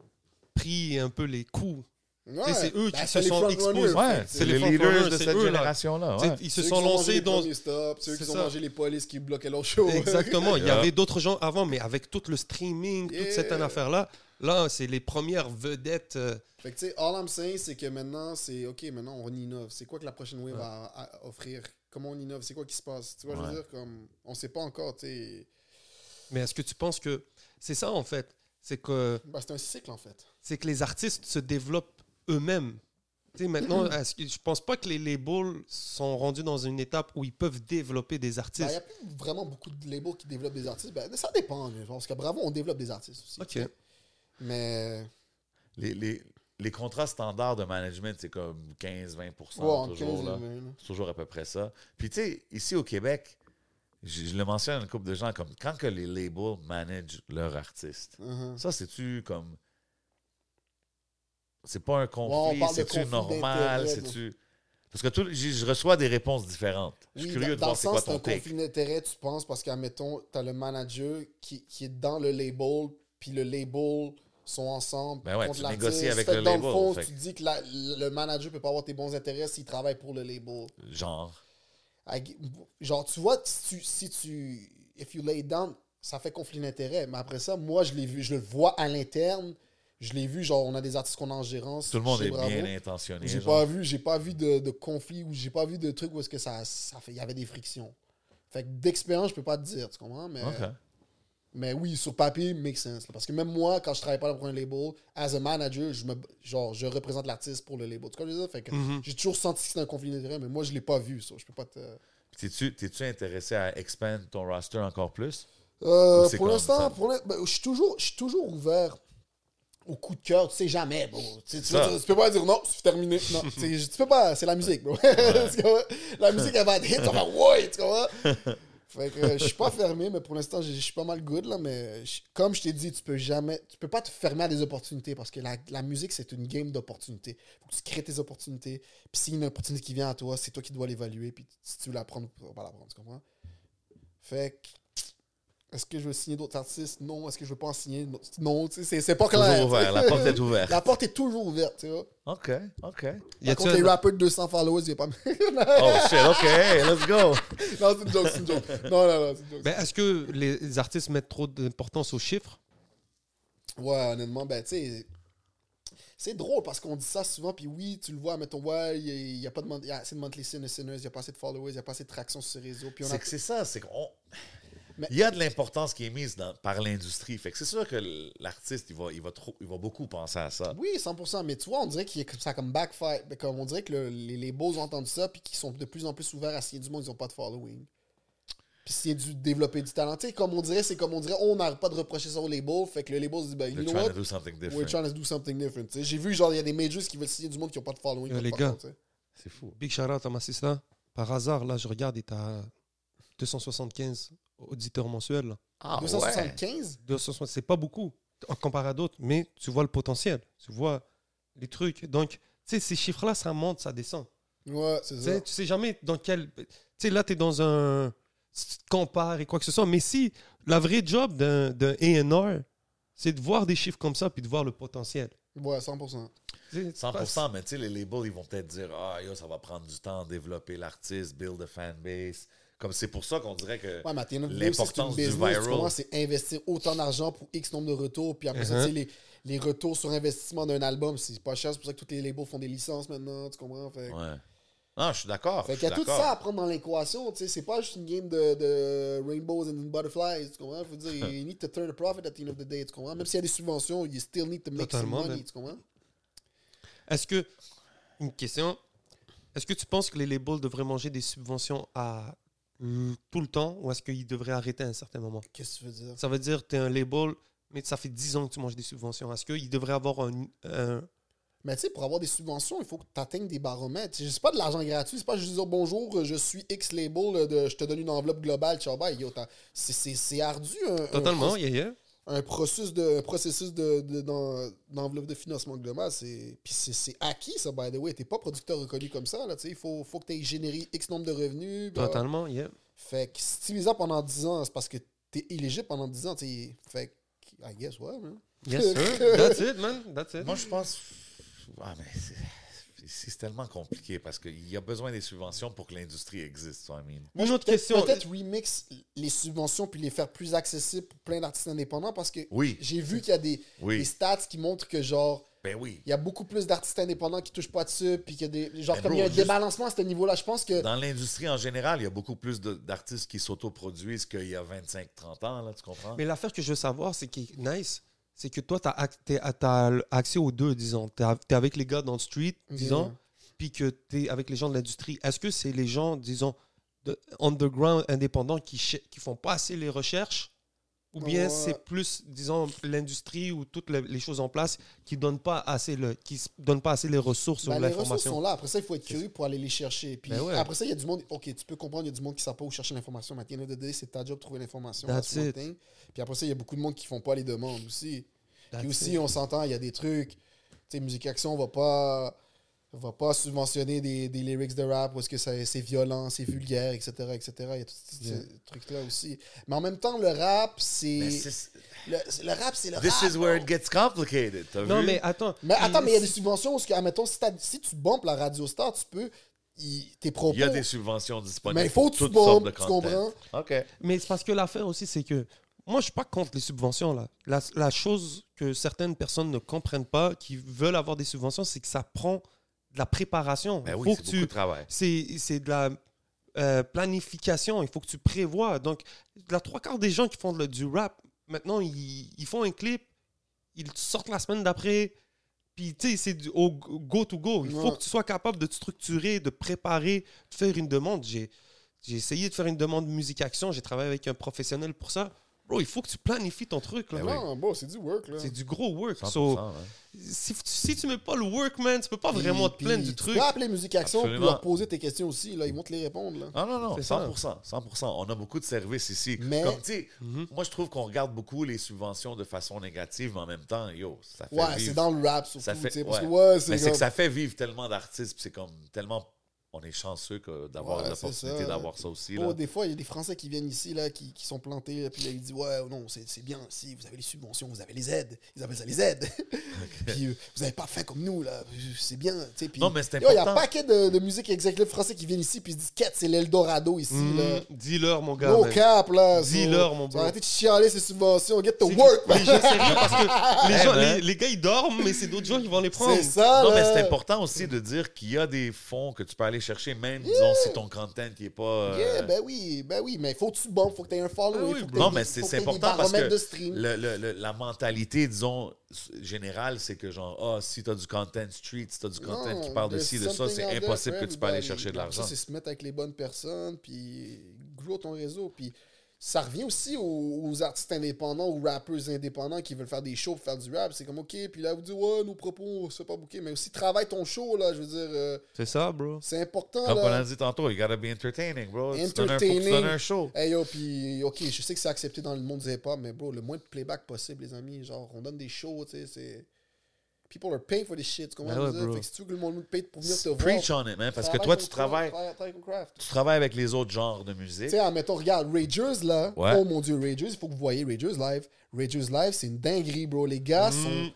A: pris un peu les coups.
C: Ouais.
A: Tu sais, c'est eux qui
C: Ben,
A: se
C: c'est les
A: sont
C: frontrunners,
A: exposés.
C: fait.
B: Ouais,
A: c'est
B: c'est les
A: les
B: leaders
A: frontrunners,
B: de
A: c'est
B: cette
A: eux, là.
B: génération-là.
A: Tu sais,
B: Ah ouais.
A: Ils se
C: Ceux
A: sont
C: qui ont mangé
A: lancés
C: les
A: dans...
C: premiers stops, ceux qui
A: C'est
C: ont
A: ça.
C: mangé les polices qui bloquaient leur show.
A: Exactement. Il y
B: Yeah.
A: avait d'autres gens avant, mais avec tout le streaming, toute cette
C: Yeah.
A: affaire-là, là, c'est les premières vedettes. euh,
C: Fait que, tu sais, all I'm saying, c'est que maintenant, c'est OK, maintenant, on innove. C'est quoi que la prochaine wave va à- offrir? Comment on innove? C'est quoi qui se passe? Tu vois, je
B: Ouais.
C: veux dire, comme, on sait pas encore, tu sais.
A: Mais est-ce que tu penses que... C'est ça, en fait. C'est que...
C: Bah, c'est un cycle, en fait.
A: c'est que les artistes se développent eux-mêmes. Tu sais, maintenant,
C: Mm-hmm.
A: est-ce que- je pense pas que les labels sont rendus dans une étape où ils peuvent développer des
C: Il n'y
A: artistes.
C: Bah, a plus vraiment beaucoup de labels qui développent des artistes. Ben, ça dépend, mais je pense que Bravo, on développe des artistes aussi.
A: Ok.
C: tu sais. Mais,
B: Les, les, les contrats standards de management, c'est comme 15-20
C: ouais, entre
B: toujours.
C: 15 et
B: là.
C: 20, là.
B: C'est toujours à peu près ça. Puis tu sais, ici au Québec, je, je le mentionne à une couple de gens, comme quand que les labels managent leurs artistes,
C: Mhm.
B: ça c'est-tu comme... C'est pas un conflit,
C: parle de
B: c'est-tu
C: conflit
B: normal,
C: d'intérêt,
B: c'est-tu... Parce que tout, je, je reçois des réponses différentes. Je
C: Oui,
B: suis
C: dans-
B: curieux de
C: dans le
B: voir c'est quoi
C: sens, c'est
B: ton
C: un
B: take.
C: conflit d'intérêt, tu penses, parce qu'admettons, tu as le manager qui, qui est dans le label, puis le label sont ensemble.
B: Ben ouais,
C: contre
B: tu
C: l'artiste.
B: négocies avec
C: Fait que
B: le
C: dans
B: label,
C: le fond,
B: fait
C: tu
B: que-
C: dis que la- le manager peut pas avoir tes bons intérêts s'il travaille pour le label.
B: Genre.
C: Ah, gu- Genre, tu vois, si tu. Si tu if you lay it down, ça fait conflit d'intérêt. Mais après ça, moi, je l'ai vu, je le vois à l'interne. Je l'ai vu, genre, on a des artistes qu'on a en gérance.
B: Tout le monde
C: chez
B: est
C: Bravo.
B: bien intentionné.
C: J'ai
B: genre.
C: pas vu, j'ai pas vu de, de conflit ou j'ai pas vu de truc où est-ce que ça, ça fait, il y avait des frictions. Fait que d'expérience, je peux pas te dire, tu comprends? Mais,
B: Ok.
C: mais oui, sur papier, make sense. là. Parce que même moi, quand je travaille pas pour un label, as a manager, je me, genre, je représente l'artiste pour le label. Tu comprends ce que je veux dire? Fait que
A: Mhm.
C: j'ai toujours senti que c'était un conflit d'intérêt, mais moi, je l'ai pas vu, ça. Je peux pas te.
B: Puis T'es-tu t'es-tu intéressé à expand ton roster encore plus?
C: Euh,
B: c'est
C: pour
B: comme
C: l'instant,
B: ça.
C: pour l'in- ben, je suis toujours, je suis toujours ouvert. au coup de cœur, tu sais jamais, bro. Tu, sais, tu,
B: Ça.
C: tu- tu peux pas dire non, c'est terminé. Non, tu, sais, tu peux pas, c'est la musique, bro. Tu comprends? la musique, elle va être hit, ça va ouais, tu comprends? Fait que euh, je suis pas fermé, mais pour l'instant, je je suis pas mal good, là. Mais je- comme je t'ai dit, tu peux jamais, tu peux pas te fermer à des opportunités parce que la, la musique, c'est une game d'opportunités. Faut que tu crées tes opportunités. Puis s'il y a une opportunité qui vient à toi, c'est toi qui dois l'évaluer. Puis si tu veux la prendre ou pas la prendre, tu comprends? Fait que. Est-ce que je veux signer d'autres artistes? Non. Est-ce que je veux pas en signer? Non. Tu sais, c'est- c'est pas clair.
B: Toujours
C: tu sais.
B: ouvert. La porte est ouverte.
C: La porte est toujours ouverte, tu vois.
B: OK,
A: Y
B: OK.
C: Par
A: a-tu
C: contre, les
A: un-
C: rappers de 200 followers, il est pas mal.
B: Oh, shit, OK, let's go.
C: non, c'est une joke, c'est une joke. Non, non, non, c'est une joke.
A: Ben, Est-ce que les artistes mettent trop d'importance aux chiffres
C: Ouais, honnêtement, ben, tu sais, c'est drôle parce qu'on dit ça souvent, puis oui, tu le vois, mettons, ouais, il n'y a, pas de mon- il y a assez de monthly sinners, sinners, il n'y a pas assez de followers, il n'y a pas assez de traction sur ces réseaux. Puis on a...
B: C'est que c'est ça, c'est qu'on.
C: Mais-
B: Il y a de l'importance qui est mise dans- par l'industrie. Fait que c'est sûr que l'artiste, il va, il, va trop, il va beaucoup penser à ça.
C: Oui, 100%, mais tu vois, on dirait qu'il y a comme ça comme backfire. ben, Comme on dirait que le- les, les beaux ont entendu ça, puis qu'ils sont de plus en plus ouverts à signer du monde, ils n'ont pas de following. Puis c'est du développer du talent. Tu sais, comme on dirait, c'est comme on dirait, on n'arrête pas de reprocher ça aux labels, fait que le label se dit, ben, you
B: They're
C: know
B: trying
C: what?
B: to do something
C: We're
B: different.
C: trying to do something different. tu sais. J'ai vu, genre, il y a des majors qui veulent signer du monde qui n'ont pas de following.
A: Yo,
C: comme
A: les
C: par
A: gars.
C: contre, tu sais.
B: C'est fou.
A: Big shout out à ma sister. Par hasard, là, je regarde et t'as 275 auditeurs mensuels. là.
B: Ah,
C: 275?
A: 260, c'est pas beaucoup en comparé à d'autres, mais tu vois le potentiel, tu vois les trucs. Donc, tu sais, ces chiffres-là, ça monte, ça descend.
C: Ouais, c'est
A: Tu
C: ça.
A: sais, tu sais jamais dans quel. Tu sais, là, tu es dans un. Tu te compares et quoi que ce soit. Mais si la vraie job d'un d'un A&R, c'est de voir des chiffres comme ça puis de voir le potentiel.
C: Ouais, 100%.
A: Tu sais, c'est pas-
B: 100%, mais tu sais, les labels, ils vont peut-être dire Ah, yo, ça va prendre du temps à développer l'artiste, build a fanbase. Comme c'est pour ça qu'on dirait que.
C: Ouais, mais t'es une
B: L'importance du
C: business, tu
B: viral.
C: comprends, c'est investir autant d'argent pour X nombre de retours, puis après ça,
A: Uh-huh.
C: tu sais, les, les retours sur investissement d'un album, c'est pas cher, c'est pour ça que tous les labels font des licences maintenant, tu comprends? Fait, que-
B: Ouais. Non, je suis d'accord.
C: fait
B: je
C: qu'il y a
B: suis
C: tout
B: d'accord.
C: ça à prendre dans l'équation, tu sais, c'est pas juste une game de, de rainbows and butterflies, tu comprends? Faut dire, you need to turn a profit at the end of the day, tu comprends? Même s'il y a des subventions, you still need to make
A: Totalement,
C: some money,
A: man.
C: tu comprends?
A: Est-ce que. Une question. Est-ce que tu penses que les labels devraient manger des subventions à euh, tout le temps ou est-ce qu'ils devraient arrêter à un certain moment?
C: Qu'est-ce que tu veux dire?
A: Ça veut dire que tu es un label, mais ça fait 10 ans que tu manges des subventions. Est-ce qu'il devrait avoir un. un-
C: Mais tu sais, pour avoir des subventions, il faut que tu atteignes des baromètres. C'est pas de l'argent gratuit, c'est pas juste dire bonjour, je suis X label, euh, de, je te donne une enveloppe globale, ciao bye. Yo, t'as- c'est- C'est c'est ardu un, un
A: Totalement,
C: proc-
A: yeah, yeah.
C: un processus de un processus de, de- d'en- d'enveloppe de financement global. C'est puis c'est c'est acquis ça, by the way. T'es pas producteur reconnu comme ça là. Tu sais, il faut faut que tu généré X nombre de revenus. blah.
A: Totalement, yeah.
C: Fait que si tu vis ça pendant 10 ans, c'est parce que t'es illégible pendant 10 ans. tu sais. Fait que I guess ouais. man.
A: Yes, sir. That's it, man. That's it.
B: Moi, je pense. Ah, mais c'est- c'est tellement compliqué parce qu'il y a besoin des subventions pour que l'industrie existe, tu vois, I mean.
A: Une autre
C: Peut-être-
A: question.
C: Peut-être remix les subventions puis les faire plus accessibles pour plein d'artistes indépendants parce que
B: Oui.
C: j'ai vu qu'il y a des,
B: Oui.
C: des stats qui montrent que genre
B: Ben oui.
C: il y a beaucoup plus d'artistes indépendants qui touchent pas dessus puis qu'il y a des genre
B: Ben,
C: comme il y a
B: bro,
C: un
B: juste-
C: débalancement à ce niveau-là. Je pense que
B: Dans l'industrie en général, il y a beaucoup plus de- d'artistes qui s'autoproduisent qu'il y a 25-30 ans, là, tu comprends?
A: Mais l'affaire que je veux savoir, c'est qui est nice, c'est que toi, tu as, ah, accès aux deux, disons. Tu es avec les gars dans le street, disons,
C: Yeah.
A: puis que tu es avec les gens de l'industrie. Est-ce que c'est les gens, disons, de underground indépendants qui che- qui font pas assez les recherches ou bien
C: Ouais.
A: c'est plus, disons, l'industrie ou toutes les, les choses en place qui donnent pas assez le, qui s- donnent pas assez les ressources
C: ben,
A: ou
C: les ressources sont
A: l'information.
C: là. Après ça, il faut être curieux pour aller les chercher. Puis
A: Ben ouais.
C: après ça, il y a du monde. Ok, tu peux comprendre, il y a du monde qui ne sait pas où chercher l'information. Mais à the end of the day, c'est ta job de trouver l'information.
A: That's
C: that's one
A: it.
C: thing. Puis après ça, il y a beaucoup de monde qui font pas les demandes aussi. Puis
A: That's
C: aussi,
A: it.
C: on s'entend, il y a des trucs. Tu sais, Musique Action va pas va pas subventionner des, des lyrics de rap parce que ça- c'est violent, c'est vulgaire, etc., etc. Il y a tous ces
A: Yeah.
C: ces trucs-là aussi. Mais en même temps, le rap,
B: Mais
C: c'est...
B: c'est-
C: Le, c'est- le rap, c'est le
B: This
C: rap.
B: is where it gets complicated. t'as
A: Non,
B: vu?
A: mais attends.
C: Mais attends, mais il y a des
A: si-
C: subventions parce que, admettons, si, t'as- si tu bombes la Radio Star, tu peux... il- tes propos...
B: Il y a des subventions disponibles.
C: Mais il faut que tu
B: toutes sortes
C: bombes,
B: de
C: tu
B: content. Ben
C: comprends?
B: OK.
A: Mais c'est parce que l'affaire aussi, c'est que moi, je suis pas contre les subventions. Là. La, la chose que certaines personnes ne comprennent pas, qui veulent avoir des subventions, c'est que ça prend de la préparation.
B: Ben
A: Il
B: oui,
A: faut
B: c'est
A: que
B: beaucoup de
A: tu...
B: travail.
A: C'est c'est de la euh, planification. Il faut que tu prévois. Donc, la trois quarts des gens qui font le- du rap, maintenant, ils, ils font un clip, ils sortent la semaine d'après. Puis, tu sais, c'est du- au go-to-go. Il
C: Ouais.
A: faut que tu sois capable de te structurer, de préparer, de faire une demande. J'ai j'ai essayé de faire une demande musique action. J'ai travaillé avec un professionnel pour ça. Bro, il faut que tu planifies ton truc. là.
B: Ben oui.
C: Non, bon, c'est du work, là.
A: C'est du gros work.
B: 100%,
A: So,
B: ouais.
A: si, tu- si tu mets pas le work, man, tu peux pas vraiment te
C: Puis-
A: plaindre
C: puis
A: du
C: tu
A: truc.
C: peux appeler Musique Action pour
B: Absolument.
C: leur poser tes questions aussi, là. Ils vont te les répondre, là.
B: Non, non, non,
A: C'est ça.
B: 100%, 100%. On a beaucoup de services ici.
C: Mais-
B: Comme, tu sais,
A: Mhm.
B: moi, je trouve qu'on regarde beaucoup les subventions de façon négative, mais en même temps, yo, ça fait
C: Ouais,
B: vivre.
C: c'est dans le rap, surtout,
B: Ça fait,
C: tu sais, parce que,
B: ouais.
C: ouais,
B: mais
C: c'est
B: c'est que
C: comme-
B: ça fait vivre tellement d'artistes, puis c'est comme tellement... On est chanceux que d'avoir
C: Ouais, c'est
B: l'opportunité
C: ça.
B: d'avoir ça aussi.
C: Oh,
B: là.
C: des fois, il y a des Français qui viennent ici, là, qui, qui sont plantés, là, puis là, ils disent Ouais, oh, non, c'est c'est bien, si vous avez les subventions, vous avez les aides. Ils appellent ça les aides. puis euh, vous n'avez pas fait comme nous, là, c'est bien. tu sais, Puis,
B: Non, mais c'est
C: Yo, Il y a un
B: important.
C: paquet de, de musique exécutive français qui viennent ici, puis ils se disent Quête, c'est l'Eldorado ici,
B: Hmm,
A: Mhm.
C: là.
A: Dis-leur, mon gars.
C: No
A: man.
C: cap, là.
A: Dis-leur, mon
C: bro.
A: bro.
C: Arrêtez de chialer ces subventions, get
A: C'est-
C: to work, man.
A: les gens, sérieux, parce que les,
B: Eh
A: gens-
B: ben.
A: les- les gars, ils dorment, mais c'est d'autres gens qui vont les prendre.
C: C'est ça,
B: Non,
C: là.
B: mais c'est important aussi de dire qu'il y a des fonds que tu peux aller chercher, même, disons, si ton content n'est pas. euh,
C: Yeah, ben oui, ben oui, mais faut que tu bombes, faut que tu aies un follow.
A: Ah oui,
C: faut
A: bro.
C: que t'aies
B: Non,
C: des-
B: mais c'est
C: faut
B: c'est
C: t'aies des
B: important parce
C: baromètres
B: que
C: de stream.
B: le- le- le- la mentalité, disons, s- générale, c'est que genre, ah, si t'as du content street, si t'as du content
C: Non,
B: qui parle de
C: there's
B: ci, de ça,
C: something out
B: c'est
C: there
B: impossible que
C: for
B: tu peux aller
C: everybody.
B: chercher de
C: Puis
B: l'argent.
C: Ça, c'est se mettre avec les bonnes personnes, puis grow ton réseau. Puis ça revient aussi aux, aux artistes indépendants, aux rappers indépendants qui veulent faire des shows, pour faire du rap. C'est comme, OK, puis là, vous dites, ouais, nos propos, c'est pas bouqué. Mais aussi, travaille ton show, là, je veux dire, euh,
A: C'est ça, bro.
C: c'est important.
B: Comme on
C: là.
B: a dit tantôt, you gotta be entertaining, bro. Tu donnes un, faut que tu
C: Entertaining.
B: donnes un show.
C: Hey yo, puis ok, je sais que c'est accepté dans le monde du hip-hop, mais bro, le moins de playback possible, les amis. Genre, on donne des shows, tu sais, c'est. People are paying for this shit, tu comprends
A: Ben
C: ce que
A: ouais,
C: je veux dire?
A: bro.
C: Fait que si tu veux que le monde paye pour venir te
B: Preach
C: voir.
B: on it, man, parce que toi,
C: travaille ton
B: tu
C: craft,
B: travailles,
C: travaille- travaille ton craft.
B: tu travailles avec les autres genres de musique.
C: Tu sais, admettons, regarde, Ragers, là.
B: Ouais.
C: Oh mon dieu, Ragers, il faut que vous voyez Ragers live. Ragers live, c'est une dinguerie, bro. Les
B: Mm.
C: gars sont.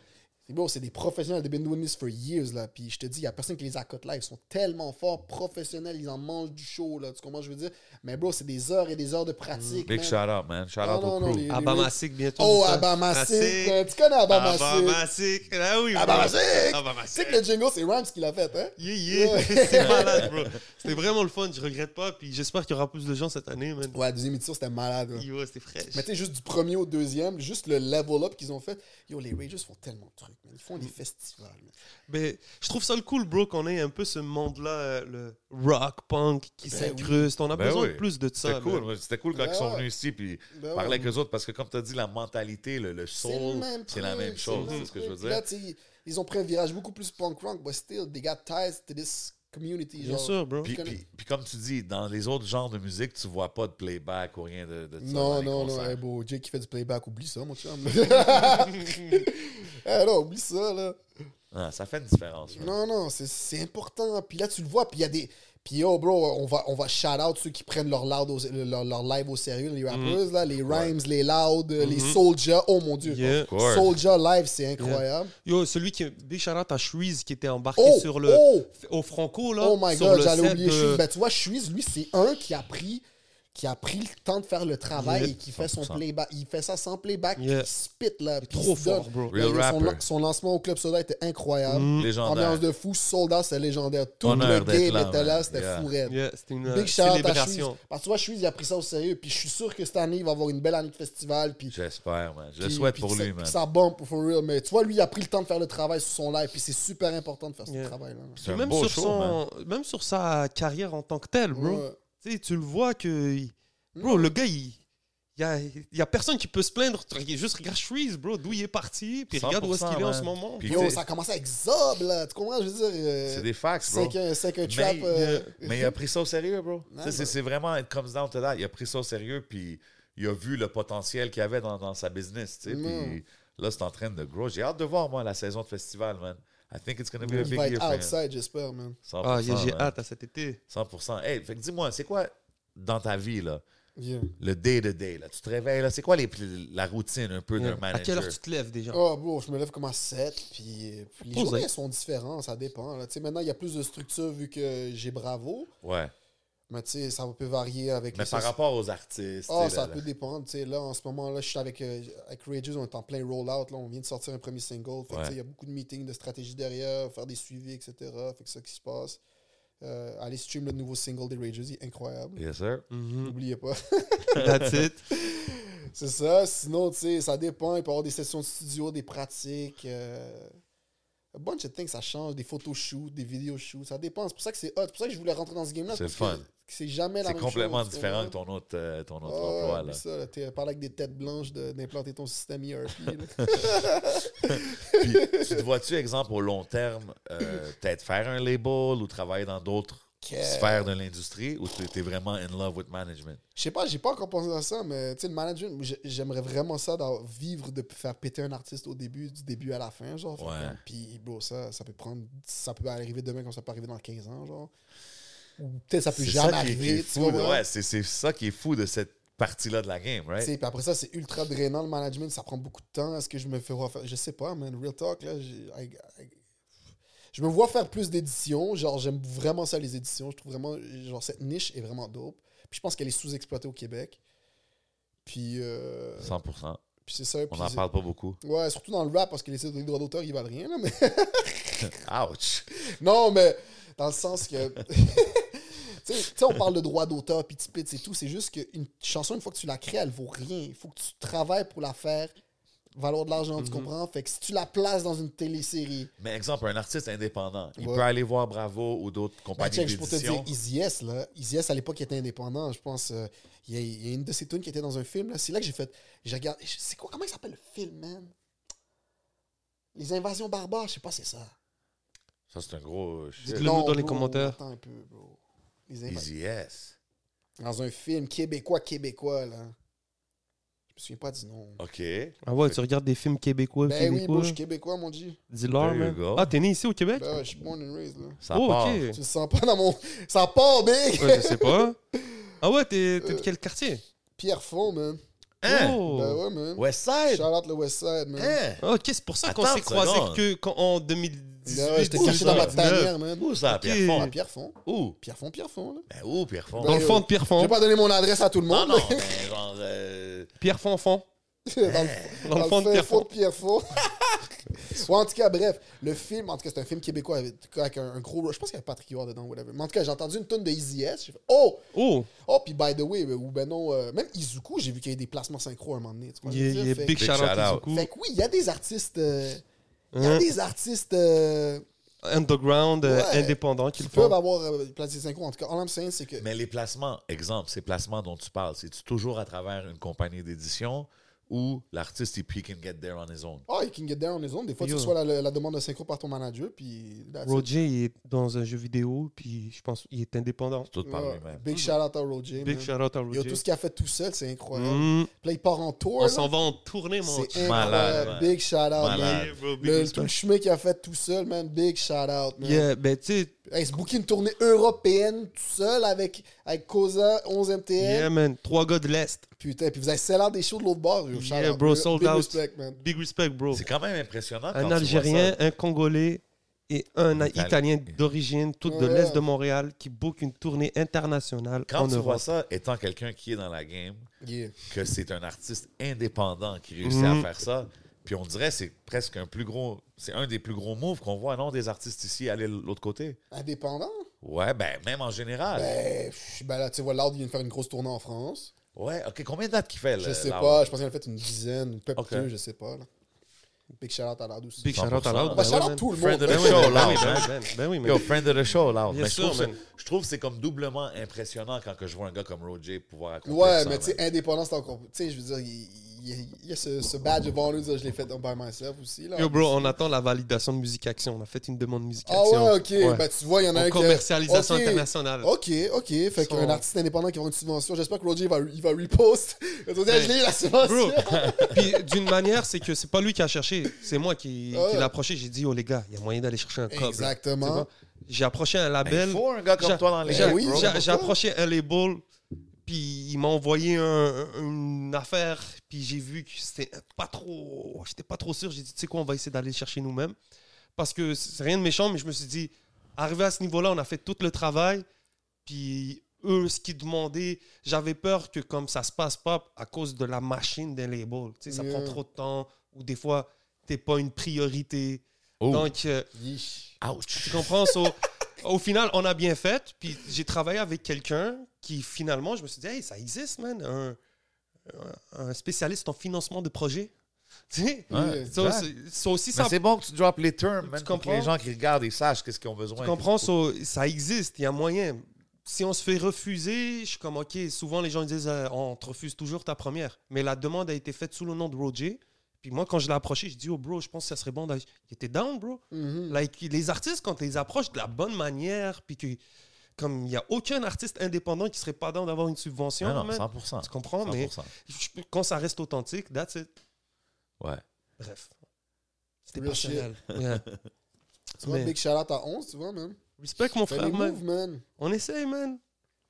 C: Bro, c'est des professionnels. They've been doing this for years, là. Puis je te dis, il n'y a personne qui les accote live. Ils sont tellement forts, professionnels. Ils en mangent du show, là. Tu comprends ce que je veux dire? Mais bro, c'est des heures et des heures de pratique.
B: Big
C: man.
B: shout out, man. Shout
C: Non,
B: out
C: non,
B: au
C: non,
B: crew.
C: les- les-
A: Abamasic, bientôt.
C: Oh,
A: putain.
C: Abamasic.
A: Abamasic.
C: euh, Tu connais Abamasic.
A: Abamasic. Ah oui, bro.
C: Abamasic. Tu sais
A: Abamasic.
C: que le jingle, c'est Rams qui l'a fait, hein?
A: Yeah, yeah.
C: Ouais.
A: C'est malade, bro. C'était vraiment le fun. Je regrette pas. Puis j'espère qu'il y aura plus de gens cette année, man.
C: Ouais, deuxième édition, c'était malade. ouais.
A: Yo, c'était fraîche.
C: Mais tu sais, juste du premier au deuxième, juste le level up qu'ils ont fait. Yo, les Ragers font tellement de trucs, man. Ils font des festivals, man.
A: Mais je trouve ça le cool, bro, qu'on ait un peu ce monde-là, euh, le rock, punk, qui
C: Ben
A: s'incruste. On a
B: Ben
A: besoin
B: oui.
A: de plus de ça.
B: C'était cool,
A: man.
B: moi. c'était cool quand
C: Ben
B: ils sont
C: ouais.
B: venus ici puis
C: Ben
B: parler
C: ouais.
B: avec eux autres parce que comme tu as dit la mentalité, le, le soul, c'est la
C: truc,
B: même chose,
C: le
B: c'est
C: même
B: ce que je veux
C: truc.
B: dire.
C: Là, tu sais, ils ont pris un virage beaucoup plus punk rock, but still, they got ties to this community.
A: Bien
C: genre.
A: sûr, bro.
B: Puis,
C: Je connais.
B: puis- puis comme tu dis, dans les autres genres de musique, tu vois pas de playback ou rien de, de ça. dans
C: Non,
B: les
C: non, non,
B: concerts.
C: hey, bro, Jake qui fait du playback, oublie ça, mon chum. hey, non, oublie ça, là.
B: Ah, ça fait une différence. man.
C: Non, non, c'est- c'est important. Puis là, tu le vois, puis il y a des... Puis oh, bro, on va, on va shout-out ceux qui prennent leur, loud au- leur, leur live au sérieux, les rappers,
A: Mhm.
C: là, les Rhymes, les Loud, euh, les Soulja. Oh, mon Dieu.
A: Yeah. Of
B: course.
C: Soulja live, c'est incroyable.
A: Yo, celui qui. Big shout out à Shreeze qui était embarqué
C: Oh,
A: sur le.
C: oh.
A: Au Franco, là.
C: Oh my
A: sur
C: God,
A: le
C: j'allais
A: set
C: oublier
A: de-
C: Suisse. Ben, tu vois, Suisse, lui, c'est un qui a pris qui a pris le temps de faire le travail
A: Yeah.
C: et qui fait son
B: 100%.
C: playback. Il fait ça sans playback,
A: Yeah.
C: il spit, là. puis
A: trop
C: il se donne.
A: fort, bro. Mm.
C: Ben,
B: Real
C: son,
B: rapper.
C: son lancement au Club Soda était incroyable.
B: Légendaire.
C: Ambiance de fou, soldat, c'est légendaire. Tout
B: Honneur
C: le
B: d'être
C: game
B: là,
C: était là,
B: man.
C: c'était
B: Yeah.
C: fou raide.
A: Yeah, c'était une euh,
C: Big shout out à Suisse.
A: célébration.
C: Parce que tu vois, Suisse, il a pris ça au sérieux. Puis je suis sûr que cette année, il va avoir une belle année de festival. Puis
B: J'espère, man. Je le
C: puis-
B: souhaite
C: puis
B: pour
C: que ça-
B: lui,
C: puis
B: man.
C: que Ça bombe, for real. Mais tu vois, lui, il a pris le temps de faire le travail sur son live. Puis c'est super important de faire
A: Yeah.
C: ce travail-là.
B: C'est un
A: même,
B: beau
A: sur
B: show, man.
A: son, même sur sa carrière en tant que telle, bro.
C: Ouais. Mm.
A: Tu sais, tu le vois que. il- Bro, le gars, il. Il y a, il y a personne qui peut se plaindre. Tu regardes- Juste regarde Shreeze, bro, d'où il est parti, puis regarde où est-ce qu'il est en
B: 100%,
A: ce moment.
B: Puis
C: Yo,
B: t'sais,
C: ça a commencé avec Zob, là. Tu comprends? Je veux dire. euh,
B: C'est des facts, bro.
C: cinq- euh, cinq, euh,
B: Mais-
C: trap. euh,
B: Mais il a pris ça au sérieux, bro. Tu sais,
C: bro.
B: c'est- C'est vraiment, it comes down to that. Il a pris ça au sérieux, puis il a vu le potentiel qu'il y avait dans, dans sa business. tu sais,
C: Mm.
B: Puis là, c'est en train de grow. J'ai hâte de voir, moi, la saison de festival, man. I think it's going to be a
C: il
B: big
C: va
B: year
C: Mm. être
B: for him.
C: outside, j'espère, man.
B: 100%,
A: Ah, yeah, j'ai
B: man.
A: hâte à cet été.
B: 100%. Hey, fait que dis-moi, c'est quoi dans ta vie, là,
C: Yeah.
B: le day-to-day, là? Tu te réveilles, là, c'est quoi les, la routine un peu d'un
A: Mm. À
B: manager?
A: quelle heure tu te lèves déjà
C: Oh, bro, je me lève comme à 7, puis, euh, puis les
A: Posé.
C: journées elles sont différentes, ça dépend. là. Tu sais, maintenant, il y a plus de structure vu que j'ai Bravo,
B: Ouais.
C: mais tu sais, ça peut varier avec
B: Mais
C: les
B: par
C: soci-
B: rapport aux artistes,
C: Ah,
B: tu sais,
C: ça
B: là,
C: peut dépendre. tu sais, là, en ce moment, là, je suis avec, euh, avec Rages, on est en plein roll-out. Là, on vient de sortir un premier single. Fait que,
B: Ouais.
C: tu sais, il y a beaucoup de meetings, de stratégie derrière, faire des suivis, etc. Fait que c'est ça qui se passe. Euh, allez stream le nouveau single des Rages, il est incroyable.
B: Yes, sir.
A: Mhm.
C: N'oubliez pas.
A: That's it.
C: c'est ça. Sinon, tu sais, ça dépend. Il peut y avoir des sessions de studio, des pratiques. Euh... A bunch of things, ça change. Des photoshoots, des vidéoshoots. Ça dépend. C'est pour ça que c'est hot. C'est pour ça que je voulais rentrer dans ce game-là.
B: C'est
C: parce
B: le fun.
C: que C'est jamais la
B: C'est
C: même chose.
B: complètement
C: tu
B: différent que
C: comprends?
B: ton autre, euh, ton autre
C: Ah,
B: emploi. Là.
C: mais ça, là, t'es parlé avec des têtes blanches de- d'implanter ton système ERP. là.
B: Puis, tu te vois-tu, exemple, au long terme, euh, peut-être faire un label ou travailler dans d'autres
C: Que-
B: sphères de l'industrie ou tu es vraiment in love with management?
C: Je sais pas, j'ai pas encore pensé à ça, mais tu sais, le management, j- j'aimerais vraiment ça, d'en vivre de faire péter un artiste au début, du début à la fin, genre. Fait
B: Ouais.
C: que, Puis, bro, ça, ça peut prendre, ça peut arriver demain comme ça peut arriver dans 15 ans, genre. Ou peut-être ça peut
B: C'est
C: jamais
B: ça qui est- qui est
C: arriver, tu
B: fou, là.
C: comprends?
B: Ouais, c'est c'est ça qui est fou de cette partie-là de la game,
C: Tu
B: right?
C: sais, Puis après ça, c'est ultra drainant le management, ça prend beaucoup de temps. Est-ce que je me fais refaire Je sais pas, man. Real talk, là. j'ai- I- I- Je me vois faire plus d'éditions. Genre, j'aime vraiment ça, les éditions. Je trouve vraiment. Genre, cette niche est vraiment dope. Puis je pense qu'elle est sous-exploitée au Québec. Puis. euh,
B: 100%.
C: puis c'est ça.
B: On
C: puis
B: n'en
C: c'est-
B: parle pas beaucoup.
C: Ouais, surtout dans le rap, parce que les les droits d'auteur, ils valent rien, là. Mais...
B: Ouch!
C: Non, mais dans le sens que. tu sais- tu sais, on parle de droit d'auteur, pits pits et tout. C'est juste qu'une chanson, une fois que tu la crées, elle vaut rien. Il faut que tu travailles pour la faire valoir de l'argent,
A: Mhm.
C: tu comprends? Fait que si tu la places dans une télésérie,
B: Mais exemple, un artiste indépendant, il
C: Ouais.
B: peut aller voir Bravo ou d'autres
A: Bah,
C: ben,
B: compagnies
C: check, je peux te dire,
B: d'édition.
C: Easy S, là. Easy S, à l'époque, était indépendant. Je pense, euh, il y, a- il y a une de ses tunes qui était dans un film, là. C'est là que j'ai fait. J'ai regardé. je- C'est quoi? Comment il s'appelle le film, man? Les invasions barbares, je sais pas, c'est ça.
B: Ça, c'est un gros... euh, shit.
A: Dites-le nous dans les commentaires.
C: Attends un peu, bro. Les invasions.
B: Easy S.
C: dans un film québécois québécois là. Je me souviens pas du nom.
B: OK.
A: Ah ouais, tu regardes des films québécois,
C: ben oui, bro,
A: québécois.
C: je suis québécois, mon G.
A: Dis-leur,
B: There you
A: man.
B: go.
A: Ah, t'es né ici au Québec?
C: Ben ouais, je suis born and raised là.
B: Ça
A: oh,
B: part.
A: ok.
C: Tu le sens pas dans mon. Ça part, big!
A: Ouais, je sais pas. Ah ouais, t'es t'es de quel quartier?
C: Pierre Fond, man.
B: Hein?
C: Ben
A: Oh. Ah,
C: ouais, man.
B: West Side?
C: Shout out le West Side, man.
B: Hein?
A: Ok, c'est pour ça qu'on
B: Attends
A: s'est
B: une
A: croisés
B: seconde.
A: que, qu'en- en
C: Ben ouais,
A: 2018.
C: j'étais caché dans ma
A: 2019.
C: tanière, man.
B: Où ça,
A: Ok.
B: Pierre
C: Ah,
B: Fond?
C: Pierre Fond.
B: Où?
C: Pierre Fond, Pierre Fond, là.
B: Ben où, Pierre Fond?
A: Dans le fond de
C: Je
A: Pierrefonds.
C: vais pas donner mon adresse à tout le
B: Non,
C: monde.
B: non, mais genre... euh,
A: Pierrefonds fond.
C: mais dans le
A: Dans le fond de
C: fin
A: Pierrefonds.
C: fond de Pierrefonds. ouais, en tout cas, bref, le film, en tout cas, c'est un film québécois avec, avec un, un gros. Je pense qu'il y a Patrick Huard dedans, whatever. Mais en tout cas, j'ai entendu une tonne de Easy S. J'ai fait, oh!
A: Oh,
C: Oh, puis by the way, ou ben non, euh, même Izuku, j'ai vu qu'il y a eu des placements synchro à un moment donné. Tu vois,
A: il
C: ce
A: est,
C: que je veux dire?
A: il est
C: fait,
A: big
B: Big
A: shout-out
B: shout-out.
A: Izuku.
C: fait que oui, il y a des artistes. euh, Il y
A: Hein?
C: a des artistes euh,
A: Underground, euh,
C: Ouais.
A: indépendant qui
C: qui
A: le
C: peuvent
A: font.
C: avoir euh, placé synchro. En tout cas, all I'm saying, c'est que.
B: Mais les placements, exemple, ces placements dont tu parles, c'est-tu toujours à travers une compagnie d'édition ou l'artiste, il pick and get there on his own?
C: Oh, you can get there on his own. Des fois,
A: Yo.
C: tu reçois la, la demande de synchro par ton manager, puis. that's it.
A: Roger, il est dans un jeu vidéo, puis je pense qu'il est indépendant.
B: Tout par
C: Ouais,
B: lui-même.
C: Big shout out à Roger.
A: Big
C: man.
A: shout-out à
C: Yo,
A: Roger.
C: tout ce qu'il a fait tout seul, c'est incroyable.
A: Mm.
C: Puis là, il part en tour.
A: On
C: là.
A: s'en va en tournée, mon
C: C'est
A: chum.
B: Malade,
C: incroyable.
B: ouais.
C: Big shout out, man.
B: Malade.
A: Yeah, bro, big
C: Le,
A: respect.
C: tout le chemin qu'il a fait tout seul, man. Big shout out, man.
A: Yeah, ben tu sais,
C: Hey, se booker une tournée européenne tout seul avec, avec Cosa, 11 MTL.
A: yeah, man, trois gars de l'Est.
C: Putain, puis vous avez sell out des shows de l'autre bord. yo. Shout
A: Yeah,
C: out,
A: bro,
C: Big
A: sold out.
C: respect, man.
A: Big respect, bro.
B: C'est quand même impressionnant. quand
A: Un
B: tu vois
A: Algérien,
B: ça.
A: un Congolais et un
B: Italien.
A: Italien d'origine, toutes de
C: Ouais.
A: l'Est de Montréal, qui book une tournée internationale
B: Quand
A: en
B: tu vois
A: Europe.
B: ça, étant quelqu'un qui est dans la game,
C: Yeah.
B: que c'est un artiste indépendant qui réussit
A: Mhm.
B: à faire ça, puis on dirait que c'est presque un plus gros, c'est un des plus gros moves qu'on voit, non, des artistes ici aller de l'autre côté.
C: Indépendant?
B: Ouais, ben même en général.
C: Ben, pff, ben là, tu vois, Loud vient de faire une grosse tournée en France.
B: Ouais, ok, combien de dates qu'il fait là?
A: Ben,
C: Je sais
A: bah
B: là,
C: pas, je pense qu'il en a fait une dizaine, peut-être
B: Ok.
C: plus, je sais pas. là. Big shout out à Loud aussi.
A: Big shout-out à
B: 100%.
A: Loud.
C: Bah,
A: ben
C: shout
A: ouais,
C: out
A: man.
C: tout le
B: Friend
C: monde.
B: of the
C: man.
B: show,
A: Ben oui,
B: Loud,
A: ben,
B: man.
A: ben, ben oui, man.
B: Yo, friend of the show, là.
A: Bien
B: Mais je,
A: sûr,
B: trouve ça-
A: man.
B: je trouve que c'est comme doublement impressionnant quand que je vois un gars comme Roger pouvoir accomplir
C: Ouais,
B: ça,
C: mais tu
B: man.
C: sais, indépendant, c'est encore. Tu sais, je veux dire, il il- il y, a ce, ce badge de bonus, là, je l'ai fait by myself aussi. Là.
A: Yo, bro, on attend la validation de Musique Action. On a fait une demande Musique
C: Ah
A: Action.
C: ouais, ok.
A: Ouais.
C: Ben, tu vois, il y en a
A: En
C: un qui.
A: commercialisation
C: Ok. Oh,
A: internationale.
C: Ok, ok. Fait
A: Son-
C: qu'un artiste indépendant qui va avoir une subvention, j'espère que Roger il va, il va repost. Il va dire, je l'ai eu, la subvention.
A: Bro, puis d'une manière, c'est que c'est pas lui qui a cherché, c'est moi qui,
C: Ouais.
A: qui l'ai approché. J'ai dit, oh les gars, il y a moyen d'aller chercher un cob. là.
C: Exactement.
A: Tu vois, J'ai approché un
B: Ben,
A: label.
B: Il faut un gars
A: J'a-
B: comme toi dans les
A: j'a-
C: Ben oui,
B: bro.
A: j'a-
C: pourquoi?
A: J'ai approché un label, puis il m'a envoyé un- une affaire, puis j'ai vu que c'était pas trop. J'étais pas trop sûr. J'ai dit, tu sais quoi, on va essayer d'aller le chercher nous-mêmes. Parce que c'est rien de méchant, mais je me suis dit, arrivé à ce niveau-là, on a fait tout le travail, puis eux, ce qu'ils demandaient, j'avais peur que comme ça se passe pas à cause de la machine des labels, tu sais, ça
C: Yeah.
A: prend trop de temps, ou des fois, t'es pas une priorité.
B: Oh.
A: Donc. euh,
C: Yeesh.
B: Ouch.
A: tu comprends? So, au final, on a bien fait. Puis j'ai travaillé avec quelqu'un qui, finalement, je me suis dit, hey, ça existe, man. Un, un- un spécialiste en financement de projet. Tu sais?
B: Ouais,
A: So,
B: exact.
A: c'est- so, aussi,
B: Mais
A: ça,
B: c'est bon que tu droppes les termes, man, pour que
A: comprends?
B: les gens qui regardent, ils sachent qu'est-ce qu'ils ont besoin.
A: tu comprends? So, ça existe, il y a moyen. si on se fait refuser, je suis comme, OK, souvent les gens disent, euh, on te refuse toujours ta première. Mais la demande a été faite sous le nom de Roger. Puis moi, quand je l'ai approché, je dis, oh bro, je pense que ça serait bon. d'aller- Il était down, bro.
C: Mhm.
A: Like, les artistes, quand ils les approchent de la bonne manière, puis que, comme il n'y a aucun artiste indépendant qui serait pas down d'avoir une subvention,
B: Non, non,
A: man,
B: 100%.
A: tu comprends, mais
B: 100%.
A: je- quand ça reste authentique, that's it.
B: Ouais.
A: Bref. C'était
C: Real
A: personnel. Yeah.
C: Tu vois,
A: Mais-
C: Big Charlotte à 11, tu vois, man.
A: Respect, mon
C: Fais
A: frère,
C: des
A: man.
C: moves, man.
A: On essaye, man.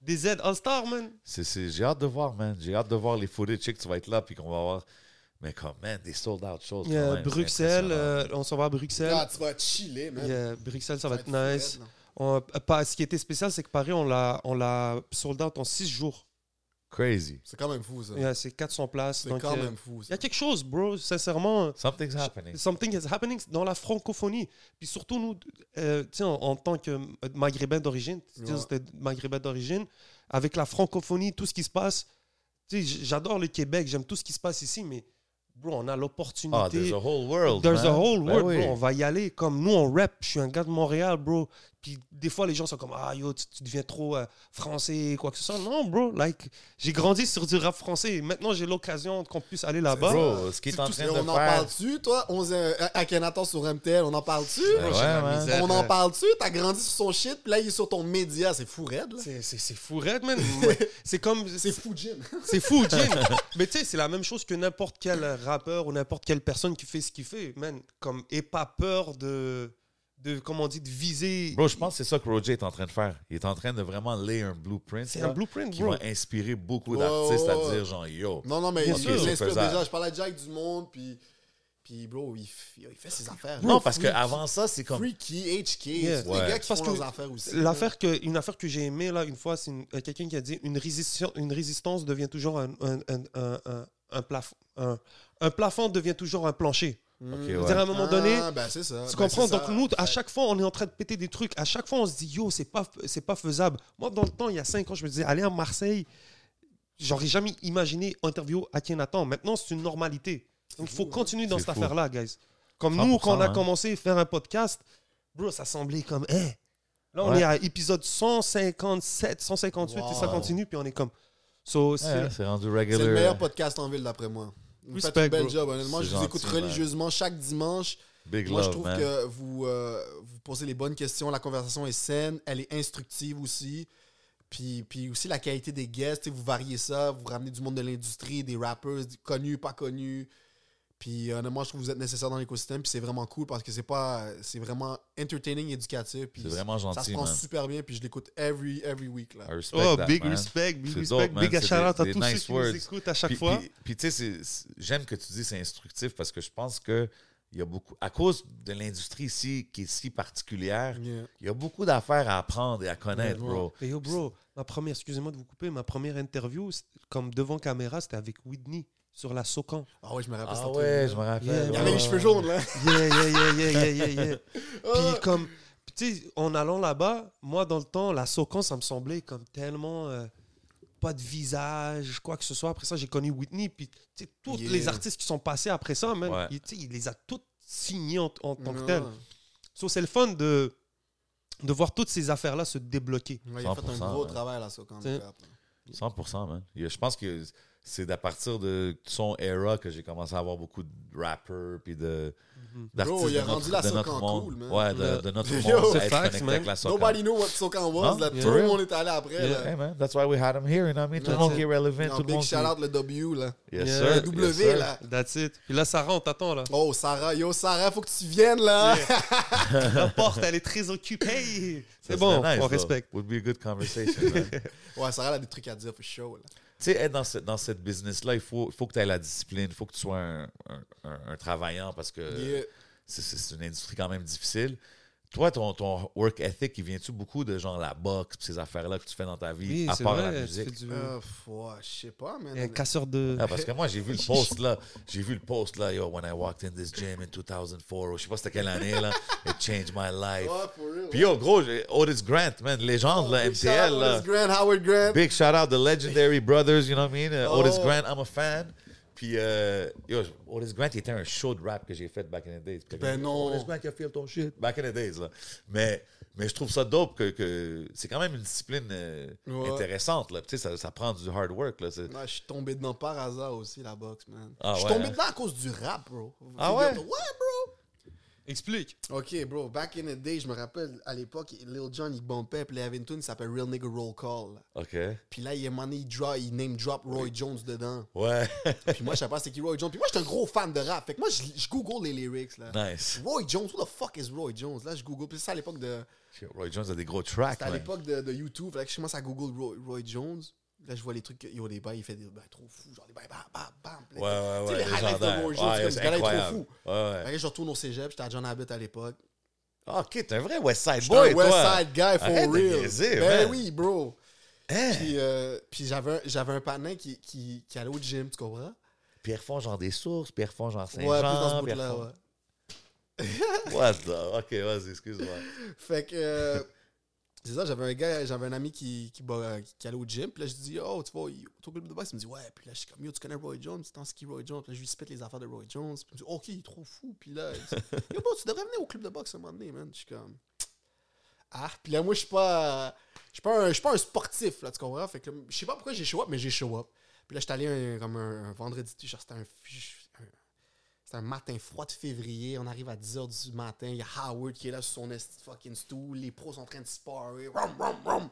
A: Des aides All-Star, man.
B: C'est- c'est- J'ai hâte de voir, man. J'ai hâte de voir les footage. Je sais que tu vas être là puis qu'on va avoir. Mais comme, man, des sold out choses. quand
A: Il y a
B: même. C'est
A: Bruxelles,
B: impressionnant.
A: euh, on s'en va à Bruxelles.
C: Ah, tu vas chiller, man.
A: Il y a Bruxelles, ça va être
C: fou,
A: nice.
C: man.
A: On- euh, pas- ce qui était spécial, c'est que Paris, on l'a, on l'a sold out en 6 jours.
B: Crazy.
C: C'est quand même fou, ça.
A: Yeah, c'est 400 places.
C: C'est
A: donc,
C: quand
A: euh,
C: même fou,
A: Il y
C: ça.
A: a quelque chose, bro. Sincèrement,
B: Something's happening.
A: something is happening dans la francophonie. Puis surtout, nous, euh, tu sais, en, en tant que maghrébin d'origine, tu sais,
C: Ouais.
A: c'était maghrébin d'origine, avec la francophonie, tout ce qui se passe. Tu sais, j- j'adore le Québec, j'aime tout ce qui se passe ici, mais bro, on a
B: Ah, there's
A: l'opportunité.
B: a whole world.
A: There's
B: man.
A: a whole
B: Ben
A: world,
B: oui.
A: bro. On va y aller. Comme nous, on rap. Je suis un gars de Montréal, bro. Puis des fois, les gens sont comme, ah, yo, tu, tu deviens trop euh, français, quoi que ce soit. Non, bro. Like, j'ai grandi sur du rap français. Maintenant, j'ai l'occasion qu'on puisse aller là-bas.
B: Bro, ce qui est en
C: Tout-
B: train de
C: on en
B: faire.
C: parle-tu, toi? 11 Akhenaton sur MTL, on en parle-tu?
B: Ben ouais, man.
C: On
A: euh,
C: en parle-tu? T'as grandi sur son shit, puis là, il est sur ton média. C'est fou, Red, là.
A: C'est c'est- c'est fou, Red, man. c'est comme.
C: C'est fou, Jim.
A: C'est fou, Jim. Mais tu sais, c'est la même chose que n'importe quel rappeur ou n'importe quelle personne qui fait ce qu'il fait, man. Comme, et pas peur de. de comment on dit, de viser.
B: Bro, je pense que c'est ça que Roger est en train de faire. Il est en train de vraiment layer un blueprint.
A: C'est
B: là,
A: un blueprint,
B: qui
A: bro.
B: va inspirer beaucoup
C: Ouais,
B: d'artistes
C: ouais,
B: à
C: ouais.
B: dire, genre, yo.
C: Non, non, mais
A: Bien
C: il
A: sûr.
C: l'inspire
B: Faisable.
C: déjà. Je parlais déjà avec du monde, puis, puis bro, il, f- il fait ses affaires.
B: Non, parce que
C: Freaky-
B: avant ça, c'est comme.
C: Freaky, HK,
A: Yeah.
C: c'est
B: Ouais.
C: des gars qui
A: Parce
C: font
A: que
C: leurs affaires aussi.
B: euh,
A: L'affaire que, une affaire que j'ai aimée, là, une fois, c'est une- euh, quelqu'un qui a dit une résistance, une résistance devient toujours un, un, un, un, un- un plafond. Un, un plafond devient toujours un plancher.
B: Ok,
A: Je veux
B: ouais.
A: dire, à un moment donné,
C: Ah, ben, c'est ça.
A: tu
C: Ben,
A: comprends?
C: c'est
A: Donc,
C: ça.
A: nous, à chaque fois, on est en train de péter des trucs. À chaque fois, on se dit, yo, c'est pas, c'est pas faisable. Moi, dans le temps, il y a cinq ans, je me disais, aller à Marseille, j'aurais jamais imaginé interview à Nathan. Maintenant, c'est une normalité. Donc, il faut
C: hein.
A: continuer dans
B: C'est
A: cette
B: fou.
A: affaire-là, guys. Comme nous,
B: 100%,
A: quand on a
B: hein.
A: commencé à faire un podcast, bro, ça semblait comme, hein. Là, on
B: Ouais.
A: est à épisode 157, 158, et ça
C: Wow.
A: continue, puis on est comme. So, c'est-
B: Ouais, hein, c'est rendu
C: C'est
B: regular.
C: le meilleur podcast en ville, d'après moi. Vous faites
A: Respect,
C: un bel
A: bro.
C: job, honnêtement.
B: C'est
C: Je vous
B: gentil,
C: écoute
B: man.
C: religieusement chaque dimanche.
B: Big
C: Moi, je
B: love,
C: trouve
B: man.
C: que vous, euh, vous posez les bonnes questions, la conversation est saine, elle est instructive aussi. Puis, puis aussi la qualité des guests, tu sais, vous variez ça, vous ramenez du monde de l'industrie, des rappers du- connus, pas connus. Puis honnêtement, je trouve que vous êtes nécessaire dans l'écosystème, puis c'est vraiment cool parce que c'est pas c'est vraiment entertaining, éducatif. Puis
B: C'est vraiment
C: ça se
B: gentil,
C: prend
B: man.
C: super bien, puis je l'écoute every, every week. Là.
B: I respect
A: Oh,
B: that,
A: big
B: man.
A: respect, big
B: C'est
A: respect,
B: dope, man.
A: big
B: C'est
A: shout out
B: des-
A: à
B: des
A: tous
B: nice
A: ceux qui
B: words.
A: nous écoutent à chaque
B: Puis-
A: fois.
B: Puis, puis, tu sais, c'est- c'est- j'aime que tu dis c'est instructif parce que je pense que il y a beaucoup à cause de l'industrie ici qui est si particulière,
C: Yeah.
B: il y a beaucoup d'affaires à apprendre et à connaître,
C: Ouais,
B: bro.
A: Mais yo, bro, ma première, excusez-moi de vous couper, ma première interview, c'est- comme devant caméra, c'était avec Whitney sur la Socan.
C: Ah ouais, je me rappelle
B: Ah
C: cette
B: ouais, je
C: entrevue-là.
B: me rappelle.
A: Yeah,
C: Il
B: ouais,
C: y avait
B: ouais.
C: les cheveux jaunes, là.
A: Yeah, yeah, yeah, yeah, yeah, yeah, yeah.
C: Ah.
A: Puis comme, tu sais, en allant là-bas, moi, dans le temps, la Socan, ça me semblait comme tellement... euh, pas de visage, quoi que ce soit. Après ça, j'ai connu Whitney, puis tu sais, tous
C: Yeah.
A: les artistes qui sont passés après ça, même,
B: Ouais.
A: il, tu sais, il les a toutes signés en, en tant que
C: Ouais.
A: tels. So, c'est le fun de, de voir toutes ces affaires-là se débloquer.
C: Ouais, il a fait un
B: 100%,
C: gros
B: ouais.
C: travail là, ça, quand
A: T'sais.
C: même.
B: 100%, man. Il y a- Je pense que c'est à partir de son era que j'ai commencé à avoir beaucoup de rappers puis de d'artistes
C: Mhm. Bro, il
B: de
C: a
B: notre,
C: rendu la
B: de notre
C: Socan
B: monde.
C: cool, man.
B: Ouais,
A: Yeah.
B: de, de notre
C: Yo,
B: monde.
C: c'est
B: être
A: facts,
B: connecté
A: man.
B: avec la Socan.
C: Nobody knew what Sokan was.
B: Non?
C: Là,
A: Yeah.
C: Tout le monde est allé après.
A: Yeah.
C: Là.
B: Hey, man, that's why we had him here, you know what I mean? Tout le
C: That's
B: monde
A: it.
B: qui est relevant,
C: Non,
B: tout le
C: big
B: monde qui...
C: shout out le W. Là.
B: Yes,
A: Yeah.
B: sir.
A: Le
C: Le W.
B: Yes, sir.
C: là.
A: That's it. Puis là, Sarah, on t'attend, là.
C: Oh, Sarah. Yo, Sarah, faut que tu viennes. là.
A: La porte, elle est très occupée.
B: Ça
A: C'est bon,
B: serait nice,
A: on
B: though.
A: respecte.
B: Would be a good conversation, man.
C: ouais, Sarah, elle a des trucs à dire. For show. Là.
B: tu sais, être dans, ce- dans cette business-là, il faut, il faut que tu aies la discipline, il faut que tu sois un, un- un- un travaillant parce que
C: Yeah.
B: c'est- c'est c'est une industrie quand même difficile. Toi, ton, ton work ethic, il vient-tu beaucoup de genre la boxe pis ces affaires-là que tu fais dans ta vie,
A: Oui,
B: à
A: c'est
B: part la
A: vrai. tu fais
B: musique?
A: du-
C: Euh, pff, ouais, je sais pas, man.
A: Un casseur de.
B: Ah, parce que moi, j'ai vu le post là. J'ai vu le post là. Yo, when I walked in this gym in 2004, ou je sais pas c'était quelle année là. It changed my life.
C: Ouais, Oh, for real.
B: Puis yo, gros, j'ai- Otis Grant, man, légende là,
C: Big shout
B: MTL
C: out
B: là.
C: Otis Grant, Howard Grant.
B: Big shout out the legendary brothers, you know what I mean? Uh, Otis
C: Oh.
B: Grant, I'm a fan. Puis, euh, yo, Otis Grant était un show de rap que j'ai fait back in the days.
C: Ben non.
B: Otis Grant qui a fait ton shit. Back in the days, là. Mais, mais je trouve ça dope que, que c'est quand même une discipline euh,
C: Ouais.
B: intéressante, là. Tu sais, ça, ça prend du hard work, là. C'est-
C: Ouais, je suis tombé dedans par hasard aussi, la boxe, man.
B: Ah
C: je suis
B: ouais,
C: tombé
B: hein?
C: dedans à cause du rap, bro.
B: Ah
C: Figure-
B: ouais?
C: Ouais,
A: Explique.
C: bro. Ok, bro, back in the day, je me rappelle, à l'époque, Lil Jon, il bumpait, puis il avait une tune qui s'appelle Real Nigga Roll Call.
B: OK.
C: Puis là, il, un moment donné, il, draw, il name drop Roy Jones dedans.
B: Ouais.
C: Puis moi, je savais pas c'est qui Roy Jones. Puis moi, j'étais un gros fan de rap. Fait que moi, je, je google les lyrics, là.
B: nice.
C: Roy Jones, who the fuck is Roy Jones? Là, je google. Puis c'est ça à l'époque de,
B: Shit, Roy Jones a des gros tracks,
C: C'était à
B: man.
C: l'époque de, de YouTube, là, que je commence à Google Roy, Roy Jones. Là, je vois les trucs. que- Yo, les bails, il fait des bails trop fous. Genre, des bails, bam, bam, bam.
B: Ouais, ouais,
C: Tu
B: ouais.
C: sais, les highlights de
B: légendaire.
C: Roy Jones,
B: Ouais,
C: c'est comme, ce
B: c'est
C: gars-là est trop
B: incroyable.
C: fou.
B: Ouais, ouais.
C: Fait que je retourne au cégep, j'étais à John Abbott à l'époque.
B: Ah, ok, t'es un vrai West Side
C: J'étais un
B: Boy, toi.
C: West Side guy for
B: Arrête de
C: real.
B: niaiser,
C: ben
B: man.
C: oui, bro.
B: Hein?
C: Puis, euh, puis j'avais un- j'avais un panin qui, qui, qui allait au gym, tu comprends?
B: Pierre Fond, genre des sources, Pierre Fond, genre
C: ouais, plus dans ce
B: Saint-Jean. Pierre
C: bout-là,
B: Fond-
C: ouais.
B: What the? Ok, vas-y, excuse-moi.
C: Fait que. euh, c'est ça, j'avais un gars, j'avais un ami qui, qui, bo- qui allait au gym, puis là je dis Oh, tu vois, ton club de boxe, il me dit Ouais, puis là je suis comme Yo, tu connais Roy Jones, c'est en ski Roy Jones, puis là je lui spète les affaires de Roy Jones, puis il me dit Ok, il est trop fou, puis là, il dit, Yo, bro, tu devrais venir au club de boxe un moment donné, man. Je suis comme Ah, puis là moi je suis pas. Je suis pas, un- je suis pas un sportif, là, tu comprends? Fait que je sais pas pourquoi j'ai show up, mais j'ai show up. Puis là je suis allé un- comme un, un vendredi, genre c'était un. un- c'est un matin froid de février, on arrive à 10h du matin, il y a Howard qui est là sur son esti fucking stool, les pros sont en train de sparrer, rum, rum, rum.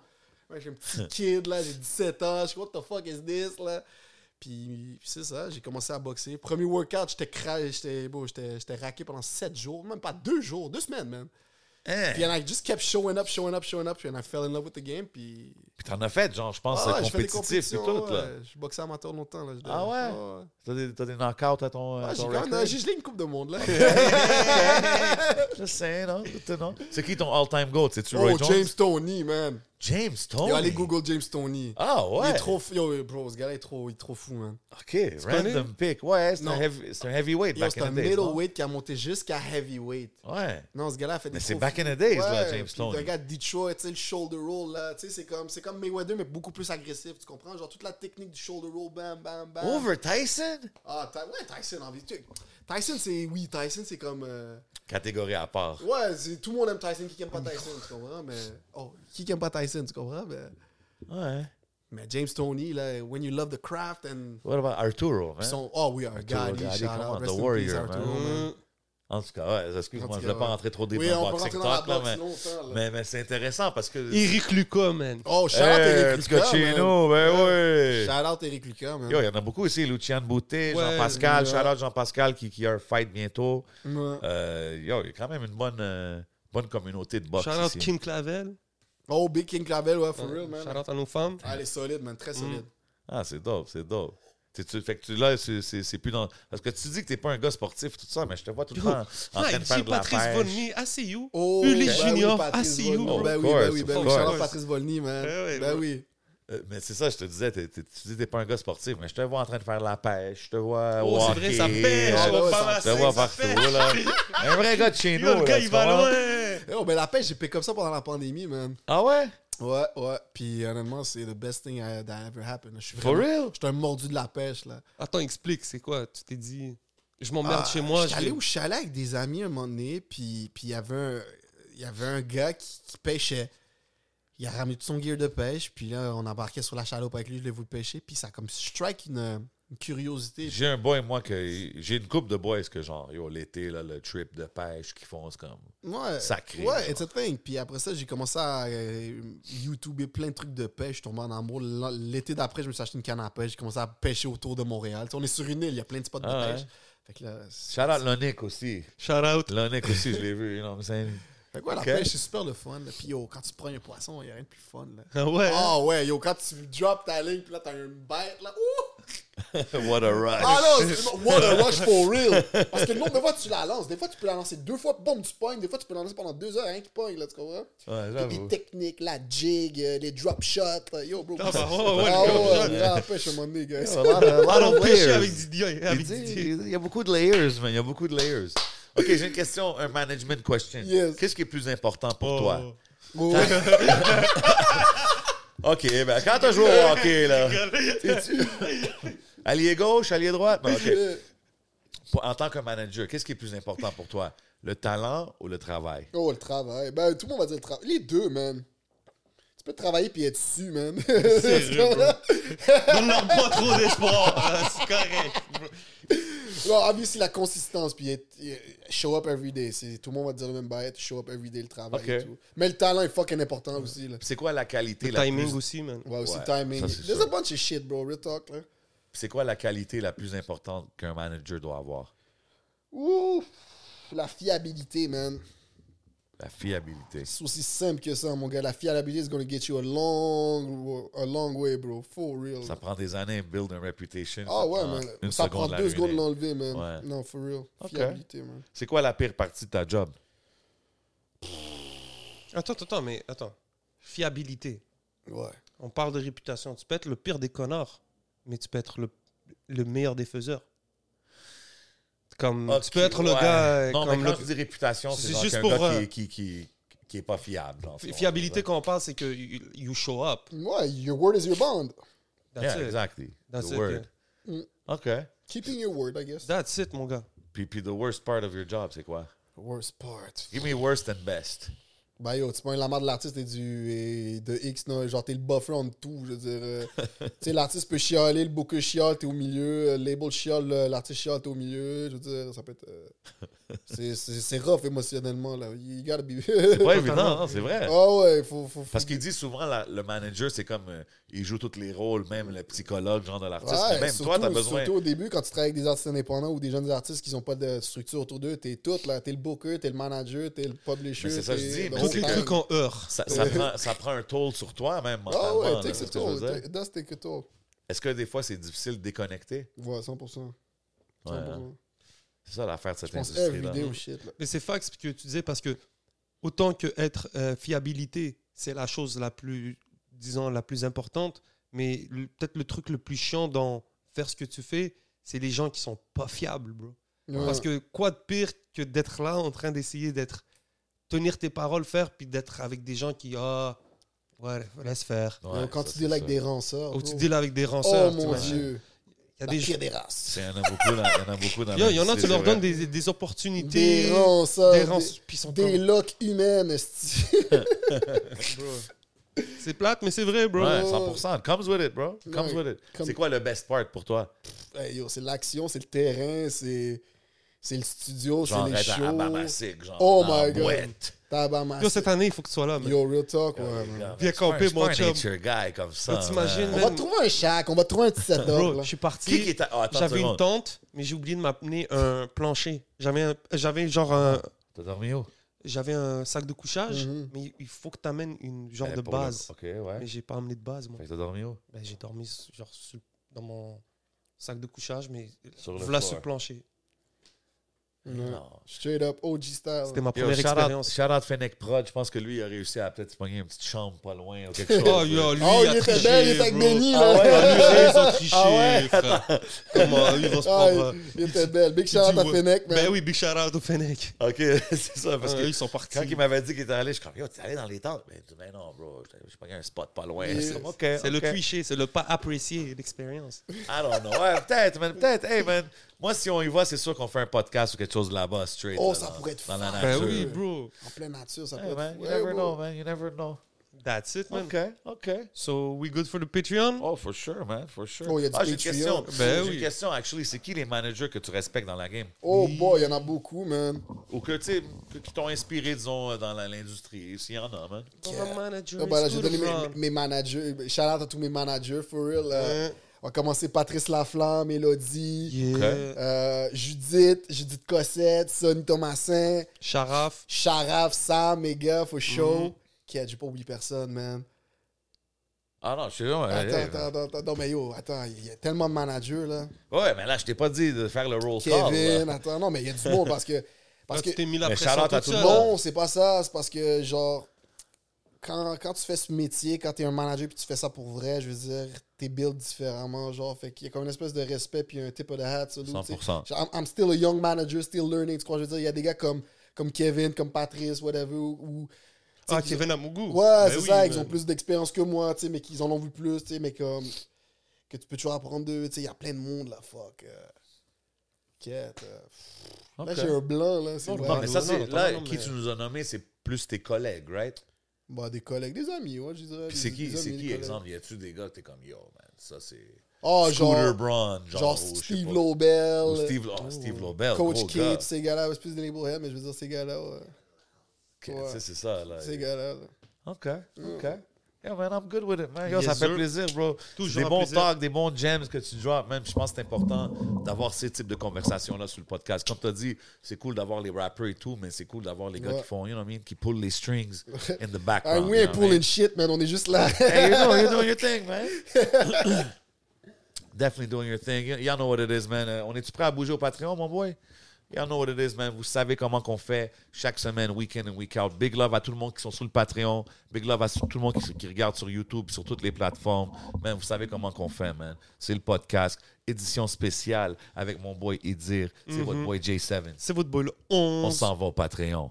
C: Moi, j'ai un petit kid, là, j'ai 17 ans, je suis what the fuck is this, là. Puis, puis c'est ça, j'ai commencé à boxer. Premier workout, j'étais cra... j'étais bon, j'étais j'étais raqué pendant 7 jours, même pas 2 jours, 2 semaines, même.
B: Hein?
C: Puis and I just kept showing up, showing up, showing up, and I fell in love with the game, puis...
B: Puis t'en as fait, genre, je pense,
C: Ah, ouais, je fais des
B: compétitif et
C: compétitions,
B: tout, là.
C: ouais, Je boxais amateur longtemps, là. je
B: Ah
C: devais-
B: ouais? T'as des, t'as des knockouts à ton. à
C: Ah, j'ai
B: ton
C: quand même-
B: record?
C: j'ai gelé une coupe de monde, là.
B: Je sais, non? C'est- non? C'est qui ton all-time goat? C'est-tu Roy
C: Oh,
B: Jones?
C: James Tony, man.
B: James Tony.
C: Yo, allez Google James Tony.
B: Ah, Oh, ouais.
C: Il est trop fou. Yo, bro, ce gars-là est trop, il est trop fou, man.
B: Ok, random pick. Ouais, c'est un,
C: Non.
B: heavy, c'est un heavyweight
C: Yo,
B: back
C: C'est
B: in
C: un
B: the days. non?
C: middleweight qui a monté jusqu'à heavyweight.
B: Ouais.
C: Non, ce gars-là a fait des
B: Mais c'est
C: trop
B: back
C: fous.
B: in the days, là, James
C: puis
B: Tony.
C: Ah. euh, oh, ah
A: Ah, Mm.
C: euh. Oh,
B: Euh, ben Euh,
C: Euh, Oh, Ah,
A: Ah,
B: Ah,
C: Oh, ben Ben
B: Euh,
A: Oh,
C: Eh oh, ben
A: Ah Ah, Ah Oh.
B: Ah, Ah, Ah,
C: Ah, euh, Ah, Ah, euh, ah,
B: OK, ben quand t'as joué au hockey, là, t'es-tu allié gauche, allié droite? Ben, OK.
C: Euh,
B: Pour- en tant que manager, qu'est-ce qui est plus important pour toi? Le talent ou le travail?
C: Oh, le travail. Ben, tout le monde va dire le travail. Les deux, man. Tu peux travailler puis être su, man. C'est
A: Sérieux,
C: comme-
A: Donne-leur pas trop d'espoir. hein, C'est correct.
C: Well, obviously, la consistance, puis être- euh, show up every day. C'est- Tout le monde va te dire le même bail, show up every day, le travail
B: Ok.
C: et tout. Mais le talent est fucking important aussi, là.
B: C'est quoi la qualité
A: Le
B: la
A: timing
B: plus...
A: aussi, man.
C: Ouais, aussi
B: Ouais,
C: le timing.
B: ça, c'est
C: There's
B: sûr.
C: a bunch of shit, bro. Real talk, là.
B: C'est quoi la qualité la plus importante qu'un manager doit avoir?
C: Ouh! La fiabilité, man.
B: La fiabilité.
C: C'est aussi simple que ça, mon gars. La fiabilité is gonna get you a long, a long way, bro. For real.
B: Ça prend des années de build une reputation.
C: ah
B: ça
C: ouais,
B: prend
C: man.
B: une
C: Ça
B: seconde
C: prend
B: de la
C: deux secondes de
B: ruiner.
C: l'enlever, man.
B: Ouais.
C: Non, for real.
B: Ok.
C: Fiabilité, man.
B: C'est quoi la pire partie de ta job?
A: Attends, attends, attends, mais attends. Fiabilité.
C: Ouais.
A: On parle de réputation. Tu peux être le pire des connards, mais tu peux être le, le meilleur des faiseurs. Comme, tu peux
B: Ok,
A: être le
B: Ah, ouais.
A: gars. euh,
B: Non,
A: comme
B: mais quand
A: le-
B: je dis réputation, c'est
A: C'est
B: genre
A: juste
B: qu'un
A: pour,
B: gars
A: euh,
B: qui, qui, qui, qui est pas fiable. dans le fond.
A: Fiabilité, quand on parle, c'est que you you show up.
C: Ouais, your word is your bond.
A: That's
B: Yeah,
A: it.
B: exactly.
A: That's
B: the
A: it,
B: word.
C: yeah.
B: OK.
C: Keeping your word, I guess.
A: That's it, mon gars.
B: Puis, puis the worst part of your job, c'est quoi?
C: Worst part.
B: Give me worst and best.
C: Bah yo, tu prends la marre de l'artiste et du et de X, non, genre t'es le buffer en tout, je veux dire. euh, tu sais, l'artiste peut chialer, le booker chiale, t'es au milieu, euh, le label chiale, le- l'artiste chiale, t'es au milieu, je veux dire, ça peut être. euh, c'est- c'est c'est rough émotionnellement, là. You gotta be.
B: C'est pas évident, hein, c'est vrai.
C: Euh, Ah ouais, faut. faut, faut-
B: Parce qu'il dit souvent, la- le manager, c'est comme, euh, il joue tous les rôles, même le psychologue, genre de l'artiste.
C: Ouais,
B: Mais même toi, t'as besoin.
C: Surtout au début, quand tu travailles avec des artistes indépendants ou des jeunes artistes qui n'ont pas de structure autour d'eux, t'es tout, là. T'es le booker, t'es le manager, t'es le publisher.
B: Mais c'est ça que je
C: t'es
B: dis,
C: le
B: mais
A: Tout
B: c'est
A: est
C: whole
B: que-
A: truc
C: time.
A: en heure.
B: Ça, ça prend, ça prend un toll sur toi, même
C: Ah
B: mentalement.
C: ouais,
B: là,
C: take
B: c'est
C: it
B: ce que je veux
C: all.
B: dire.
C: take- Does take it all.
B: Est-ce que des fois, c'est difficile de déconnecter?
C: Ouais, 100%.
B: Ouais,
C: 100%.
B: hein. C'est ça l'affaire de cette
C: Je pense every
B: industrie-là.
C: day au shit, là.
A: Mais c'est fax ce que tu disais parce que autant que être euh, fiabilité, c'est la chose la plus, disons, la plus importante, mais le- peut-être le truc le plus chiant dans faire ce que tu fais, c'est les gens qui sont pas fiables, bro.
C: Ouais.
A: Parce que quoi de pire que d'être là en train d'essayer d'être tenir tes paroles, faire, puis d'être avec des gens qui ah ouais laisse faire.
B: Ouais,
C: quand
B: ça,
C: tu
B: c'est
C: deals avec
B: ça.
C: des ranceurs.
A: Ou tu
C: bro.
A: deals avec des ranceurs.
C: Oh
A: tu
C: mon
A: vois.
C: dieu.
A: Il y a
C: La
A: des
C: pire des races.
B: C'est- Il y en a beaucoup dans, il y en a beaucoup
C: Bah,
B: dans
A: Yo, il y en a,
B: l'industrie,
A: tu leur
B: c'est vrai.
A: donnes des, des opportunités,
C: Des
A: des,
C: ranceurs. Des,
A: rances, puis ils sont
C: des
A: comme-
C: loques humaines, esti.
A: C'est plate, mais c'est vrai, bro.
B: Ouais, 100%. Comes with it, bro. Comes
C: Ouais,
B: with it.
C: comme-
B: C'est quoi le best part pour toi?
C: Hey, yo, c'est l'action, c'est le terrain, c'est c'est le studio, c'est
B: Genre
C: les
B: être à
C: shows.
B: Bamasic, genre
C: Oh
B: dans
C: my
B: la
C: God.
B: boîte.
C: Tabarnak.
A: Yo, cette année, il faut que tu sois là, man.
C: Yo, real talk, ouais,
B: Ouais,
C: man.
B: gars,
A: Viens
B: je suis pas un-
A: camper,
B: je suis
A: mon
B: pas
A: chum.
B: un nature guy comme ça.
A: Yo, t'imagines,
B: man.
C: On
A: man.
C: va trouver un shack, on va trouver un petit setup.
A: Bro,
C: là.
A: je suis
B: Qui qui
A: parti.
B: était... Ah, attends,
A: J'avais une
B: tente.
A: tente, mais j'ai oublié de m'amener un plancher. J'avais un- j'avais genre un,
B: T'as dormi où?
A: j'avais un sac de couchage,
C: Mhm.
A: mais il faut que tu amènes une genre
B: Eh,
A: de
B: pour le-
A: base.
B: OK, ouais.
A: Mais j'ai pas amené de base, moi.
B: Fait que t'as dormi où?
A: Ben, j'ai dormi s- genre sur- dans mon sac de couchage, mais
B: Sur le
A: voilà
B: floor.
A: sur le plancher.
C: Ouais.
B: Non.
C: Straight up, OG style.
A: C'était ma
B: Yo,
A: première
B: shout out-
A: expérience.
B: Shout out Fennec Prod, je pense que lui, il a réussi à peut-être se pogner une petite chambre pas loin ou quelque chose.
A: Oh, yo, lui,
C: Oh,
A: a
C: il était
A: triché,
C: belle, il était avec
A: bro.
C: Benny, là.
A: Ah ouais, ils ont triché, frère. Comment ils vont se
C: Ah,
A: prendre. euh,
C: il était belle. Big
A: tu-
C: shout out
A: tu
C: à
A: vois-
C: Fennec, man.
A: Ben oui, big shout out au Fennec.
B: OK, c'est ça, parce
A: Ah,
B: que
A: eux, ils sont partis.
B: quand il m'avait dit qu'il était allé, je suis comme, yo, t'es allé dans les tentes? Mais il dit, ben non, bro, je- je pogné un spot pas loin.
C: Yes.
B: C'est comme, OK,
A: C'est le
B: OK.
A: cliché, c'est le pas apprécier l'expérience.
B: I don't know. Ouais, peut-être, man. Peut-être. Hey, man. Moi, si on y va, c'est sûr qu'on fait un podcast ou quelque chose là-bas, straight.
C: Oh,
B: là,
C: ça
B: dans-
C: pourrait être
B: Dans la
C: fun.
B: nature.
A: Ben oui, bro.
C: En pleine nature, ça peut
B: Hey, man.
C: être.
B: Eh ben, You
C: Ouais,
B: never
C: bro.
B: know, man. You never know.
A: That's it, man.
B: OK, OK.
A: So, we good for the Patreon?
B: Oh, for sure, man. For sure.
C: Oh, il y a du
B: ah, j'ai une
C: Patreon.
B: question.
A: Ben
B: j'ai
A: oui.
B: une question, actually. C'est qui les managers que tu respectes dans la game?
C: Oh boy, il y en a beaucoup, man.
B: Ou que, tu sais, que- qui t'ont inspiré, disons, euh, dans la- l'industrie, s'il y en a, man.
A: Our manager
C: Ah, ben là,
A: is
C: je vais
A: good
C: donner mes,
A: around.
C: mes managers. Shout out à tous mes managers, for real. Euh, On va commencer Patrice Laflamme, Mélodie,
A: Yeah.
B: Ok.
C: euh, Judith, Judith Cossette, Sonny Thomasin,
A: Sharaf.
C: Sharaf, Sam, Mega, for show. Qui a j'ai pas oublié personne, man.
B: Ah non, je suis là.
C: Attends,
A: euh,
B: ouais,
C: attends, attends, attends. Non, mais yo, attends, il y a tellement de managers, là.
B: Ouais, mais là, je t'ai pas dit de faire le roll call.
C: Kevin,
B: là.
C: attends, non, mais il y a du monde parce que. Parce
A: Là, tu
C: que
A: t'es mis la
B: Mais
A: pression
B: shout-out à
A: toute
B: tout le
A: seule.
B: monde.
C: Non, c'est pas ça. C'est parce que, genre, quand, quand tu fais ce métier, quand t'es un manager puis tu fais ça pour vrai, je veux dire, t'es build différemment. Genre, fait qu'il y a comme une espèce de respect puis un tip of the hat. sur l'autre, tu sais.
B: 100%.
C: Genre, I'm, I'm still a young manager, still learning. Tu crois, je veux dire, il y a des gars comme, comme Kevin, comme Patrice, whatever, ou. ou sais,
A: Ah,
C: qu'ils
A: Kevin Amougou.
C: Ouais,
A: Ben
C: c'est
A: oui,
C: ça,
A: man.
C: ils ont plus d'expérience que moi, tu sais, mais qu'ils en ont vu plus, tu sais, mais comme. Que tu peux toujours apprendre d'eux, tu sais, il y a plein de monde là, fuck. euh. Quête. euh, Là, j'ai un blanc, là, c'est
A: Non,
C: vrai.
B: Non, mais ça,
A: non,
B: c'est.
A: non,
B: Là,
A: non,
B: qui
A: mais-
B: tu nous as nommé, c'est plus tes collègues, right?
C: Bah, des collègues, des amis, ouais, je dirais.
B: Puis
C: des-
B: c'est
C: des
B: qui,
C: amis,
B: c'est
C: des
B: qui
C: collègues.
B: exemple? Y a-tu des gars que t'es comme, yo, man, ça c'est.
C: Ah,
B: Scooter
C: genre.
B: Braun, genre.
C: Genre
B: ou je sais
C: Steve
B: pas.
C: Lobel.
B: Ou Steve, oh, Steve Lobel.
C: Coach
B: gros
C: K,
B: gars.
C: tous ces gars-là, c'est plus des labelheads, mais je veux dire, ces gars-là, ouais.
B: Ok, tu sais, C'est ça, là.
C: Ces gars-là, là.
B: OK, OK. Yeah, man, I'm good with it, man. Yo,
A: Mm. Yes,
B: ça fait
A: sir.
B: plaisir, bro.
A: Toujours
B: des
A: un
B: bons
A: plaisir.
B: talks, des bons gems que tu drops, man. Puis Je pense que c'est important d'avoir ces types de conversations-là sur le podcast. Comme tu as dit, c'est cool d'avoir les rappers et tout, mais c'est cool d'avoir les gars
C: Ouais.
B: qui font, you know what I mean, qui pull les strings in the background.
C: Ah,
B: you
C: oui,
B: know
C: ain't
B: what I mean?
C: pulling shit, man, on est juste là.
B: Hey, you know, you know your thing, man. Definitely doing your thing. Y- Y'all know what it is, man. Euh, on est-tu prêt à bouger au Patreon, mon boy? Y'all know what it is, man. Vous savez comment qu'on fait chaque semaine, week in and week out. Big love à tout le monde qui sont sur le Patreon. Big love à s- tout le monde qui, qui regarde sur YouTube, sur toutes les plateformes. Man, vous savez comment qu'on fait, man. C'est le podcast. Édition Mm-hmm. spéciale avec mon boy Idir. C'est votre boy J7.
A: C'est votre boy le
B: On
A: 11.
B: s'en va au Patreon.